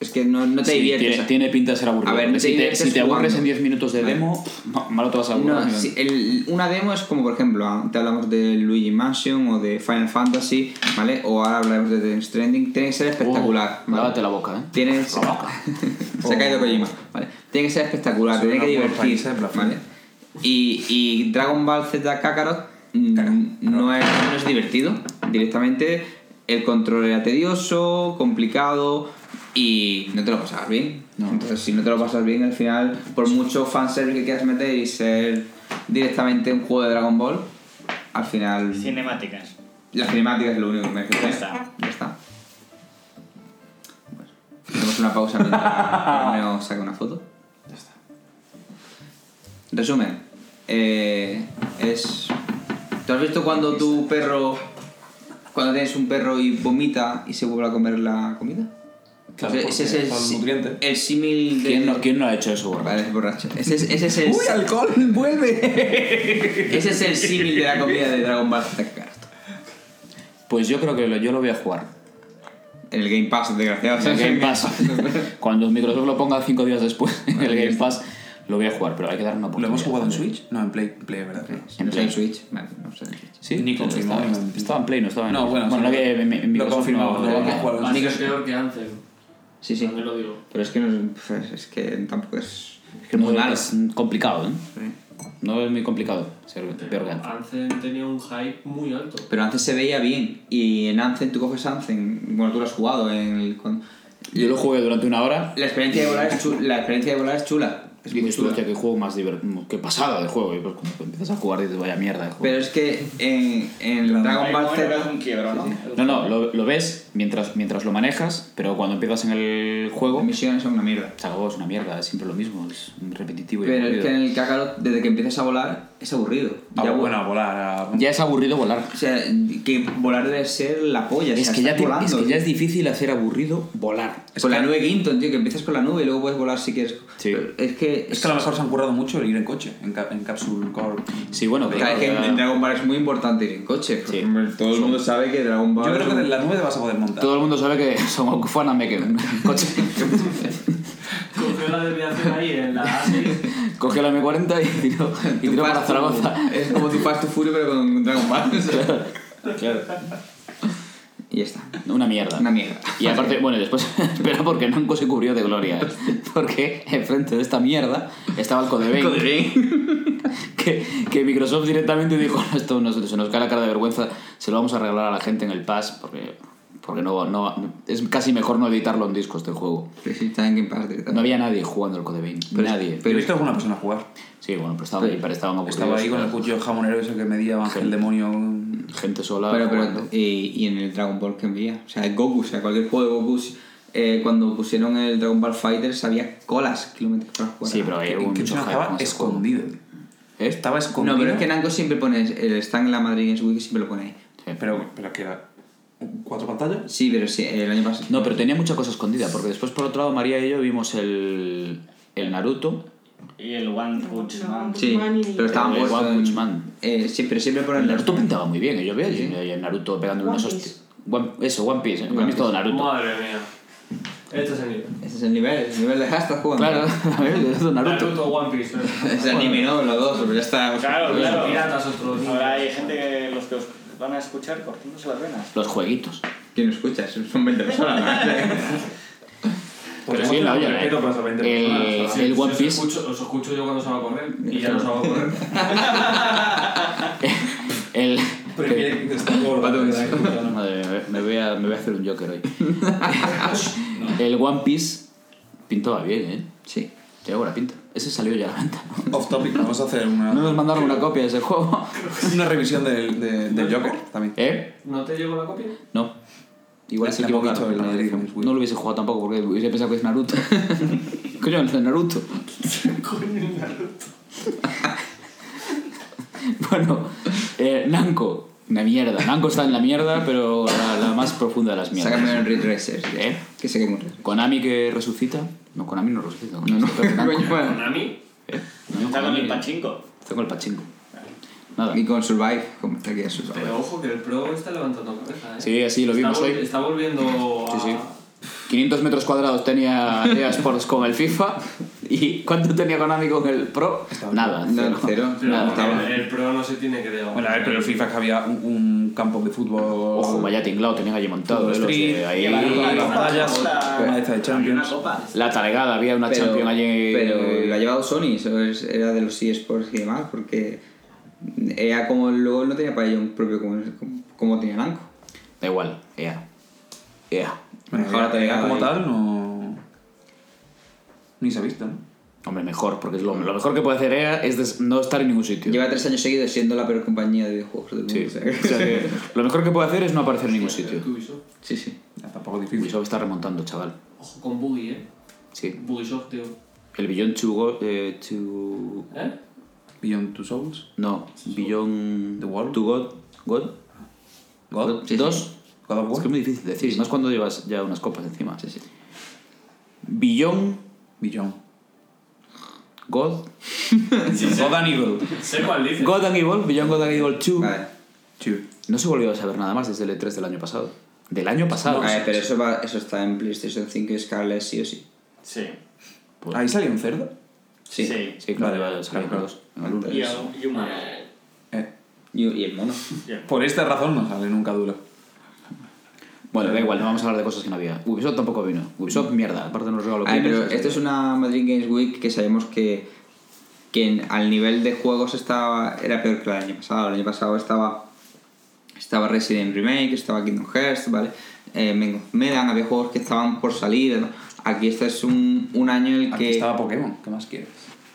A: Es que no, no te
H: Sí,
A: diviertes. eh.
H: tiene, tiene pinta de ser aburrido.
A: A ver, no te
H: si te,
A: diviertes
H: si te aburres
A: jugando.
H: en 10 minutos de demo, ma- malo te vas a aburrir.
A: No, sí, el- una demo es como, por ejemplo, ah, te hablamos de Luigi Mansion o de Final Fantasy, ¿vale? O ahora hablamos de Death Stranding. Tiene que ser espectacular,
H: Oh,
A: ¿vale?
H: Lávate la boca, Oh. ¿eh?
A: Tiene que ser... Se ha caído Kojima, ¿vale? Tiene que ser espectacular,
D: Suena
A: tiene que
D: como el
A: divertir,
D: país, ¿eh? Blas-
A: ¿vale? Y, y Dragon Ball Z Kakarot mm, no es, no es divertido directamente. El control era tedioso, complicado y no te lo pasabas bien. Entonces, si no te lo pasas bien, al final, por mucho fanservice que quieras meter y ser directamente un juego de Dragon Ball, al final
C: Cinemáticas.
A: la cinemática es lo único que me
C: Ya está.
A: Ya está. Bueno, hacemos una pausa mientras Romeo saca una foto. Ya está. Resumen. eh, es. ¿Tú has visto cuando tu perro. Cuando tienes un perro y vomita y se vuelve a comer la comida?
D: Claro,
A: Ese- ese es
D: porque
A: el,
D: son
A: sí-
D: nutrientes.
A: el símil de.
H: ¿Quién no, quién no ha hecho eso, gorda?
A: Vale, es borracho. Ese es, ese es el,
D: ¡Uy, alcohol! ¡Vuelve!
A: ese es el símil de la comida de Dragon Ball Z Kakarot.
H: Pues yo creo que lo- yo lo voy a jugar.
A: El Game Pass, desgraciado.
H: En el Game Pass. Cuando Microsoft lo ponga cinco días después en el Game Pass, lo voy a jugar, pero hay que dar una
D: ¿Lo
H: oportunidad.
D: hemos jugado en Switch? No, en Play, Play ¿verdad? que no.
A: No
H: En
A: sé en
H: Play.
A: Switch. Vale, no sé en Switch.
H: Sí,
D: Ni
H: estaba-
D: confirmado,
H: estaba,
D: ni-
H: en Play, no estaba en
D: No,
H: Play.
D: bueno,
H: bueno
D: sí.
H: lo que en- en
D: Lo
H: Microsoft
D: confirmamos,
H: no- eh,
D: lo hemos
H: no-
D: jugado en
I: Así que
D: Switch.
I: es peor que Ansel.
A: Sí, sí.
I: También lo digo.
A: Pero es que, no, pues, es que tampoco es...
H: Es que es muy mal, es complicado, ¿eh?
A: Sí.
H: No es muy complicado ser peor que antes.
I: Ansel tenía un hype muy alto.
A: Pero antes se veía bien. Y en Anthem, tú coges Anthem... Bueno, tú lo has jugado en el... con-
H: Yo lo jugué durante una hora.
A: La experiencia de volar es chula. La experiencia de volar es chula. Es
H: Y
A: muy
H: dices,
A: chula.
H: hostia, qué juego más divertido. Qué pasada de juego. Y pues como que empiezas a jugar y dices, vaya mierda de juego.
A: Pero es que en, en Dragon
C: Hay un
A: Ball
C: momento que
A: Z...
C: hace un quiebro, ¿no?
H: No, no, lo, lo ves mientras, mientras lo manejas, pero cuando empiezas en el juego,
A: Las misiones son una mierda.
H: se acabó, es una mierda, es siempre lo mismo, es repetitivo y
A: Pero es
H: aburrido.
A: que en el Kakarot, desde que empiezas a volar, es aburrido.
D: Ah,
A: Ya
D: bueno, a volar. a-
H: Ya es aburrido volar.
A: O sea, que volar debe ser la polla.
H: Es
A: o sea,
H: que, ya
A: estás
H: te-
A: volando.
H: es que ya es difícil hacer aburrido volar.
A: Con la nube Quinton, tío, que empiezas con la nube y luego puedes volar si quieres.
H: Sí.
A: Pero Es que.
D: Es que a lo mejor se han currado mucho el ir en coche, en, ca- en Capsule Core.
H: Sí, bueno,
A: Claro, es que en Dragon Ball es muy importante ir en coche.
H: Sí.
A: Hombre, Todo el mundo sabe que Dragon Ball.
D: Yo creo
A: es
D: que
A: un-
D: de la nube te vas a poder montar.
H: todo el mundo sabe que son Okufana Meke, un coche.
I: Cogió la desviación ahí en la A6.
H: Cogió la M40 y tiró, y
A: tu
H: tiró para
A: Fast
H: Zaragoza.
A: Fu- Es como tu Fast to Fury, pero con Dragon Ball.
H: Claro.
A: y ya está.
H: Una mierda.
A: Una mierda.
H: Y aparte, bueno, y después, espera, porque Namco se cubrió de gloria. ¿eh? Porque enfrente de esta mierda estaba el Codebain. Que, que Microsoft directamente dijo: "No, Esto nos, se nos cae la cara de vergüenza, se lo vamos a regalar a la gente en el Pass, porque, porque no, no, es casi mejor no editarlo en discos este juego.
A: Que sí, está en Game Pass directamente.
H: No había nadie jugando al Codebain. Nadie.
D: Pero he
A: Pero
D: visto a alguna persona jugar.
H: Sí, bueno, pero estaban ahí, pero estaban aburridos.
D: Estaba ahí con el cuchillo jamonero ese que medía el demonio.
H: Gente sola.
A: Pero,
H: jugando.
A: pero, y, y en el Dragon Ball que envía. O sea, el Goku, o sea, cualquier juego de Goku, eh, cuando pusieron el Dragon Ball Fighters había colas kilómetros para jugar.
H: Sí, pero ahí hubo
D: Que
H: mucho hype
D: estaba
H: con ese juego.
D: escondido.
H: ¿Eh?
D: Estaba escondido.
A: No, pero es que Namco siempre pone, el stand en la Madrid Games Week siempre lo pone ahí.
H: Sí.
D: Pero, pero que era. ¿Cuatro pantallas?
A: Sí, pero sí, el año pasado.
H: No, pero tenía mucha cosa escondida, porque después por otro lado María y yo vimos el, el Naruto.
C: Y el One Punch Man.
A: Sí,
G: Guzmán y-
A: pero estaban
H: El
A: puestos
H: One
A: en-
H: Punch Man.
A: Eh, sí, pero siempre ponen
H: El Naruto pintaba muy bien, ¿eh? yo veía allí el Naruto pegándole
G: One
H: unos
G: Piece.
H: hostias. One- eso, One Piece, ¿eh? he visto todo Naruto.
I: Madre mía. Este es el nivel.
A: Ese es el nivel, el nivel de hashtag jugando.
H: Claro, a ver, Naruto.
I: Naruto One Piece. ¿eh?
A: Es el anime, ¿no? Los dos, pero ya está.
C: Claro,
I: Los
C: claro.
I: piratas, otros
C: Ahora hay gente que los que os van a escuchar cortándose las venas.
H: Los jueguitos.
A: ¿Quién lo escucha? Son 20 personas. ¿no?
H: Pero sí, la olla, ¿eh?
D: Pero pasa 20
H: El,
I: Sí,
H: el
I: sí,
H: One
I: os
H: Piece,
I: Escucho, os escucho yo cuando salgo a correr y ya no salgo a correr.
H: el...
D: Pero que está gordo.
H: Madre mía, me voy a, me voy a hacer un Joker hoy. El One Piece pintaba bien, ¿eh?
A: Sí.
H: Tiene buena pinta. Ese salió ya a la venta, ¿no?
D: Off topic, vamos a hacer
H: No
D: una,
H: nos mandaron una copia de ese juego.
D: una revisión del, de- del Joker también.
H: ¿Eh?
I: ¿No te llegó la copia?
H: No. Igual se
D: Tampoco
H: equivocaron.
D: he dicho el Madrid, Games Week.
H: No lo hubiese jugado tampoco porque hubiese pensado que es Naruto. Coño, el de Naruto. bueno, eh, Nanko. Una mierda. Nanko está en la mierda, pero la, la más profunda de las
A: Sácame
H: mierdas.
A: un Red Racer. ya.
H: ¿Eh?
A: Que se quede un Red Racer.
H: Konami que resucita. No, Konami no resucita.
A: No,
H: Konami
A: no,
H: está con Nanko.
A: coño, bueno.
I: Konami.
H: Eh, no,
C: Está con
H: Konami-
C: el pachinko.
H: Está con el pachinko. Nada.
A: Y con Survive, como está aquí a Survive.
I: Pero ojo que el pro está levantando cabeza, ¿eh?
H: Sí, así lo
I: Está
H: vimos
I: vol-
H: hoy.
I: Está volviendo a...
H: Sí, sí. 500 metros cuadrados tenía EA Sports con el FIFA. ¿Y cuánto tenía Konami con el Pro? Nada.
A: No, cero.
I: Pero
A: Nada,
I: porque
A: estaba-
I: el pro no se tiene que dejar.
D: Bueno, a ver, pero el FIFA es que había un, un campo de fútbol.
H: Ojo, vaya tinglado tenían allí montado.
D: Fútbol
H: eh, los de
D: Street,
H: ahí.
C: Llevaron una
D: las
C: copa,
D: medallas,
C: la-
D: una de estas de Champions.
C: Una copa.
H: La talegada, había una
A: pero,
H: Champions allí.
A: pero lo ha llevado Sony, eso es- era de los eSports y demás, porque era como luego no tenía pabellón propio como, como tenía Namco.
H: Da igual, EA. EA.
D: Bueno,
A: Mejor
D: ahora
A: atacada
D: como
A: y-
D: tal no. Ni se ha visto, ¿no?
H: Hombre, mejor, porque es lo, lo mejor que puede hacer EA es des- no estar en ningún sitio.
A: Lleva tres años seguidos siendo la peor compañía de videojuegos del mundo.
H: Sí.
A: o sea
H: O sea que lo mejor que puede hacer es no aparecer en ningún sitio.
I: Ubisoft.
A: sí, sí.
D: Ya, tampoco es difícil.
H: Ubisoft está remontando, chaval.
I: Ojo con Boogie, ¿eh?
H: Sí.
I: Bugisoft, tío.
H: El billón chugo. Eh, to-
I: ¿Eh?
D: Beyond Two Souls,
H: No, billón.
D: The Wall.
H: To God. God.
D: God,
H: Dos.
D: God of War,
H: Es que es muy difícil de decir, más cuando llevas ya unas copas encima. Sí, sí. Billón,
D: Beyond.
H: God,
D: God and Evil.
I: Sé cuál dice.
H: God and Evil, Beyond God and Evil 2,
A: Vale.
D: Two.
H: No se volvió a saber nada más desde el E3 del año pasado. Del año pasado.
A: A ver, pero eso, va- eso está en PlayStation 5 y Scarlett sí o sí.
C: Sí.
H: Pues-
D: ¿Ahí salió un cerdo?
A: Sí.
H: Sí, claro,
A: Vale,
H: vale, salieron
A: claro.
H: dos. en el uno.
A: Entonces-
C: Y un mono.
D: Eh,
A: Y, y el mono.
D: por esta razón no sale nunca duro.
H: Bueno, da igual, no vamos a hablar de cosas que no había. Ubisoft tampoco vino. Ubisoft, mierda. Aparte nos regaló
A: Ay, pero
H: Kindles.
A: esto es una Madrid Games Week que sabemos que, que en- al nivel de juegos estaba era peor que el año pasado. El año pasado estaba estaba Resident Remake, estaba Kingdom Hearts, ¿vale? Eh, Men of Medan, había juegos que estaban por salir. ¿no? Aquí este es un, un año en el
D: Aquí
A: que...
D: estaba Pokémon, ¿qué más quieres?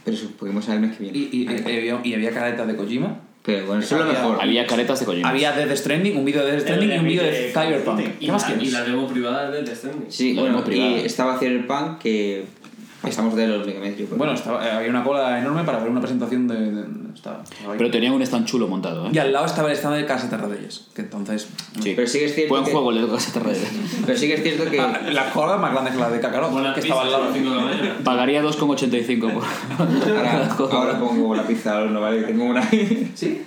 A: Pero suponemos el mes que viene.
D: Y, y- y había, y había caretas de Kojima.
A: Pero bueno, eso es lo
D: Había-
A: mejor.
H: Había caretas de coño.
D: Había Death Stranding, un vídeo de Death Stranding y un vídeo de Cyberpunk. ¿Qué más
I: Ah, Y la
D: quieres?
I: demo privada de Death Stranding.
A: Sí,
H: La
A: bueno,
H: demo
A: y
H: privada.
A: estaba Cyberpunk que... Estamos de los Megamed, yo creo.
D: Bueno, estaba- eh, había una cola enorme para ver una presentación de... de- estaba- estaba ahí.
H: Pero tenían un stand chulo montado, ¿eh?
D: y al lado estaba el stand de Caseta Reyes, que entonces...
H: Sí.
A: Pero sí que es cierto
H: Buen
A: que-
H: juego el de Casa Terrestre.
A: Pero sí que es cierto que...
D: Ah, la cola más grande que la de Kakarot,
I: Buenas
D: que estaba al
I: pizzas a
D: lado.
I: las 5 de la mañana.
H: Pagaría 2,85 por...
A: Ahora, ahora pongo la pizza al horno, ¿vale? Que Tengo una...
D: ¿Sí?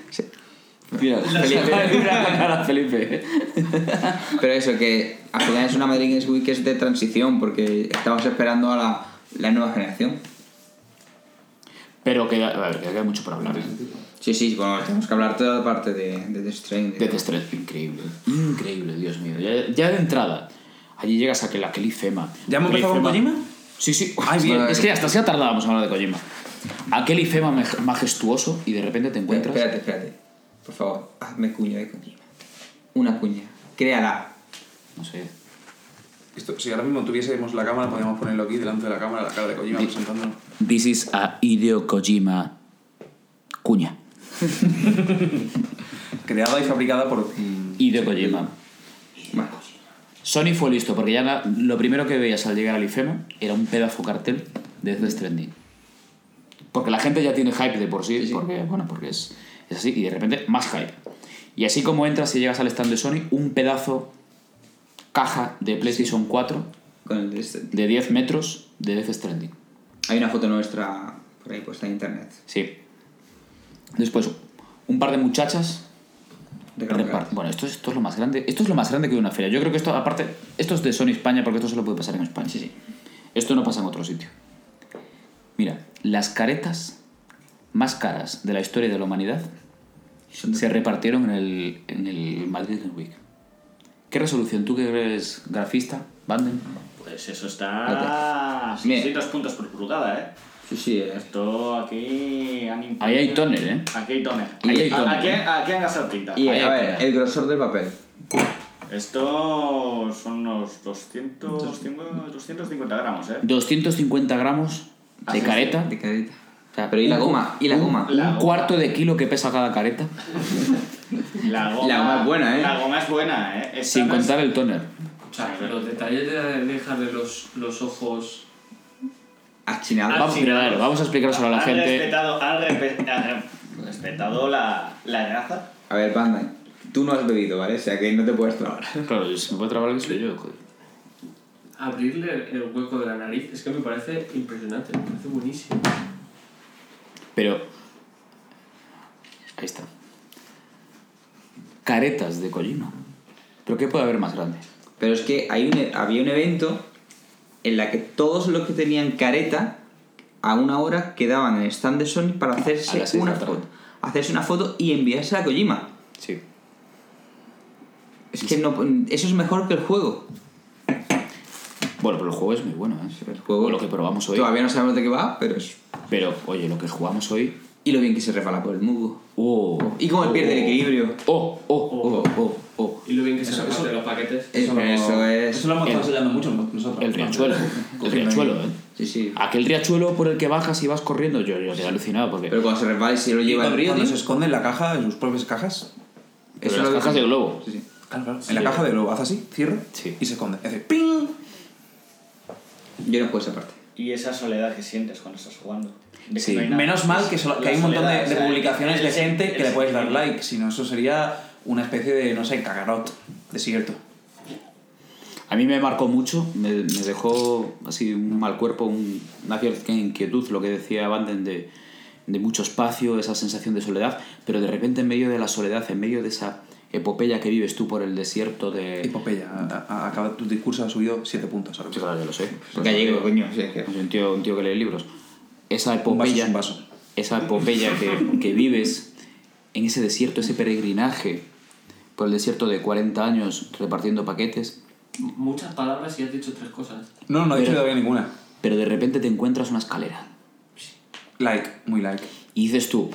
H: Mira,
A: Felipe.
H: mira la cara de Felipe.
A: Pero eso, que al final es una Madrid Games Week que es de transición, porque estamos esperando a la, la nueva generación.
H: Pero queda, a ver, queda mucho para hablar. ¿eh?
A: Sí, sí, bueno, tenemos que hablar toda la parte de, de Death Stranding.
H: Death Stranding, increíble. Increíble, Dios mío. Ya, ya de entrada, allí llegas a que la Kelifema.
D: ¿Ya hemos empezado con Kojima?
H: Sí, sí.
D: Ay, bien.
H: Es que hasta se tardábamos en hablar de Kojima. Aquel Ifema maj- majestuoso y de repente te
A: Espera,
H: encuentras.
A: Espérate, espérate. Por favor, hazme cuña de Kojima. Una cuña. Créala.
H: No sé.
D: Esto, si ahora mismo tuviésemos la cámara, podríamos ponerlo aquí delante de la cámara, la cara de Kojima presentándolo.
H: This is a Hideo Kojima cuña.
D: Creada y fabricada por... mm,
H: Hideo Kojima.
A: Bueno,
H: Sony fue listo, porque ya la- lo primero que veías al llegar al IFEMA era un pedazo cartel de Death Stranding. Porque la gente ya tiene hype de por sí, porque, bueno, porque es, es así, y de repente más hype. Y así como entras y llegas al stand de Sony, un pedazo caja de PlayStation 4
A: con el Death Stranding.
H: de 10 metros de Death Stranding.
A: Hay una foto nuestra por ahí puesta en internet.
H: Sí. Después, un par de muchachas
A: De
H: Repar- Bueno, esto es, esto es lo más grande. Esto es lo más grande que una feria. Yo creo que esto, aparte, esto es de Sony España, porque esto solo puede pasar en España. Sí, sí. Esto no pasa en otro sitio. Mira, las caretas más caras de la historia de la humanidad se repartieron en el, en el Madrid Games Week. ¿Qué resolución? ¿Tú que eres grafista, Banden?
C: Pues eso está.
A: Bien.
C: 600 puntos por pulgada, ¿eh?
A: Sí, sí, eh.
C: Esto aquí. han imprimido-
H: Ahí hay toner, ¿eh?
C: Aquí hay toner.
H: Ahí hay
C: A-
H: toner,
C: Aquí,
H: ¿eh?
C: aquí han gastado tinta.
A: Y
H: Ahí
A: a
H: hay
A: ver,
H: que-
A: el grosor del papel.
C: Esto son unos 200, 250 gramos, ¿eh?
H: 250 gramos de careta.
A: De careta.
H: O sea,
A: Pero y la
H: un-
A: goma, y la
H: un-
A: goma.
H: Un,
C: La goma.
H: cuarto de kilo que pesa cada careta,
C: La goma,
A: La goma es buena, ¿eh?
C: La goma es buena, ¿eh? Esta
H: sin
C: no es-
H: contar el toner.
I: O sea, los detalles de dejarle los, los ojos.
A: Achinado.
C: Ah,
H: Vamos,
C: sí.
H: mira, a ver, vamos a explicárselo a la
C: han
H: gente.
C: Respetado, han repe- han re- respetado la, la raza.
A: A ver, Bandai, tú no has bebido, ¿vale? O sea que no te puedes trabar.
H: Claro, si me puede trabar el soy yo, joder.
I: Abrirle el hueco de la nariz es que me parece impresionante, me parece buenísimo.
H: Pero. Ahí está. Caretas de Kojima. ¿Pero qué puede haber más grande?
A: Pero es que hay un e- había un evento en la que todos los que tenían careta a una hora quedaban en el stand de Sony para hacerse
H: las seis
A: una
H: de la tarde.
A: foto. Hacerse una foto y enviarse a Kojima.
H: Sí.
A: Es que no, eso es mejor que el juego.
H: Bueno, pero el juego es muy bueno, ¿eh?
A: El juego
H: O lo que probamos hoy.
A: Todavía no sabemos de qué va, pero es...
H: Pero, oye, lo que jugamos hoy.
A: Y lo bien que se refala por el mugo.
H: Oh.
A: Y cómo él pierde el equilibrio.
H: Oh, oh, oh, oh, oh.
I: Y lo bien que se reparten los paquetes.
A: Eso,
D: lo-
A: es...
D: Eso lo hemos estado
H: el-
D: enseñando mucho nosotros.
H: oh. El riachuelo. El riachuelo, ¿eh?
A: Sí, sí.
H: Aquel riachuelo por el que bajas y vas corriendo. Yo, yo quedé alucinado porque.
A: Pero cuando se refala y se lo
D: Y
A: lleva el
D: cuando,
A: río,
D: cuando
A: tío.
D: se esconde en la caja, en sus propias cajas.
H: Pero
A: eso
H: las
A: lo
H: cajas
A: dicen.
H: de globo.
A: Sí, sí.
D: Claro, claro. en la caja de globo, hace así, cierra
H: Sí.
D: y se esconde. Y hace ¡ping!
A: Yo no juego esa parte.
C: Y esa soledad que sientes cuando estás jugando. De que
H: Sí.
C: no hay nada.
D: Menos mal que, solo- que
C: La
D: hay un montón de,
C: soledad,
D: de
C: o sea,
D: publicaciones de
C: el-
D: gente que
C: el-
D: le puedes dar like, si no, eso sería una especie de, no sé, cagarot, desierto.
H: A mí me marcó mucho, me, me dejó así un mal cuerpo, un- una cierta inquietud, lo que decía Banden de, de mucho espacio, esa sensación de soledad, pero de repente en medio de la soledad, en medio de esa epopeya que vives tú por el desierto de...
D: Eh, Epopeya, a- a- acaba, tu discurso ha subido 7 puntos ahora
H: Sí,
D: mismo.
H: claro, ya lo sé.
A: Gallego, coño. sí, es que-
H: Soy un tío, un tío que lee libros. Esa
D: Un vaso
H: epopeya,
D: es un vaso.
H: esa epopeya que, que vives en ese desierto, ese peregrinaje por el desierto de 40 años repartiendo paquetes,
I: Muchas palabras y has dicho tres cosas.
D: No, no he dicho
H: Pero-
D: todavía ninguna.
H: pero de repente te encuentras una escalera.
D: Like, muy like.
H: Y dices tú,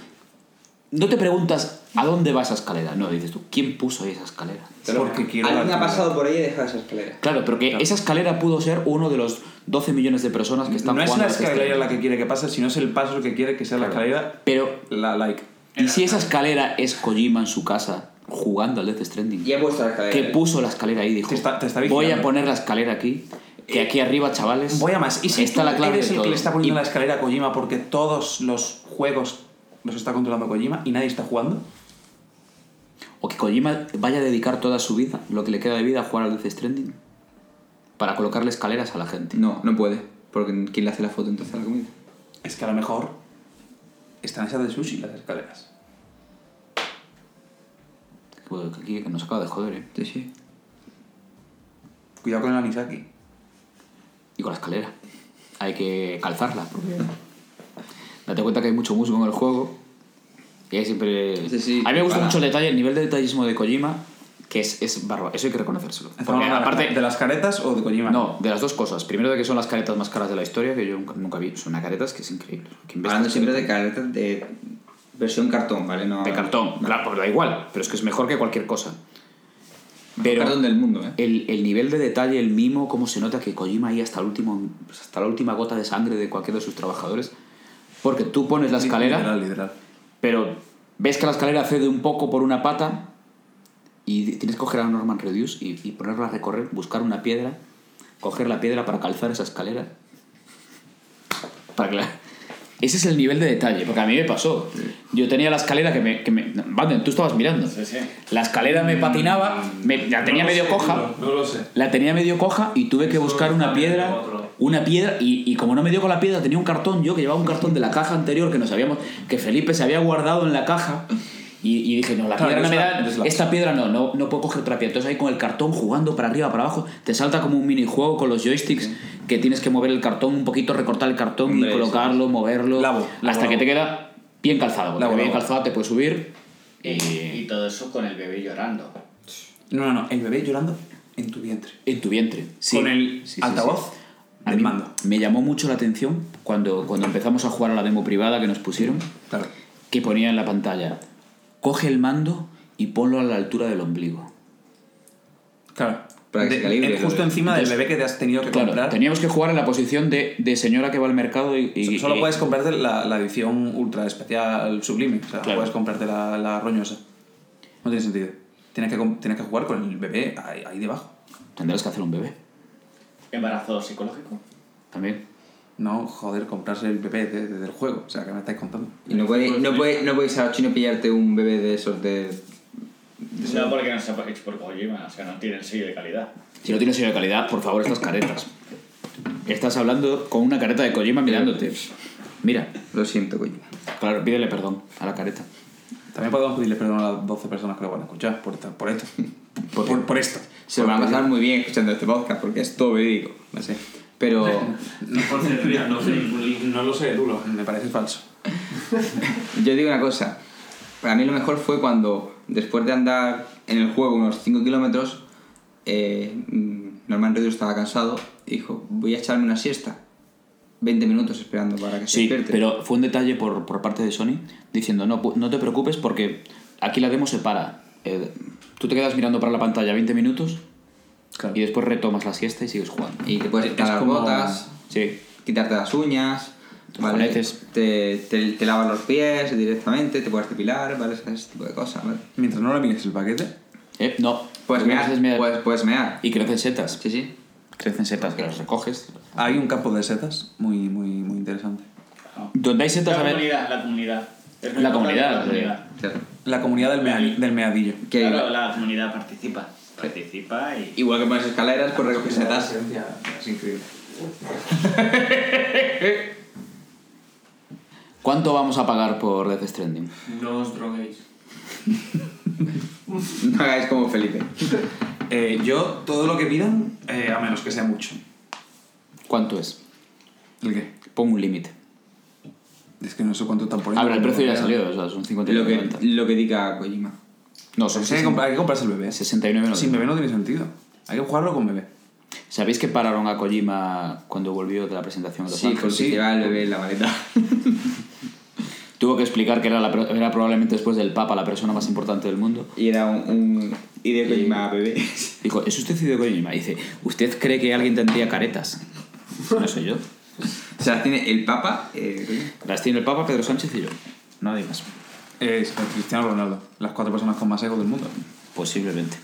H: no te preguntas a dónde va esa escalera, no, dices tú, ¿quién puso ahí esa escalera?
D: Porque quiero
A: Alguien
D: darte
A: ha
D: una-
A: pasado por ahí y dejado esa escalera.
H: Claro, pero que esa escalera pudo ser uno de los 12 millones de personas que están
D: No es
H: jugando
D: la
H: a este
D: escalera
H: juego.
D: la que quiere que pase, sino es el paso que quiere que sea la escalera,
H: Pero,
D: la like.
H: ¿y si esa escalera es Kojima en su casa jugando al Death Stranding?
A: Y he puesto la escalera.
H: que puso la escalera ahí dijo
D: Te está- te está
H: voy a
D: vigilando". Eh,
H: poner la escalera aquí que aquí arriba chavales
D: Voy a más. Y si
H: está
D: tú
H: la clave
D: eres
H: de
D: el
H: todo.
D: que le está poniendo
H: Y-
D: la escalera a Kojima porque todos los juegos los está controlando Kojima y nadie está jugando,
H: o que Kojima vaya a dedicar toda su vida lo que le queda de vida a jugar al Death Stranding para colocarle escaleras a la gente
A: No, no puede. Porque ¿quién le hace la foto entonces a la comida?
D: es que a lo mejor están esas de sushi las escaleras.
H: Joder, Pues que aquí que nos acaba de joder ¿eh?
A: Sí, sí.
D: Cuidado con el anisaki.
H: y con la escalera hay que calzarla porque date cuenta que hay mucho musgo en el juego y hay siempre
A: Sí, sí,
H: a mí me gusta
A: para.
H: mucho el detalle el nivel de detallismo de Kojima que es, es bárbaro eso hay que reconocérselo
D: Estamos
H: porque
D: hablando
H: aparte
D: ¿De las caretas o de Kojima?
H: No, de las dos cosas. Primero de que son las caretas más caras de la historia, que yo nunca, nunca vi. Son unas caretas que es increíble. Que en vez
A: Hablando siempre de caretas de versión cartón, ¿vale? No,
H: de cartón, claro, pues da igual, pero es que es mejor que cualquier cosa. Pero
A: Cartón del mundo, ¿eh?
H: el, el nivel de detalle, el mimo, cómo se nota que Kojima ahí hasta, el último, pues, hasta la última gota de sangre de cualquiera de sus trabajadores, porque tú pones la escalera,
D: Literal, literal.
H: pero ves que la escalera cede un poco por una pata y tienes que coger a Norman Reduce y, y ponerla a recorrer, buscar una piedra, coger la piedra para calzar esa escalera. Para que la- Ese es el nivel de detalle, porque a mí me pasó. Yo tenía la escalera que me... Que me... Vanden, tú estabas mirando.
C: Sí, sí.
H: La escalera me patinaba, me- la tenía medio coja.
I: No lo sé.
H: La tenía medio coja y tuve que
I: Eso
H: buscar una
I: está bien,
H: piedra.
I: otro lado.
H: Una piedra, y, y como no me dio con la piedra, tenía un cartón yo que llevaba un cartón de la caja anterior que nos habíamos. que Felipe se había guardado en la caja. Y, y dije, no, la
D: Claro,
H: piedra no
D: no
H: me
D: es la-
H: da.
D: no es la-
H: Esta piedra no, no, no puedo coger otra piedra. Entonces ahí con el cartón jugando para arriba, para abajo, te salta como un minijuego con los joysticks que tienes que mover el cartón un poquito, recortar el cartón
A: Hombre,
H: y
A: sí.
H: colocarlo, moverlo.
D: Lavo, lavo,
H: hasta que
D: lavo.
H: te queda bien calzado. Porque
D: Lavo,
H: bien
D: lavo.
H: calzado te puedes subir. eh,
C: Y, y todo eso con el bebé llorando.
D: No, no, no. El bebé llorando en tu vientre.
H: En tu vientre. Sí.
D: Con el
H: Sí, sí,
D: altavoz
H: sí.
D: del mando.
H: Me llamó mucho la atención cuando, cuando empezamos a jugar a la demo privada que nos pusieron,
D: Claro.
H: que ponía en la pantalla, coge el mando y ponlo a la altura del ombligo.
D: Claro.
A: Para que se
D: De-
A: calibre,
D: en- justo
A: lo de-
D: encima del
H: Entonces-
D: bebé que te has tenido que
H: Claro,
D: comprar.
H: teníamos que jugar en la posición de, de señora que va al mercado y... y-
D: Solo
H: y-
D: puedes comprarte la, la edición ultra especial sublime. O sea, no
H: Claro.
D: puedes comprarte la, la roñosa. No tiene sentido. Tienes que, com- tienes que jugar con el bebé ahí, ahí debajo.
H: Tendrás que hacer un bebé,
C: Embarazo psicológico.
H: también.
D: No, joder, comprarse el bebé de- de- del juego. O sea, que me estáis contando.
A: Y no puedes no puede, no puede ir a chino y pillarte un bebé de esos de...
C: No porque no sea por- hecho por Kojima, o sea, no tiene el sello de calidad.
H: Si no tienes sello de calidad, por favor, estas caretas. Estás hablando con una careta de Kojima mirándote. Mira,
A: Lo siento, coño.
H: claro, pídele perdón a la careta.
D: También podemos pedirle perdón a las 12 personas que lo van a escuchar por, esta- por esto. Por, por, por esto.
A: Se lo van a pasar muy bien escuchando este podcast porque es todo verídico. No sé. Pero...
I: Por ser real, no sé.
D: No lo sé, Dulo. Me parece falso.
A: Yo digo una cosa. Para mí lo mejor fue cuando, después de andar en el juego unos 5 kilómetros, eh, mm, Norman Reedus estaba cansado y dijo, voy a echarme una siesta. 20 minutos esperando para que
H: Sí,
A: se despierte.
H: pero fue un detalle por, por parte de Sony diciendo, no, pu- no te preocupes porque aquí la demo se para. Eh, tú te quedas mirando para la pantalla 20 minutos
D: Claro.
H: y después retomas la siesta y sigues jugando.
A: Y te puedes
D: Es
A: quitar las
D: como-
A: botas,
H: Sí,
A: quitarte las uñas,
H: Tus
A: ¿vale?
H: juguetes.
A: Te, te, te lavas los pies directamente, te puedes depilar, ¿vale? Ese tipo de cosas, ¿vale?
D: Mientras no le mires el paquete,
H: Eh, no.
A: Puedes
H: Lo que
A: mear,
H: haces es mear.
A: Puedes, puedes mear.
H: Y crecen setas.
A: Sí, sí.
H: Crecen setas, que las recoges.
D: hay un campo de setas muy, muy, muy interesante.
H: Donde hay setas,
C: La
H: a ver...
C: comunidad, la comunidad. Es muy
H: La
C: importante
H: comunidad,
C: La comunidad.
A: Claro.
D: La comunidad del, mea- del meadillo.
A: Que
C: Claro, la comunidad participa. Participa y.
A: Igual que pones escaleras, pues recoges setas.
D: Es increíble.
H: ¿Cuánto vamos a pagar por Death Stranding?
I: No os droguéis.
A: No hagáis como Felipe.
D: Eh, yo, todo lo que pidan, eh, a menos que sea mucho.
H: ¿Cuánto es?
D: ¿El qué?
H: Pon un límite.
D: Es que no sé cuánto están poniendo.
H: Ahora, el precio ya ha
D: Pero-
H: salido, o sea, son 59,90.
A: Lo que, lo que diga Kojima.
H: No,
D: Pero
H: son
D: es que hay que comprar- hay que comprarse el bebé.
H: 69,90.
D: Sin bebé no tiene sentido. Hay que jugarlo con bebé.
H: ¿Sabéis que pararon a Kojima cuando volvió de la presentación de Los
A: Sí,
H: Ángeles?
A: porque lleva el bebé en la maleta. pues-
H: Tuvo que explicar que era, la, pro- era probablemente después del Papa la persona más importante del mundo.
A: Y era un, un Hideo Kojima bebé.
H: Dijo, ¿es usted Hideo Kojima? Y dice, ¿usted cree que alguien tendría caretas? No soy yo.
A: O sea, tiene el Papa. eh, Kojima.
H: Las tiene el Papa, Pedro Sánchez y yo. Nadie más.
D: Es Cristiano Ronaldo. Las cuatro personas con más ego del mundo.
H: Posiblemente.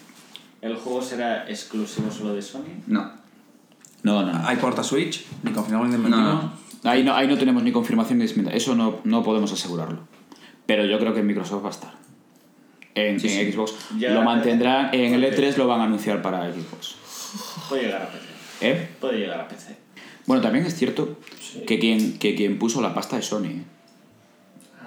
C: ¿El juego será exclusivo solo de Sony?
A: no.
H: No, no, no.
D: Hay porta Switch, ni confirmamos ni
A: No,
D: desmentimos.
A: no.
H: Ahí no, ahí no tenemos ni confirmación ni desmenta. Eso no, no podemos asegurarlo. Pero yo creo que en Microsoft va a estar. En, en Xbox.
C: Ya-
H: lo mantendrán. En el E3 lo van a anunciar para Xbox.
C: Puede llegar a PC.
H: ¿Eh?
C: Puede llegar a PC.
H: Bueno, también es cierto que, quien, que quien puso la pasta es Sony. ¿eh?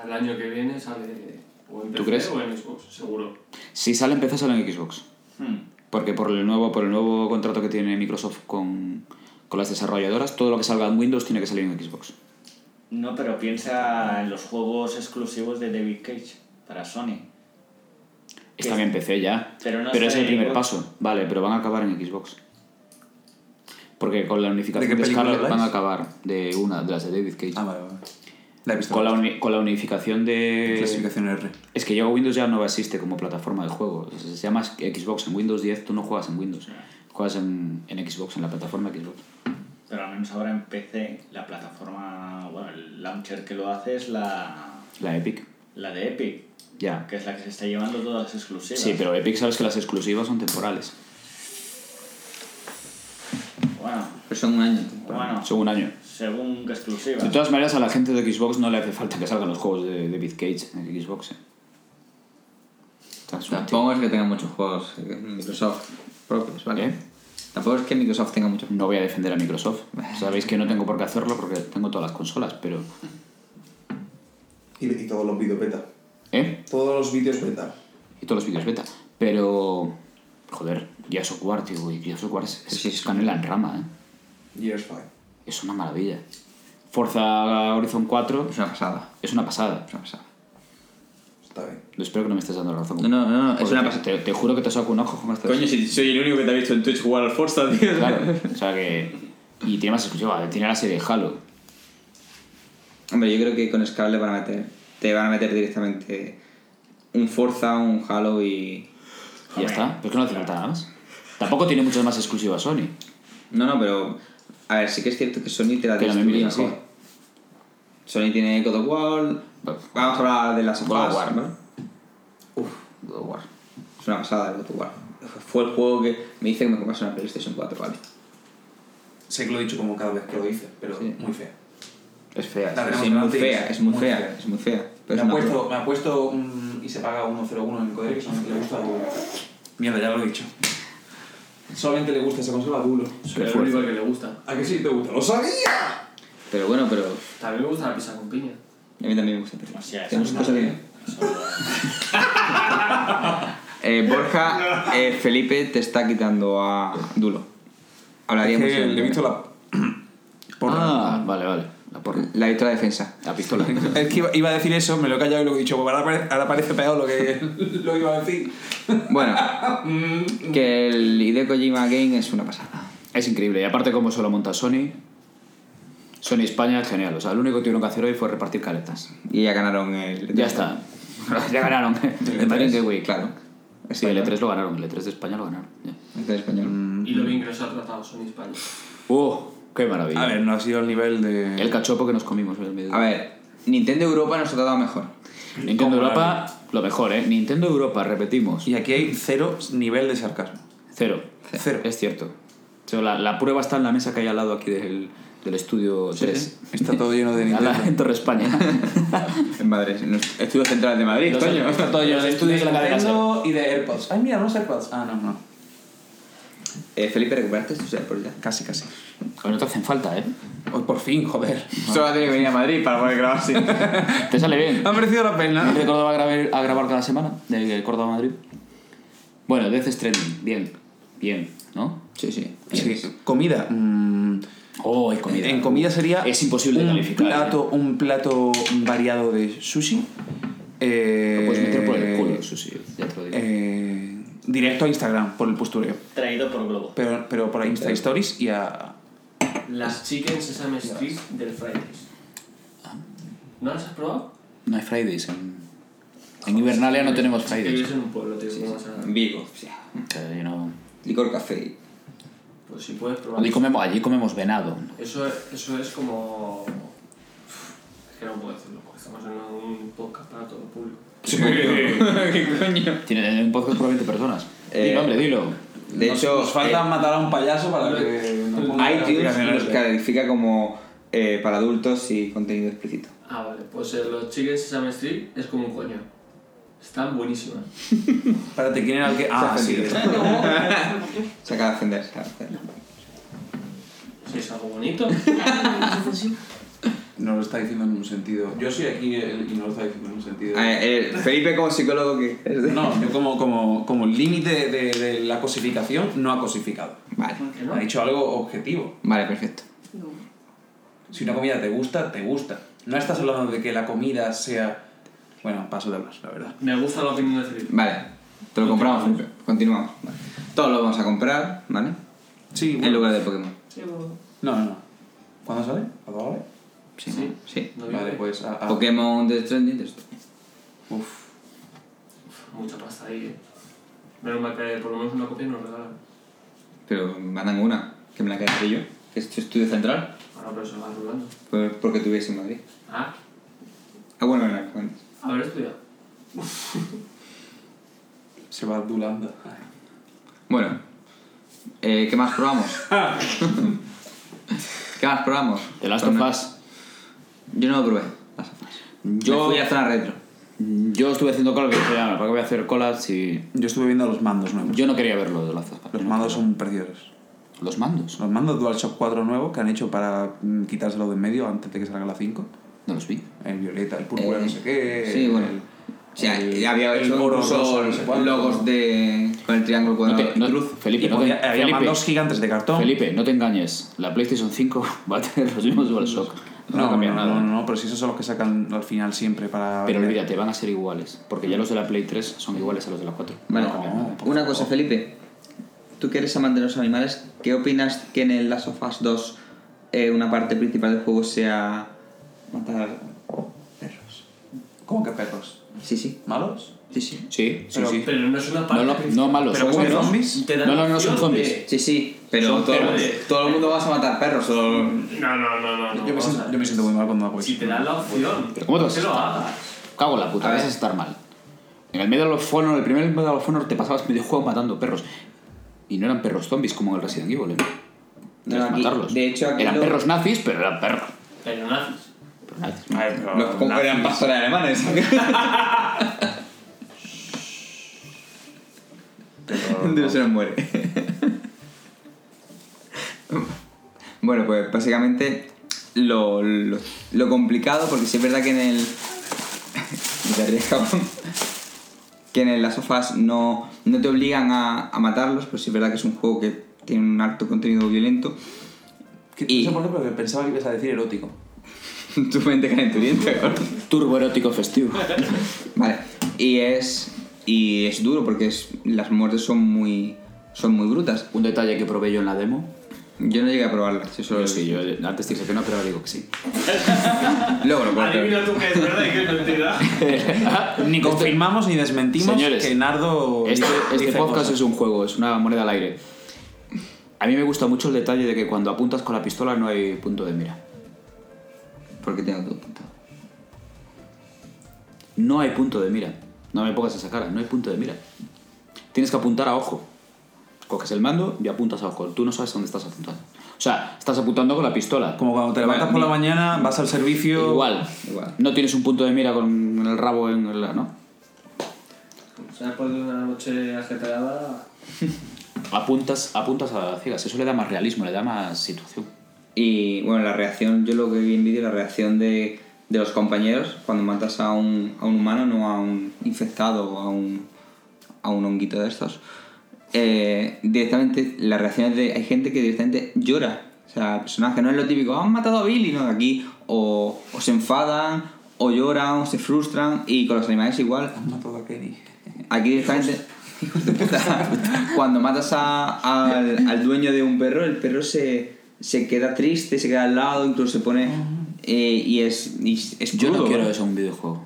I: Al año que viene sale o en
H: ¿Tú
I: PC
H: crees?
I: o en Xbox, seguro.
H: Si sale en PC, sale en Xbox.
C: Hmm.
H: Porque por el nuevo, por el nuevo contrato que tiene Microsoft con, con las desarrolladoras, todo lo que salga en Windows tiene que salir en Xbox.
C: No, pero piensa en los juegos exclusivos de David Cage para Sony.
H: Está en PC ya.
C: Pero no
H: es
C: sale
H: el
C: en
H: primer
C: Xbox.
H: paso. Vale, pero van a acabar en Xbox. Porque con la
D: ¿De
H: unificación de,
D: qué película
H: Scarlett van a
D: habláis?
H: acabar de una, de las de David Cage.
D: Ah, vale, vale. La he visto. Eh,
H: con, la uni- con la unificación de.
D: Clasificación R.
H: Es que ya Windows ya no existe como plataforma de juego. O sea, Se llama Xbox. En Windows 10 tú no juegas en Windows. Juegas en, en Xbox, en la plataforma Xbox.
C: Pero al menos ahora en PC, la plataforma, bueno, el launcher que lo hace es la,
H: La Epic.
C: la de Epic,
H: Ya.
C: que es la que se está llevando todas las exclusivas.
H: Sí, pero Epic sabes que las exclusivas son temporales.
C: Bueno,
A: Pero pues son un año.
C: bueno
H: Son un año.
C: según qué exclusiva.
H: De todas maneras, a la gente de Xbox no le hace falta que salgan los juegos de David Cage en Xbox. eh. Tan suerte.
A: Tampoco es que tenga muchos juegos eh, Microsoft propios, ¿vale?
H: ¿Eh?
A: Tampoco es que Microsoft tenga muchos.
H: No voy a defender a Microsoft. Sabéis que no tengo por qué hacerlo porque tengo todas las consolas, pero.
D: Y, todos los vídeos beta.
H: ¿Eh?
D: Todos los vídeos beta.
H: Y todos los vídeos beta. Pero. Joder, Gears of War, tío, güey. Gears of War es, es- es canela en rama, ¿eh?
D: Years 5.
H: Es una maravilla. Forza Horizon 4
A: Es una pasada.
H: es una pasada.
A: Es una pasada.
D: Está bien.
H: No, espero que no me estés dando la razón.
A: No, no, no, no, es
H: Porque
A: una
H: te-
A: pasada.
H: Te, te juro que te saco un ojo con estas
A: si soy el único que te ha visto en Twitch jugar al Forza, tío.
H: Claro, o sea que. Y tiene más exclusiva, tiene la serie de Halo.
A: Hombre, yo creo que con Scarlet van a meter. Te van a meter directamente un Forza, un Halo y.
H: Y ya está. Pero es que no hace falta nada más. Tampoco tiene muchas más exclusivas Sony.
A: No, no, pero. A ver, sí que es cierto que Sony te la
H: Pero me
A: distribuye
H: miras,
A: mejor. Sony tiene God of War. Vamos a hablar de las
H: God of
A: sofás,
H: War.
A: ¿no? Uf, God of War. Es una pasada el God of War. Fue el juego que me hice que me comprase una PlayStation 4, ¿vale?
D: Sé que lo he dicho como cada vez que lo dice, pero
A: Sí.
D: muy fea.
A: Es fea,
D: La
A: es,
D: tenemos
A: es muy
D: delante y
A: fea,
D: es
A: es muy
D: muy
A: fea,
D: fea.
A: es muy fea. Pero
D: Me
A: es
D: ha,
A: una
D: puesto,
A: prueba.
D: me ha pupuesto un- y se paga 101 en el código que solamente le gusta a Bulo. Mierda, ya lo he dicho. Solamente le gusta esa consola a Bulo.
I: Soy el único al que le gusta.
D: ¿A que sí te gusta? ¡Lo sabía!
A: Pero bueno, pero
I: También me gusta la pizza con piña.
A: a mí también me gusta. pero-
C: O sea,
A: Tenemos
C: es
A: cosas que- Eh, Borja, eh, Felipe te está quitando a Dulo. Hablaríamos
D: Es que
A: en-
D: le he visto la...
H: Ah, vale, vale. La porra.
A: la he visto la defensa.
H: La pistola.
D: Es que iba, iba a decir eso, me lo he callado y lo he dicho. pues Ahora, pare- ahora parece peor lo que lo iba a decir.
A: Bueno,
D: Mm.
A: que el Hideo Kojima Game es una pasada.
H: es increíble. Y aparte, como solo monta Sony. Sony España es genial. O sea, lo único que tuvieron que hacer hoy fue repartir caletas.
A: Y ya ganaron el.
H: Ya está. ya ganaron. El Madrid de Wii,
A: Claro.
H: Sí, el E3 lo ganaron. El E3 de España lo ganaron. ya.
A: E3 español.
D: Mm.
I: Y
H: Mm.
I: lo bien que los ha tratado Sony España.
H: ¡Uh! ¡Qué maravilla!
D: A ver, no ha sido el nivel de.
H: El cachopo que nos comimos en el medio.
A: A ver, Nintendo Europa nos ha tratado mejor.
H: Nintendo Europa, lo mejor, ¿eh? Nintendo Europa, repetimos.
D: Y aquí hay cero nivel de sarcasmo.
H: Cero.
D: Cero.
H: Es cierto. O sea, la, la prueba está en la mesa que hay al lado aquí del, del estudio 3.
D: Está todo lleno de
H: A la-
D: Nintendo.
H: en Torre España.
A: En Madrid, en los estudios centrales de Madrid,
H: Los-
A: coño.
H: está todo lleno de estudios de la cadena. SER.
D: y de AirPods. Ay, mira, unos AirPods. Ah, no, no.
A: Eh, Felipe, ¿recuperaste tu ya? Casi, casi.
H: Hoy no te hacen falta, ¿eh?
D: Hoy por fin, joder.
J: Solo ha tenido que venir a Madrid para poder grabar así. ha
H: Te sale bien.
J: merecido la
H: ¿No
J: pena.
H: de Córdoba a grabar, a grabar cada semana? De, de Córdoba a Madrid. Bueno, Death Stranding, bien. Bien, ¿no?
A: Sí, sí.
D: Sí, comida. mm,
H: Oh, hay comida.
D: En comida sería.
H: Es imposible
D: un
H: calificar, ¿eh?
D: Plato, un plato variado de sushi. Eh,
H: Lo puedes meter por el culo, eso sí, ya te lo digo.
D: eh, directo a Instagram por el postureo.
C: Traído por Globo.
D: Pero, pero por Insta Stories y a.
I: Las Chicken Sesame Street del Fridays.
H: Ah.
I: ¿No las has probado?
H: No hay Fridays. En, en Hibernalia no tenemos
I: Que vives
H: Fridays.
I: en un pueblo, tío. ¿cómo vas a-
A: Vigo. o sea,
H: Claro, yo no-
A: Licor café.
I: Pues si puedes probar.
H: Allí comemos, allí comemos venado.
I: Eso, eso es como. Es que no puedo decirlo, porque estamos en un podcast para todo el público.
H: Tiene un podcast por 20 personas.
A: Eh,
H: dilo, hombre, dilo.
A: De
D: nos,
A: hecho, eh,
D: nos falta matar a un payaso para que. nos ponga
A: iTunes
D: notificaciones.
A: nos califica como eh, para adultos y contenido explícito.
I: Ah, vale, pues eh, los Chicken Sesame Street es como un coño. Están buenísimas.
D: Espérate, ¿quién era el que.?
A: Se
D: Ah,
A: ha
D: sí.
A: ofendido. Se acaba de ofender. se acaba de ofender.
I: Si es algo bonito.
D: No lo está diciendo en un sentido. Ah, Yo soy aquí el- y no lo está diciendo en un sentido.
A: A ver, eh, Felipe como psicólogo que es de-
D: No, yo como, como, como el límite de, de la cosificación no ha cosificado.
A: Vale.
I: ¿Que no?
D: Ha dicho algo objetivo.
A: Vale, perfecto.
G: No.
D: Si una comida te gusta, te gusta. No estás hablando de que la comida sea... Bueno, paso de hablar, la verdad.
I: Me gusta la opinión de Felipe.
A: Vale. Te lo compramos, Felipe. Continuamos. Vale. Todos lo vamos a comprar, ¿vale?
D: Sí,
A: En lugar de Pokémon.
D: No, no, no. ¿Cuándo sale? ¿Cuándo sale?
A: Sí.
I: Sí.
A: Sí.
I: No
D: Vale,
I: digo-
D: pues... A, a-
A: Pokémon de Stranding. Death Stranding.
D: Uf.
I: Mucha pasta ahí, eh. Menos mal que por lo menos una copia nos regalan.
A: Pero mandan una, que me la quedaré yo. Que es tu estudio central.
I: Ahora, pero se lo van rulando.
A: Pues porque tuviese en Madrid.
I: Ah,
A: Ah, bueno, en Alcobendas.
I: haber estudiado.
D: Se va adulando.
A: Bueno, eh, ¿qué más probamos? ¿Qué más probamos? Pues
H: The Last of Us.
A: Yo no lo probé. Last of Us. Yo fui a zona retro.
H: Yo estuve haciendo cola, pero dije, "Ah, ¿para qué voy a hacer cola si...?
D: Yo estuve viendo los mandos nuevos.
H: Yo no quería verlo de Last of Us.
D: Los mandos son preciosos.
H: Los mandos.
D: Los mandos DualShock 4 nuevos que han hecho para mm, quitárselo de en medio antes de que salga la 5.
H: No los vi.
D: El violeta, el púrpura,
A: Eh,
D: no sé qué...
A: Sí, bueno.
D: el-
A: O sea,
D: el-
A: ya había
D: el
A: hecho
D: oro
A: incluso
D: rosa, no sé cuánto.
A: logos de, con el triángulo
H: No
A: cuadrado y
H: te- no-
A: cruz.
H: Felipe,
D: Y
H: no te,
D: podía- había
H: Felipe,
D: mandos gigantes de cartón.
H: Felipe, no te engañes. La PlayStation 5 va a tener los mismos DualShock. No,
D: No,
H: va a
D: no,
H: cambiar
D: no,
H: nada.
D: no, no, pero si esos son los que sacan al final siempre para...
H: Pero olvídate, van a ser iguales. Porque ya los de la Play 3 son iguales a los de la 4.
A: Vale,
H: No cambian nada.
A: una cosa, Felipe. Tú que eres amante de los animales, ¿qué opinas que en el Last of Us 2 eh, una parte principal del juego sea matar perros?
D: ¿Cómo que perros?
A: Sí, sí.
D: ¿Malos?
A: Sí, sí.
H: Sí, sí,
D: Pero-
H: sí.
I: Pero no es una
H: No,
I: parte.
H: no, no malos.
D: ¿Pero son
H: buenos.
D: zombies?
I: Te dan
H: No, no, no son
I: opción
H: zombies.
I: de-
A: Sí, sí, pero
I: Son
A: todo,
I: perros.
A: todo el mundo vas a matar perros. o-
I: No, no, no, no. no
D: Yo me,
I: vamos
D: siento,
I: a ver.
D: yo me siento muy mal cuando hago eso.
I: pues Si te dan la opción,
H: ¿Pero cómo te
I: no
H: vas a
I: lo
H: estar?
I: hagas.
H: Cago en la puta,
A: A
H: vas a
A: ver.
H: estar mal. En el Medal of Honor, el primer Medal of Honor te pasabas medio juego matando perros. Y no eran perros zombies como en el Resident Evil, ¿eh?
A: No,
H: Tenías que
A: aquí-
H: matarlos.
A: de hecho, aquí
H: eran
A: lo-
H: perros nazis, pero eran perros.
I: Pero nazis.
H: Pero nazis.
D: A ver, pero-
A: Los como eran pastores alemanes. Pero... se nos muere. bueno, pues básicamente lo, lo, lo complicado, porque sí es verdad que en el. Me te ríes, cabrón. que en las sofás no, no te obligan a, a matarlos, pero sí es verdad que es un juego que tiene un alto contenido violento.
D: que-
A: y-
D: No sé por qué, pero pensaba que ibas a decir erótico.
A: tu mente calenturienta, cabrón.
H: Turbo erótico festivo.
A: Vale. Y es. Y es duro porque es, las muertes son muy. son muy brutas.
H: Un detalle que probé yo en la demo.
A: Yo no llegué a probarlas. Yo solo
H: Yo sí, yo antes dije que no, pero ahora digo que sí.
A: Luego lo cuento.
I: Adivina tú que es verdad y que es mentira.
D: Ni confirmamos ni desmentimos
H: este- Señores,
D: que Nardo
H: Este,
D: dice-
H: este
D: dice
H: podcast
D: cosas.
H: es un juego, es una moneda al aire. A mí me gusta mucho el detalle de que cuando apuntas con la pistola no hay punto de mira.
A: Porque tengo todo apuntado.
H: No hay punto de mira. No me pongas esa cara, no hay punto de mira. Tienes que apuntar a ojo. Coges el mando y apuntas a ojo. Tú no sabes dónde estás apuntando. O sea, estás apuntando con la pistola.
D: Como cuando te levantas por la mañana, vas al servicio...
H: Igual.
A: Igual.
H: No tienes un punto de mira con el rabo en la... ¿no?
I: O sea, después de una noche ajetreada,
H: apuntas, apuntas a las ciegas. Eso le da más realismo, le da más situación.
A: Y bueno, la reacción, yo lo que vi en vídeo, la reacción de, de los compañeros cuando matas a un, a un humano, no a un infectado o a un, a un honguito de estos. Eh, directamente, la reacción es de. Hay gente que directamente llora. O sea, el personaje no es lo típico, "Ah, han matado a Billy, no, aquí o, o se enfadan, o lloran, o se frustran, y con los animales igual. Han matado a Kenny. Aquí directamente. hijos de puta, Cuando matas a- al, al dueño de un perro, el perro se, se queda triste, se queda al lado, incluso se pone. eh, y es, y es
H: Yo no
A: crudo,
H: quiero
A: ¿eh?
H: eso en un videojuego.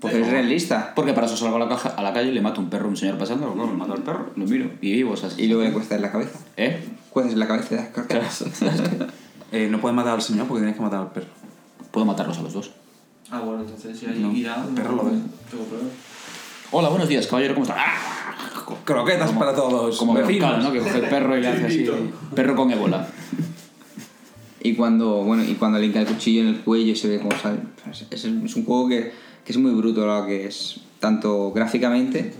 A: Porque es realista.
H: Porque para eso salgo a la, caja, a la calle y le mato a un perro, un señor pasando, lo le mato al perro, lo miro y vivo. O sea,
A: Y luego le cuesta en la cabeza.
H: ¿Eh?
A: Cuestas en la cabeza de las carcas.
J: Eh, no puedes matar al señor porque tienes que matar al perro.
H: Puedo matarlos a los dos.
I: Ah, bueno, entonces si hay
J: No,
I: ira,
J: el perro lo ve.
I: Tengo problema.
H: Hola, buenos días, caballero, ¿cómo está? ¡Ah!
J: Croquetas para todos.
H: Como
J: vecinos.
H: Roncal, ¿no? Que coge el perro y le hace así. Perro con ébola.
A: Y cuando, bueno, y cuando le hinca el cuchillo en el cuello y se ve como sale. Pues Es, es- es un juego que, que es muy bruto, lo que es. Tanto gráficamente.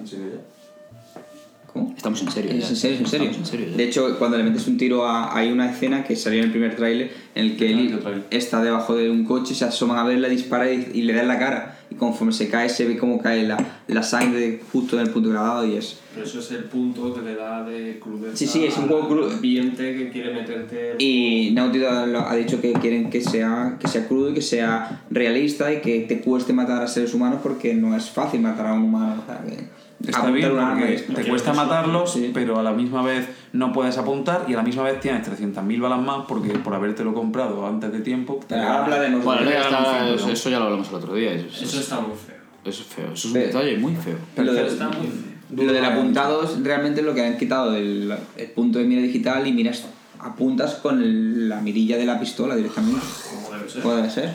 A: ¿Cómo?
H: Estamos en serio. ya.
A: Es en serio, es en serio.
H: Estamos en serio. ¿eh? ya.
A: De hecho, cuando le metes un tiro a. Hay una escena que salió en el primer tráiler en el que él está debajo de un coche, se asoman a verla, dispara y, y le da en la cara. Y conforme se cae, se ve cómo cae la, la sangre justo en el punto gradado y es.
I: Pero eso es el punto que le da de crudeza.
A: Sí, sí, es un poco cru-
I: ambiente que quiere meterte.
A: Y Naughty Dog lo- ha dicho que quieren que sea, que sea crudo y que sea realista y que te cueste matar a seres humanos porque no es fácil matar a un humano. o sea, que
J: Está
A: apuntar
J: bien
A: un arma
J: porque
A: es-
J: te cuesta matarlos, pero a la misma vez no puedes apuntar y a la misma vez tienes 300.000 balas más porque por habértelo comprado antes de tiempo. te
A: Pero
J: la-
A: ahora hablaremos
H: Bueno,
A: de-
H: ya está,
J: Era un
H: eso,
J: círculo.
H: eso ya lo hablamos el otro día. Eso,
I: Eso está muy feo.
H: eso es feo. Eso es un
A: Pero-
H: detalle muy feo.
A: lo, de-
I: Está muy feo.
A: lo del apuntado es realmente lo que han quitado del el punto de mira digital y miras apuntas con el- la mirilla de la pistola directamente.
I: Como debe ser.
A: ¿Cómo debe ser?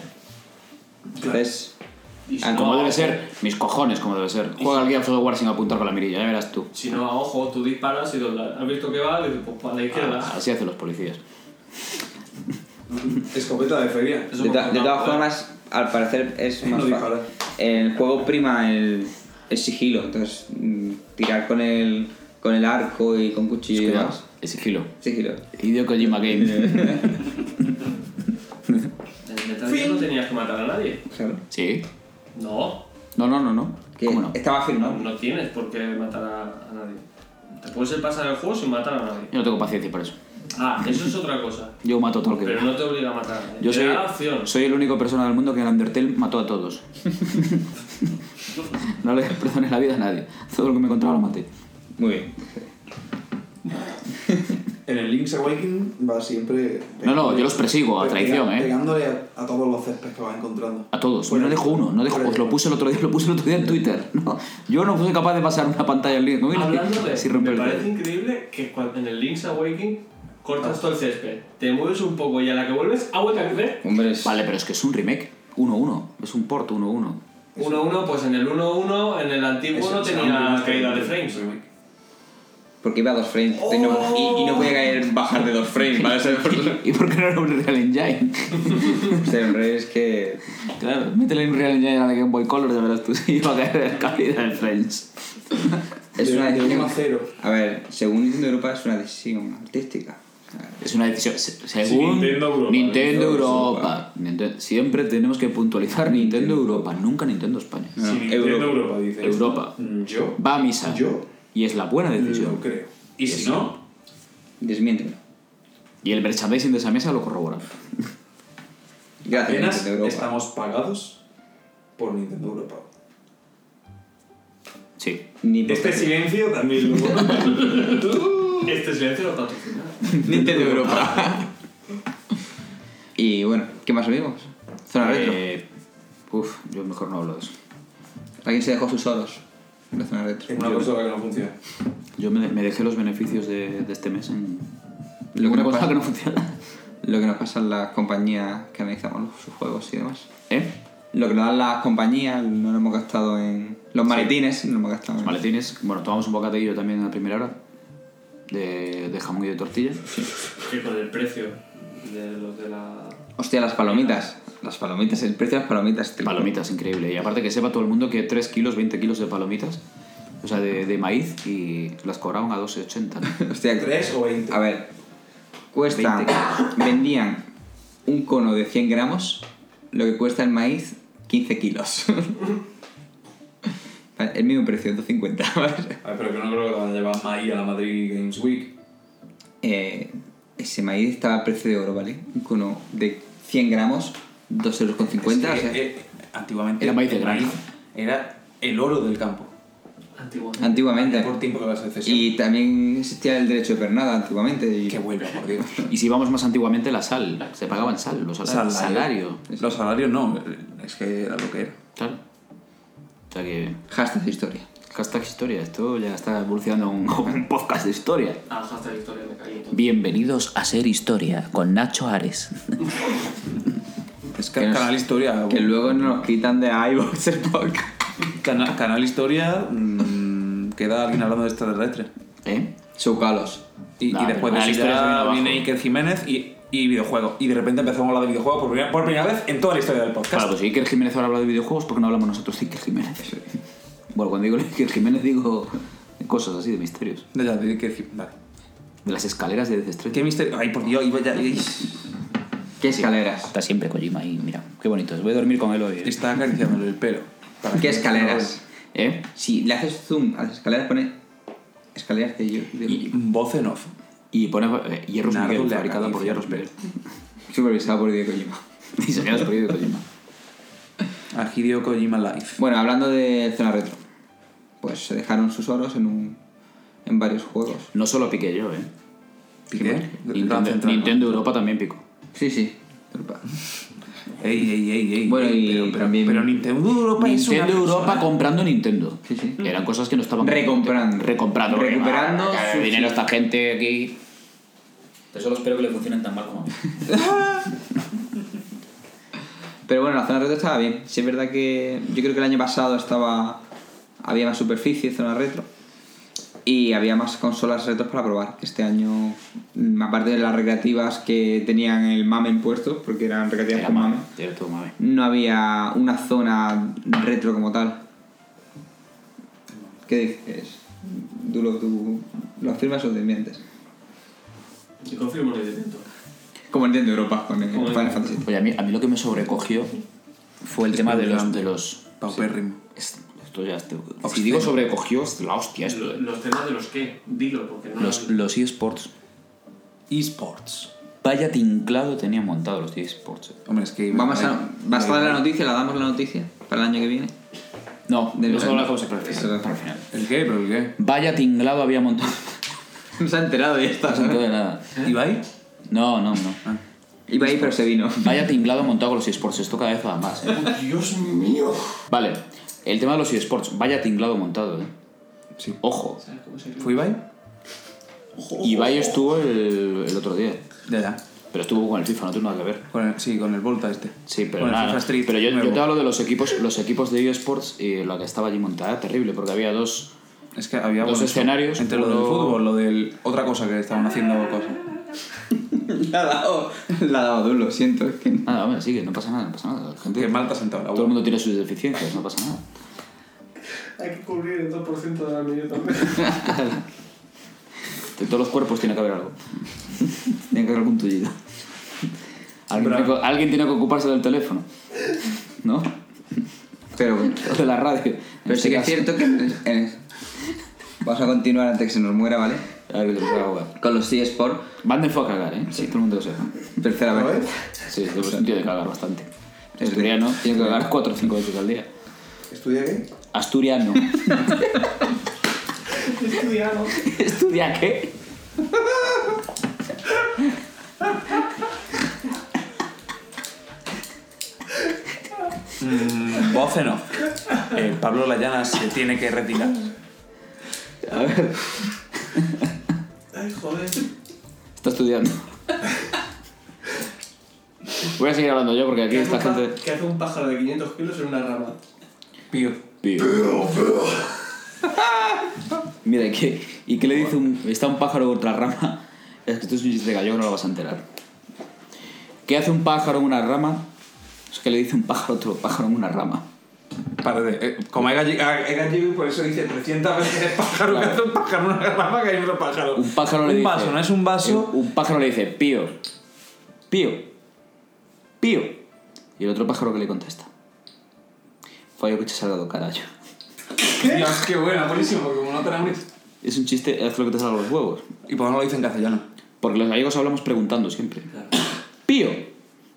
A: Entonces,
I: Y si
A: Ah,
I: no,
H: Como
I: a
H: debe
I: ojo-
H: ser, mis cojones, como debe ser. Juega al Gears of the War sin apuntar con la mirilla, ya verás tú.
I: Si no, a ojo, tú disparas y doblas. ¿Has visto que va? Y dices, pues para la izquierda.
H: Ah, Así hacen los policías.
D: Escopeta de feria.
I: Eso
A: de,
I: me
A: ta-
I: acuerdo,
A: de todas
I: joder.
A: formas, al parecer es
D: No
A: más fácil.
D: disparar.
A: El juego prima el, el sigilo, entonces mm, tirar con el, con el arco y con cuchillo y demás.
H: El sigilo.
A: Sigilo.
H: Hideo Kojima Game.
I: En Metal Gear no tenías que matar a nadie.
A: Claro.
H: ¿Sí?
I: No,
H: No, no, no, no.
A: Que
H: ¿Cómo
D: Eh.
H: no?
A: Estaba
I: no,
A: firmado.
I: no tienes por qué matar a, a nadie. Te puedes el pasar el juego sin matar a nadie.
H: Yo no tengo paciencia para eso.
I: Ah, eso es otra cosa.
H: Yo mato a todo lo que
I: Pero
H: veo.
I: no te obliga a matar a nadie.
H: Yo
I: Te
H: soy,
I: da la opción.
H: soy el único persona del mundo que en Undertale mató a todos. no le perdoné la vida a nadie. Todo lo que me encontraba lo maté.
A: Muy bien.
D: En el Link's Awakening va siempre.
H: No, no, yo los persigo a traición, ¿eh?
D: Pegándole a, a todos los céspedes que va encontrando.
H: A todos.
D: Bueno,
H: no dejo uno, no dejo.
D: bueno.
H: Os lo puse el otro día, lo puse el otro día en Twitter. No, yo no fui capaz de pasar una pantalla al líder con
I: Hablando de,
H: sin
I: me
H: romper el
I: parece
H: dedo.
I: increíble que cuando, en el Link's Awakening cortas todo el césped, te mueves un poco y a la que vuelves, ah, vuelta a crecer.
A: Hombre, es-
H: Vale, pero es que es un remake. 1-1. Es un port 1-1.
I: 1-1, pues en el 1-1, en el antiguo no tenía caída de frames.
A: porque iba a dos frames y, no, y, y no podía caer bajar de dos frames, ¿vale? Ser
H: ¿Y por qué no era un Real Engine?
A: un rey Pues es que.
H: Claro, métele un Real Engine a la Game Boy Color, ya verás tú si iba a caer la calidad del French.
A: Es una decisión.
D: cero.
A: A ver, según Nintendo Europa es una decisión artística. O sea,
H: Es una decisión. se- Según
J: Nintendo Europa.
H: Nintendo Europa. Nintendo- siempre tenemos que puntualizar Nintendo Europa, nunca Nintendo España.
A: no,
J: Si Nintendo
A: Europa.
J: Europa, dice.
H: Europa.
J: esto, Yo
H: Va a misa.
J: Yo
H: Y es la buena
J: lo
H: decisión.
J: creo. Y si no,
A: Desmiéntelo.
H: Y el merchandising de esa mesa lo corrobora.
A: Gracias,
J: apenas
A: Nintendo Europa.
J: estamos pagados por Nintendo Europa.
H: Sí.
A: Ni por
J: Este
A: qué.
J: silencio también lo.
I: Este silencio lo patrocina.
A: Nintendo Europa. y bueno, ¿qué más vimos? Zona retro.
H: Eh, Uf, yo mejor no hablo de eso.
A: Alguien se dejó sus oros en la zona retro.
D: Una consola que no funciona.
H: Yo me, me dejé los beneficios de, de este mes en.
A: Lo que
H: una
A: me
H: cosa
A: pasa-
H: que no funciona.
A: Lo que nos pasa en las compañías que analizamos los- sus juegos y demás.
H: ¿Eh?
A: Lo que nos dan las compañías, no lo hemos gastado en. Los maletines, no lo hemos gastado en.
H: Maletines. Bueno, tomamos un bocadillo también a primera hora. De, de jamón y de tortilla.
I: Que con el precio de los de la.
A: Hostia, las palomitas. Las palomitas, el precio de las palomitas. tío.
H: Palomitas, increíble. Y aparte que sepa todo el mundo que 3 kilos, 20 kilos de palomitas o sea, de, de maíz y las cobraban a 12,80. ¿no?
A: Hostia,
D: ¿Tres o 20?
A: A ver, cuesta.
H: 20
A: Vendían un cono de 100 gramos, lo que cuesta el maíz 15 kilos. Vale, el mismo precio, 250. ¿vale?
D: A ver, pero que no creo que lo van a llevar maíz a la Madrid Games Week.
A: Eh, ese maíz estaba a precio de oro, ¿vale? Un cono de 100 gramos, 2,50 euros. con cincuenta,
D: Es
A: o
D: que,
A: sea,
D: eh, antiguamente
H: Era maíz de
D: el
H: grano.
D: Era el oro del campo.
I: Antiguo.
A: antiguamente.
D: Por tiempo de la secesión.
A: Y también existía el derecho de pernada antiguamente. Y...
D: Que vuelva, por Dios.
H: Y si vamos más antiguamente, la sal. Se pagaba en sal, los salarios.
D: Salario.
H: Salario.
D: Los salarios no, es que era lo que era.
H: Claro. O sea que.
A: Hashtag historia.
H: Hashtag historia. Esto ya está evolucionando a un, a un podcast de historia.
I: Ah, hasta la historia me caí. entonces.
H: Bienvenidos a Ser Historia con Nacho Ares.
D: Es que
A: Que nos-
D: Canal Historia.
A: Que luego nos quitan de iVoox el podcast.
D: Cana- canal Historia. mm, queda alguien hablando de extraterrestres.
H: ¿Eh?
A: Chaucalos.
D: Y,
H: Nah,
D: y
H: pero
D: después de eso
H: Canal Historia se viene
D: ya
H: abajo.
D: viene Iker Jiménez y, y videojuegos. Y de repente empezamos a hablar de videojuegos por primera, por primera vez en toda la historia del podcast.
H: Claro, pues si Iker Jiménez ahora habla de videojuegos, ¿por qué no hablamos nosotros de Iker Jiménez? Bueno, cuando digo Iker Jiménez, digo cosas así de misterios.
D: No, ya, de Iker Jiménez. Vale.
H: De las escaleras de Death
D: ¿Qué
H: Stranding.
D: misterio? Ay, por Dios, iba ya. y-
A: ¿Qué escaleras?
H: Está siempre Kojima ahí, mira. Qué bonito. Voy a dormir con él hoy. ¿eh?
D: Está acariciándole el pelo. Para
A: ¿Qué
D: que-
A: escaleras?
H: ¿Eh?
A: Si le haces zoom a las escaleras, pone escaleras de yo. de-
D: Y voz en off.
H: Y pone eh, Hierros
D: Nardo
H: Miguel,
D: le
H: fabricada por
D: acaricia
H: Hierros
D: el pelo.
H: Miguel.
A: Supervisado por Diego Kojima.
H: Diseñados por Hideo Kojima.
D: A Hideo Kojima Live.
A: Bueno, hablando de zona retro, pues se dejaron sus oros en, un, en varios juegos.
H: No solo piqué yo, ¿eh?
D: ¿Piqué? Gran
H: Nintendo,
D: central, ¿no?
H: Nintendo Europa también pico.
A: Sí, sí. Europa.
D: Ey, ey, ey, ey.
A: Bueno,
D: ey,
A: y
D: pero, pero,
A: también-
D: pero Nintendo Europa es una
H: Nintendo Europa
D: persona.
H: comprando Nintendo.
A: Sí, sí.
H: Eran cosas que no estaban...
A: Recomprando.
H: Recomprando. porque,
A: Recuperando
H: ah,
A: su-
H: El dinero a esta gente aquí...
K: Yo solo espero que le funcionen tan mal como a mí.
A: Pero bueno, la zona retro estaba bien. Sí es verdad que yo creo que el año pasado estaba había más superficie zona retro y había más consolas retros para probar. que Este año, mm, aparte de las recreativas que tenían el mamen puesto, porque eran recreativas
H: Era
A: con mamen,
H: mame. Era todo mame.
A: no había una zona retro como tal. ¿Qué dices? ¿Tú lo, tú lo afirmas o te mientes?
I: Yo confirmo lo que intento.
A: Como entiendo Europa con el
I: Como
A: Final
I: en-
A: Fantasy.
H: Oye, a mí, a mí lo que me sobrecogió fue el tema de los... De los
D: Paupérrimo.
H: es- esto ya... es- Si
D: Obsceno.
H: digo sobrecogió, es la hostia esto.
I: Lo-
H: ¿eh?
I: Los temas de los qué, dilo, porque no
H: Los, los eSports.
D: Esports.
H: Vaya tinclado tenían montado los eSports. eh.
D: Hombre, es que.
A: Vamos a, ¿Vas a dar la noticia? ¿La damos la noticia para el año que viene?
H: No,
A: Del-
H: eso lo dejamos para el
A: Eso
H: final,
A: lo-
H: para el final.
D: ¿El qué? ¿Pero el qué?
H: Vaya tinglado había montado.
A: No se ha enterado y ya está.
H: No se enteró de nada.
D: ¿Ibai?
H: No, no, no.
K: Ah.
A: Iba ahí, pero se vino.
H: Vaya tinglado montado con los eSports. Esto cada vez va más. ¿eh?
I: Oh, Dios mío.
H: Vale. El tema de los eSports. Vaya tinglado montado, ¿eh?
D: Sí.
H: Ojo.
I: ¿Sabes cómo se
D: ¿Fue Ibai?
H: Ibai estuvo el, el otro día.
D: Ya, ya.
H: Pero estuvo con el FIFA, no tiene nada que ver.
D: Con el- sí, con el Volta este.
H: Sí, pero
D: Con el
H: nada.
D: FIFA Street
H: pero yo, yo
D: nuevo.
H: te hablo de los equipos, los equipos de eSports y la que estaba allí montada, terrible, porque había dos.
D: Es que había
H: Los
D: bueno, eso,
H: escenarios,
D: Entre lo del
H: uno-
D: fútbol, lo del. Otra cosa que estaban haciendo cosas.
A: La ha dado, la ha dado tú, lo siento. es que-
H: Nada, hombre, sigue, no pasa nada, no pasa nada. La gente-
D: Que mal te has sentado la
H: todo el mundo tiene sus deficiencias, no pasa nada.
I: Hay que cubrir el 2% de la media también.
H: De todos los cuerpos tiene que haber algo. tiene que haber algún tullido. Alguien, tiene que, alguien tiene que ocuparse del teléfono. ¿No?
A: Pero bueno.
H: O de la radio. en
A: Pero
H: este
A: sí que es
H: caso.
A: cierto que. en- Vamos a continuar antes que se nos muera, ¿vale?
H: A ver, que te lo voy a jugar.
A: Con los eSports.
H: Van de fue a cagar, ¿eh? Sí, todo el mundo lo sabe.
A: Tercera vez.
H: Sí, tengo sentido de cagar bastante. Asturiano tiene que cagar 4 o 5 veces al día.
J: ¿Estudia qué?
H: Asturiano.
I: Estudiado.
H: ¿Estudia qué?
D: Mm, voz en off. Eh, Pablo Layana se tiene que retirar.
I: Ay, joder.
H: Está estudiando. Voy a seguir hablando yo porque aquí
I: ¿Qué hace
H: esta
I: un pa-
H: gente.
I: qué hace un pájaro de 500 kilos en una rama?
D: Pío.
H: Pío. Mira, ¿y qué, ¿y qué le dice un... Está un pájaro contra la rama. Es que esto es un chiste gallego, no lo vas a enterar. ¿Qué hace un pájaro en una rama? Es que le dice un pájaro a otro pájaro en una rama.
D: Parece, eh, como hay galli- hay- hay gallego, y por eso dice 300 veces pájaro, que hace un pájaro, una garrafa, que hay otro pájaro.
H: Un pájaro le
D: Un
H: dice. Eh,
D: vaso, no es un vaso.
H: Un pájaro le dice, pío, pío, pío. Y el otro pájaro que le contesta. Fallo que te salga do carallo.
D: Dios, qué buena, buenísimo, porque como no tenemos.
H: Es un chiste, haz lo que te salga los huevos.
D: ¿Y por qué no lo dice en castellano?
H: Porque los gallegos hablamos preguntando siempre. Pío.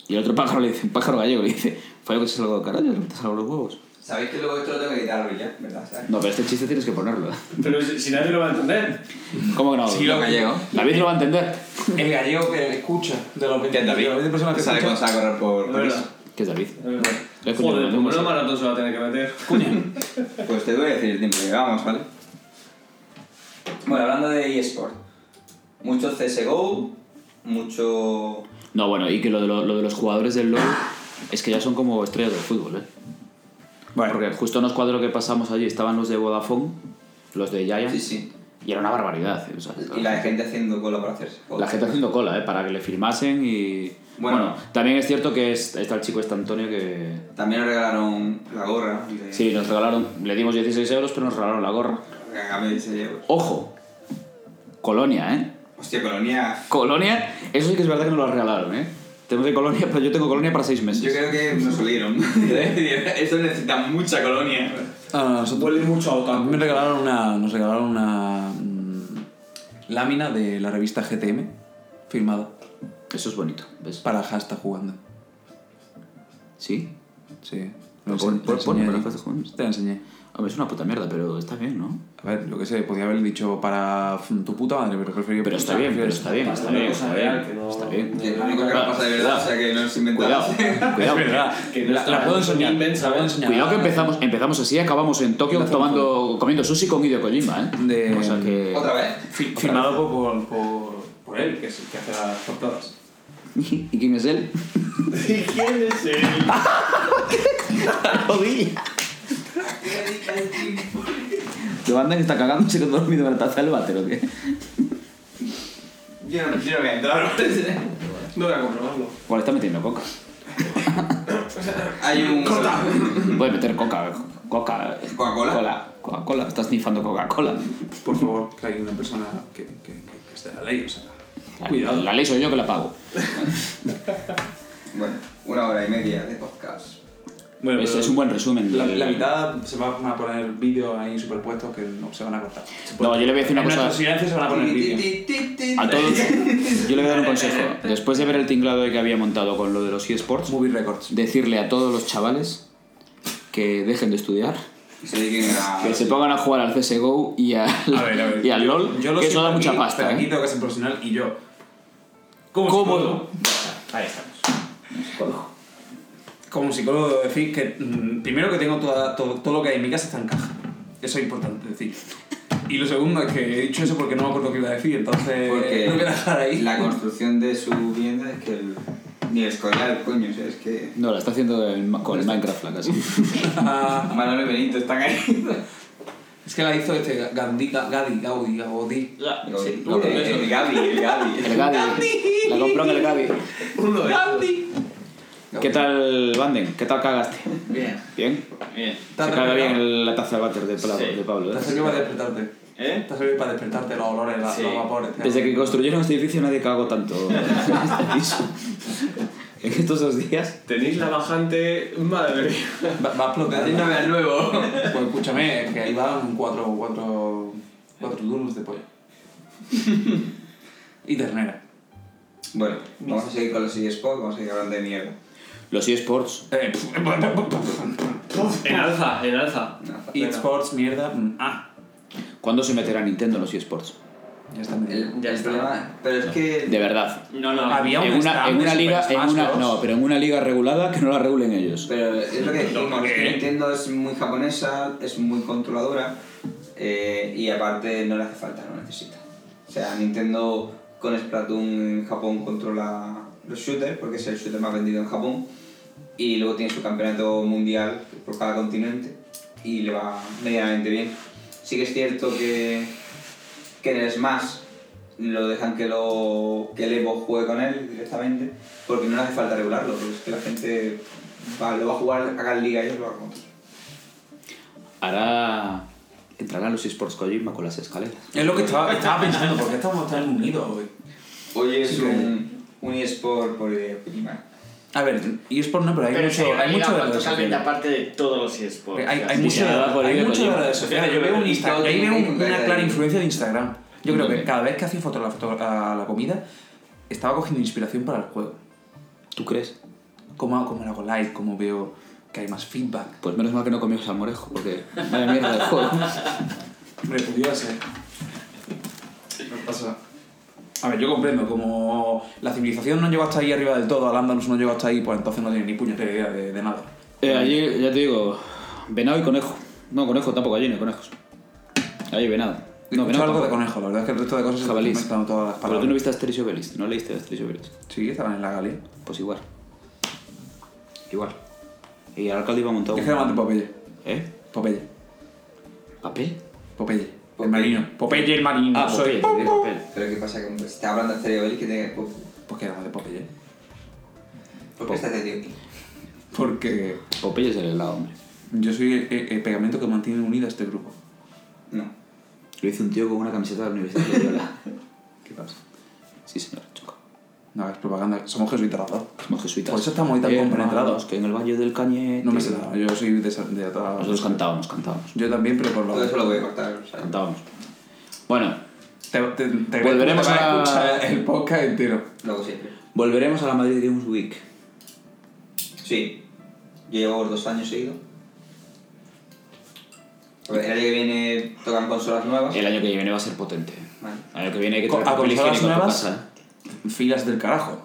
H: Y el otro pájaro le dice, un pájaro gallego le dice, fallo que te salga do carallo, lo que te salga los huevos.
A: Sabéis que luego esto lo tengo que quitar, ya, ¿verdad? ¿Sabes?
H: No, pero este chiste tienes que ponerlo.
I: Pero si, si nadie lo va a entender.
H: ¿Cómo que no?
A: Sí, lo gallego.
H: David lo va a entender.
D: El gallego que escucha de los 20,
A: Que David,
D: de las 20 personas
A: que
D: que
A: sale con
D: escuchan.
A: saco correr por... por
I: verdad.
A: eso.
H: ¿Qué es David? Lo he escuchado
I: Joder,
H: en el
I: como
H: mismo
I: no
H: sitio.
I: maratón se va a tener que meter.
A: Pues te voy a decir el tiempo que llevamos, ¿vale? Bueno, hablando de eSport. Mucho CSGO, mucho...
H: No, bueno, y que lo de, lo, lo de los jugadores del LoL
A: Ah.
H: es que ya son como estrellas del fútbol, ¿eh?
D: Bueno.
H: Porque justo en los cuadros que pasamos allí estaban los de Vodafone, los de Giant,
A: Sí, sí.
H: y era una barbaridad. ¿eh? O sea,
A: Y la gente haciendo cola para hacerse.
H: la gente haciendo cola, ¿eh? Para que le firmasen y...
A: Bueno.
H: Bueno, también es cierto que es- está el chico este Antonio que...
A: También nos regalaron la gorra. De...
H: Sí, nos regalaron, le dimos 16 euros, pero nos regalaron la gorra.
A: A cambio de 16 euros.
H: ¡Ojo! Colonia, ¿eh?
A: Hostia, colonia.
H: Colonia, eso sí que es verdad que nos la regalaron, ¿eh? Tenemos de Colonia, pero yo tengo Colonia para 6 meses.
A: Yo creo que nos olieron. Eso necesita mucha colonia.
D: Ah, no, nosotros- A mí me regalaron una, nos regalaron una mm, lámina de la revista GTM firmada
H: Eso es bonito, ¿ves?
D: para hashtag jugando.
H: Sí.
D: Sí.
H: Pero
D: Lo
H: pon-
D: ense- lo
H: pon-
D: enseñé
H: ponlo para
D: allí.
H: hashtag jugando.
D: Te la enseñé.
H: Hombre, es una puta mierda, pero está bien, ¿no?
D: A ver, yo qué sé, podía haber dicho para f- tu puta madre, pero preferí...
H: Pero está bien, pero está bien, está bien, está bien. Está bien.
A: Que es lo único que no pasa de verdad, o sea que no es inventado.
H: Cuidado, cuidado.
I: Que no
D: La,
I: está-
D: la puedo
I: no
D: enseñar,
I: inventa,
D: la puedo
I: ¿eh?
D: enseñar.
H: Cuidado que empezamos, empezamos así y acabamos en Tokio tomando, comiendo sushi con Hideo Kojima, ¿eh?
D: De-
H: O sea que...
A: Otra vez.
D: Fi- Firmado por, por, por él, que, es- que hace las portadas.
H: ¿Y quién es él?
I: ¿Y quién es él?
H: ¿Lo banda que está cagando? ¿Se quedó dormido en la taza del váter o qué?
A: Yo no, yo no voy a entrar.
C: No voy a comprobarlo.
H: Igual está metiendo coca.
A: Hay un.
H: Puede meter coca, coca...
A: Coca-Cola.
H: Cola, Coca-Cola. Está snifando Coca-Cola.
D: Por favor, que hay una persona que, que, que esté la ley, o sea...
H: Cuidado. La ley soy yo que la pago.
A: Bueno, una hora y media de podcast.
D: Bueno,
H: Es,
D: pero-
H: es un buen resumen.
D: La,
H: del-
D: la mitad se van a poner vídeos ahí superpuestos que no se van a cortar.
H: No, yo le voy a decir una
D: En nuestro
H: cosa...
D: silencio se van a poner vídeos.
H: A todos, yo le voy a dar un consejo. Después de ver el tinglado que había montado con lo de los eSports,
D: Movie Records.
H: decirle a todos los chavales que dejen de estudiar,
A: Y se dediquen a.
H: que se pongan a jugar al CSGO y, al- y al LOL,
D: Yo lo
H: que eso
D: siento
H: da mucha
D: aquí,
H: pasta.
D: pero Aquí
H: ¿eh?
D: tengo que ser profesional y yo. Como
H: ¿Cómo?
D: psicólogo. Ahí estamos. Como psicólogo debo decir que mm, primero que tengo toda- todo, todo lo que hay en mi casa está en caja. Eso es importante decir. Y lo segundo es que he dicho eso porque no me acuerdo qué iba a decir, entonces
A: Porque
D: lo voy a dejar ahí.
A: la construcción de su vivienda es que. el- Ni el escorial, coño, o sea, es que.
H: No, la está haciendo en- con el Minecraft la casa.
A: Manolo y Benito están ahí.
D: Ah, Es que la hizo este Gandhi, Ga- Gadi, Gaudi, Gaudi.
C: Ya, sí.
A: El-
I: eh.
A: el Gabi, el Gabi.
H: El Gabi. La compró en el Gabi.
C: Uno de estos.
H: ¿Qué tal, Banden? ¿Qué tal cagaste?
L: Bien,
H: ¿Bien?
L: bien.
H: Se caga bien el- la taza de váter de, Pablo-
L: Sí.
H: de Pablo.
D: Te ha
H: ¿eh?
D: servido para despertarte.
L: ¿Eh?
D: Te ha servido para despertarte los olores, la-
L: Sí.
D: los vapores. tío.
H: Desde que construyeron este edificio nadie cagó tanto en este piso. En estos dos días...
C: Tenéis la bajante. Madre mía.
D: Va, va a explotar.
A: Haciéndome al nuevo.
D: Pues escúchame, es que ahí van cuatro, cuatro, cuatro duros de pollo. y ternera.
A: Bueno, vamos a seguir con los eSports, vamos a seguir hablando de mierda.
H: Los eSports.
A: eh.
D: Eh,
I: En alza, en alza.
D: Esports, mierda. mm, Ah,
H: ¿Cuándo se meterá Nintendo en los eSports?
D: ya está. medio.
A: El,
I: Ya
A: el
I: está.
A: problema. Pero es que.
H: De verdad.
L: No, no.
D: Había
H: En una,
D: stand
H: en
D: de
H: una
D: Super
H: liga, en
D: Smash
H: una,
D: Bros.
H: no, pero en una liga regulada que no la regulen ellos.
A: Pero es lo que decimos, que Nintendo es muy japonesa, es muy controladora eh, y aparte no le hace falta, no necesita. O sea, Nintendo con Splatoon en Japón controla los shooters, porque es el shooter más vendido en Japón, y luego tiene su campeonato mundial por cada continente y le va medianamente bien. Sí que es cierto que, que en el Smash lo dejan que, lo, que el Evo juegue con él directamente, porque no le hace falta regularlo, porque es que la gente va- lo va a jugar a cada liga y ellos lo va a contar.
H: hará. Entrará los esports Kojima con las escaleras.
D: Es lo que estaba, estaba pensando, ¿por qué estamos tan unidos hoy?
A: Hoy es
D: Sí,
A: un, un eSport por eh, Kojima.
D: A ver, eSport no, pero hay
C: Pero
D: mucho,
C: se
D: hay mucho
C: valida
D: de las redes
C: totalmente
D: sociales.
C: aparte de todos los eSports.
D: Hay, hay
C: o sea,
D: mucho, de-
H: por
D: hay
H: ello,
D: mucho de
H: Kojima.
D: las redes sociales. Yo veo, un Instagram, ahí veo un- una clara influencia de Instagram. Yo creo que
H: También.
D: cada vez que hacía foto a la, foto- a la comida, estaba cogiendo inspiración para el juego.
H: ¿Tú crees?
D: Cómo, hago- cómo lo hago live, cómo veo que hay más feedback.
H: Pues menos mal que no comió salmorejo, porque. Vaya mierda de juego.
D: Hombre, pudiera ser. No pasa. A ver, yo comprendo, como la civilización no llegó hasta ahí arriba del todo, Alandalus no llegó hasta ahí, pues entonces no tiene ni puñetera idea de, de nada.
H: Eh, allí, ya te digo, venado y conejo. No, conejo tampoco, allí no hay conejos. Allí venado.
D: No,
H: No, venado.
D: algo de
H: tampoco.
D: conejo, la verdad es que el resto de cosas se
H: Jabalís.
D: mezclan todas las
H: Pero
D: palabras.
H: tú no viste Asterix y Obelix, no leíste Asterix y Obelix.
D: Sí, estaban en la Galia.
H: Pues igual. Igual. Y el alcalde iba montado.
D: ¿Qué es que llaman de Popeye?
H: ¿Eh?
D: Popeye.
H: ¿Papel?
D: Popeye. El marino. Popeye el marino.
H: Ah,
D: soy.
H: soy papel. de papel.
A: Pero ¿qué pasa? Como que si está hablando serio él que tenga... ¿Por
D: Pues que éramos de Popeye.
A: por qué estás de tío aquí?
D: Porque
H: Popeye es el helado, hombre.
D: yo soy el, el- el pegamento que mantiene unido a este grupo.
A: No.
H: Lo hizo un tío con una camiseta de la Universidad de Loyola. ¿Qué pasa? Sí, señor, choca.
D: No hagas propaganda. Somos jesuitas los dos.
H: Somos jesuitas.
D: Por eso estamos ahí tan compenetrados.
H: Que en el Valle del Cañete.
D: No me sé nada. Yo soy de, esa- de otra-
H: Nosotros cantábamos, cantábamos.
D: Yo también, pero por
A: Todo
D: lo
A: eso lo voy a cortar, o sea...
H: Cantábamos. Bueno,
D: Te, te, te
H: Volveremos
D: te va
H: a-
D: escuchar el podcast entero.
A: Luego siempre.
H: volveremos a la Madrid Games Week.
A: Sí. Yo llevo dos años seguido. A ver, El año que viene tocan consolas nuevas.
H: El año que viene va a ser potente.
A: Vale.
H: El año que viene hay que
D: Co-
H: traer
D: a
H: papel
D: consolas
H: higiénico a tu
D: nuevas.
H: casa.
D: Filas del carajo.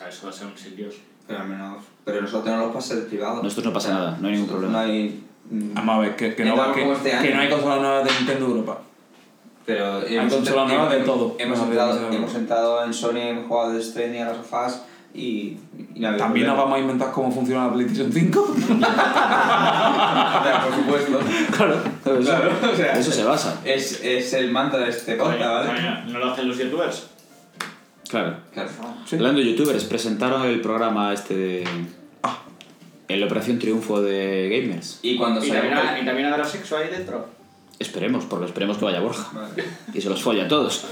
C: Ah, Eso va a ser un sin Dios.
A: Pero al menos... Pero nosotros tenemos los pases privados.
H: Nosotros no pasa nada, no hay ningún
A: No
H: problema.
A: hay... mm,
D: Vamos a ver, que, que, no,
A: Estamos
D: que,
A: como este año.
D: que no hay consolas nuevas de Nintendo Europa.
A: Pero
D: consola nueva de todo.
A: Hemos,
D: No, de
A: entrado,
D: consola
A: hemos
D: nueva.
A: entrado en Sony, hemos jugado de Stranding a las sofás y, y no ha habido
D: También
A: problema.
D: nos vamos a inventar cómo funciona la PlayStation 5.
A: Claro, por supuesto.
H: Claro, eso,
A: Claro, o sea,
H: eso se basa.
A: Es, es el mantra de este podcast, ¿vale?
C: Coño, ¿No lo hacen los youtubers?
H: Claro.
A: Claro.
D: Sí.
H: Hablando de youtubers, presentaron el programa este de. En la Operación Triunfo de Gamers.
A: Y cuando
C: ¿Y
A: se
C: también, ha- y también habrá sexo ahí dentro?
H: Esperemos, porque esperemos que vaya Borja. Y se los folla a todos.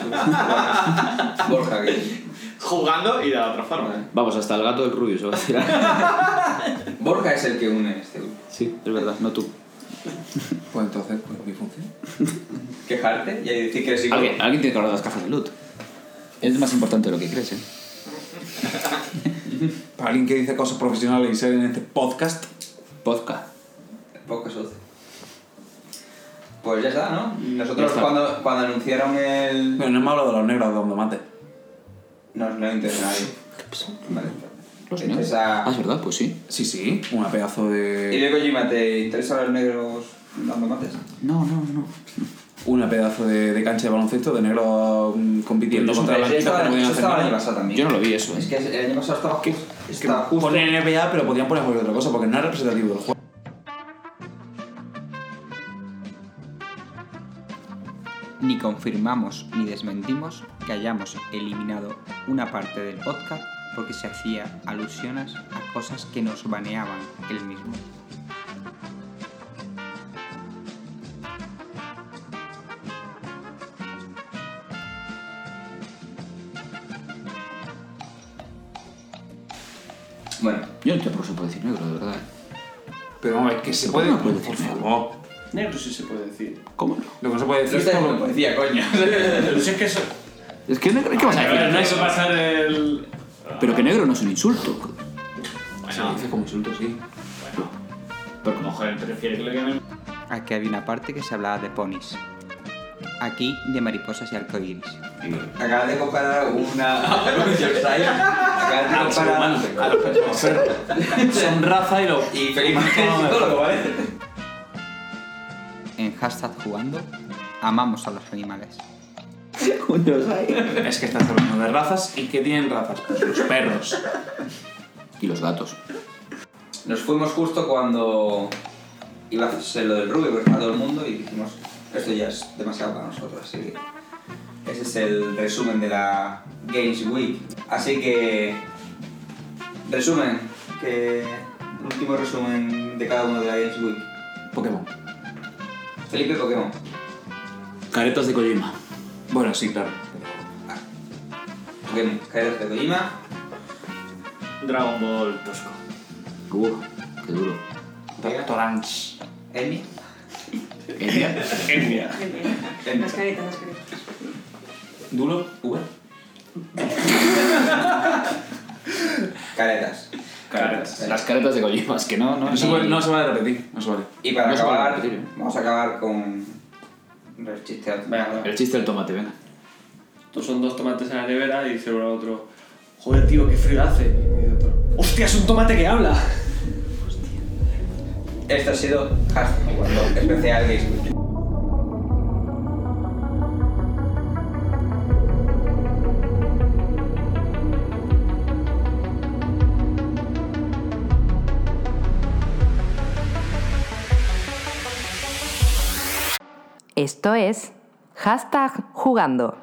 A: Borja, que...
C: Jugando y de la otra forma.
H: Vamos, hasta el gato del Rubio se va a tirar.
A: Borja es el que une este grupo.
H: Sí, es verdad, no tú.
D: Pues entonces, pues mi función.
A: Quejarte y ahí decir que sí.
H: Alguien, alguien tiene que hablar de las cajas de loot. Es más importante de lo que crees, ¿eh?
D: Para alguien que dice cosas profesionales y ser en este podcast,
H: Podcast.
A: Poco socio. Pues ya está, ¿no? Nosotros
H: Ya está.
A: Cuando, cuando anunciaron el...
D: pero no hemos hablado de los negros dando mate.
A: No, no interesa a nadie. Vale.
H: Los
A: Te
H: negros.
A: interesa-
H: Ah, es verdad, pues sí.
D: Sí, sí, una pedazo
A: ¿Y
D: de.
A: de Kojima te interesan los negros dando mates?
H: No, no, no.
D: Una pedazo de, de cancha de baloncesto de negros mm, compitiendo
H: Pues eso
A: Eso
D: contra blanquitos que
A: estaba,
D: no podían
A: eso
D: hacer
A: estaba el año
D: nada.
A: pasado también.
H: Yo no lo vi eso. ¿eh?
A: Es que el año pasado estaba, justo estaba justo.
D: Ponen NBA, pero podían poner cualquier otra cosa porque no es representativo del juego.
A: Ni confirmamos ni desmentimos que hayamos eliminado una parte del podcast porque se hacía alusiones a cosas que nos baneaban el mismo. Bueno,
H: Yo no entiendo por qué se puede decir negro, de verdad. ¿eh?
D: Pero vamos a ver, que se
H: Pero
D: puede.
H: ¿cómo no
D: Por
H: puede decir negro?
D: favor.
I: Negro sí se puede decir.
H: ¿Cómo no?
D: Lo que no se puede decir es
A: esta es
D: como-
A: una poesía, coño.
I: Pero si es que eso.
H: Es que Ah, negro, ¿qué vas a decir?
I: no es pasar el.
H: Pero que negro no es un insulto.
D: Se dice como insulto, sí.
C: Pero como joder, prefiero que le llamen.
A: Aquí había una parte que se hablaba de ponis. Aquí de mariposas y arcoíris. Acabas de comparar una.
D: Ah,
A: Acabas de comparar a los
D: Son raza y lo.
A: Y Felipe es psicólogo, ¿vale? En hashtag jugando, amamos a los animales.
D: Es que estás hablando de razas y ¿qué tienen razas? Pues los perros.
H: Y los gatos.
A: Nos fuimos justo cuando iba a hacerse lo del Rubio, porque para todo el mundo, y dijimos, esto ya es demasiado para nosotros, así que ese es el resumen de la Games Week. Así que, resumen, que el último resumen de cada uno de la Games Week.
D: Pokémon.
A: Felipe Pokémon.
H: Caretas de Kojima.
D: Bueno, sí, claro.
A: Pokémon. Caretas de Kojima.
C: Dragon Ball tosco.
H: Uf, Uh, qué duro.
D: Toranch.
A: Emi.
H: Eh,
G: Las caretas, las caretas.
D: Dulo, V.
A: Caretas.
H: Caretas. Las caretas de Kojima, es que no, no.
D: No se, puede- no se vale repetir, no se vale.
A: Y para
H: No se puede
A: acabar,
H: repetir, ¿eh?
A: vamos a acabar con el chiste. alto.
H: El chiste del tomate, venga.
I: Estos son dos tomates en la nevera y dice uno al otro, joder tío, qué frío hace. Y el otro, hostia, es un tomate que habla.
A: Este ha sido Hashtag Guardón, especial Games Week.
B: Esto es hashtag jugando.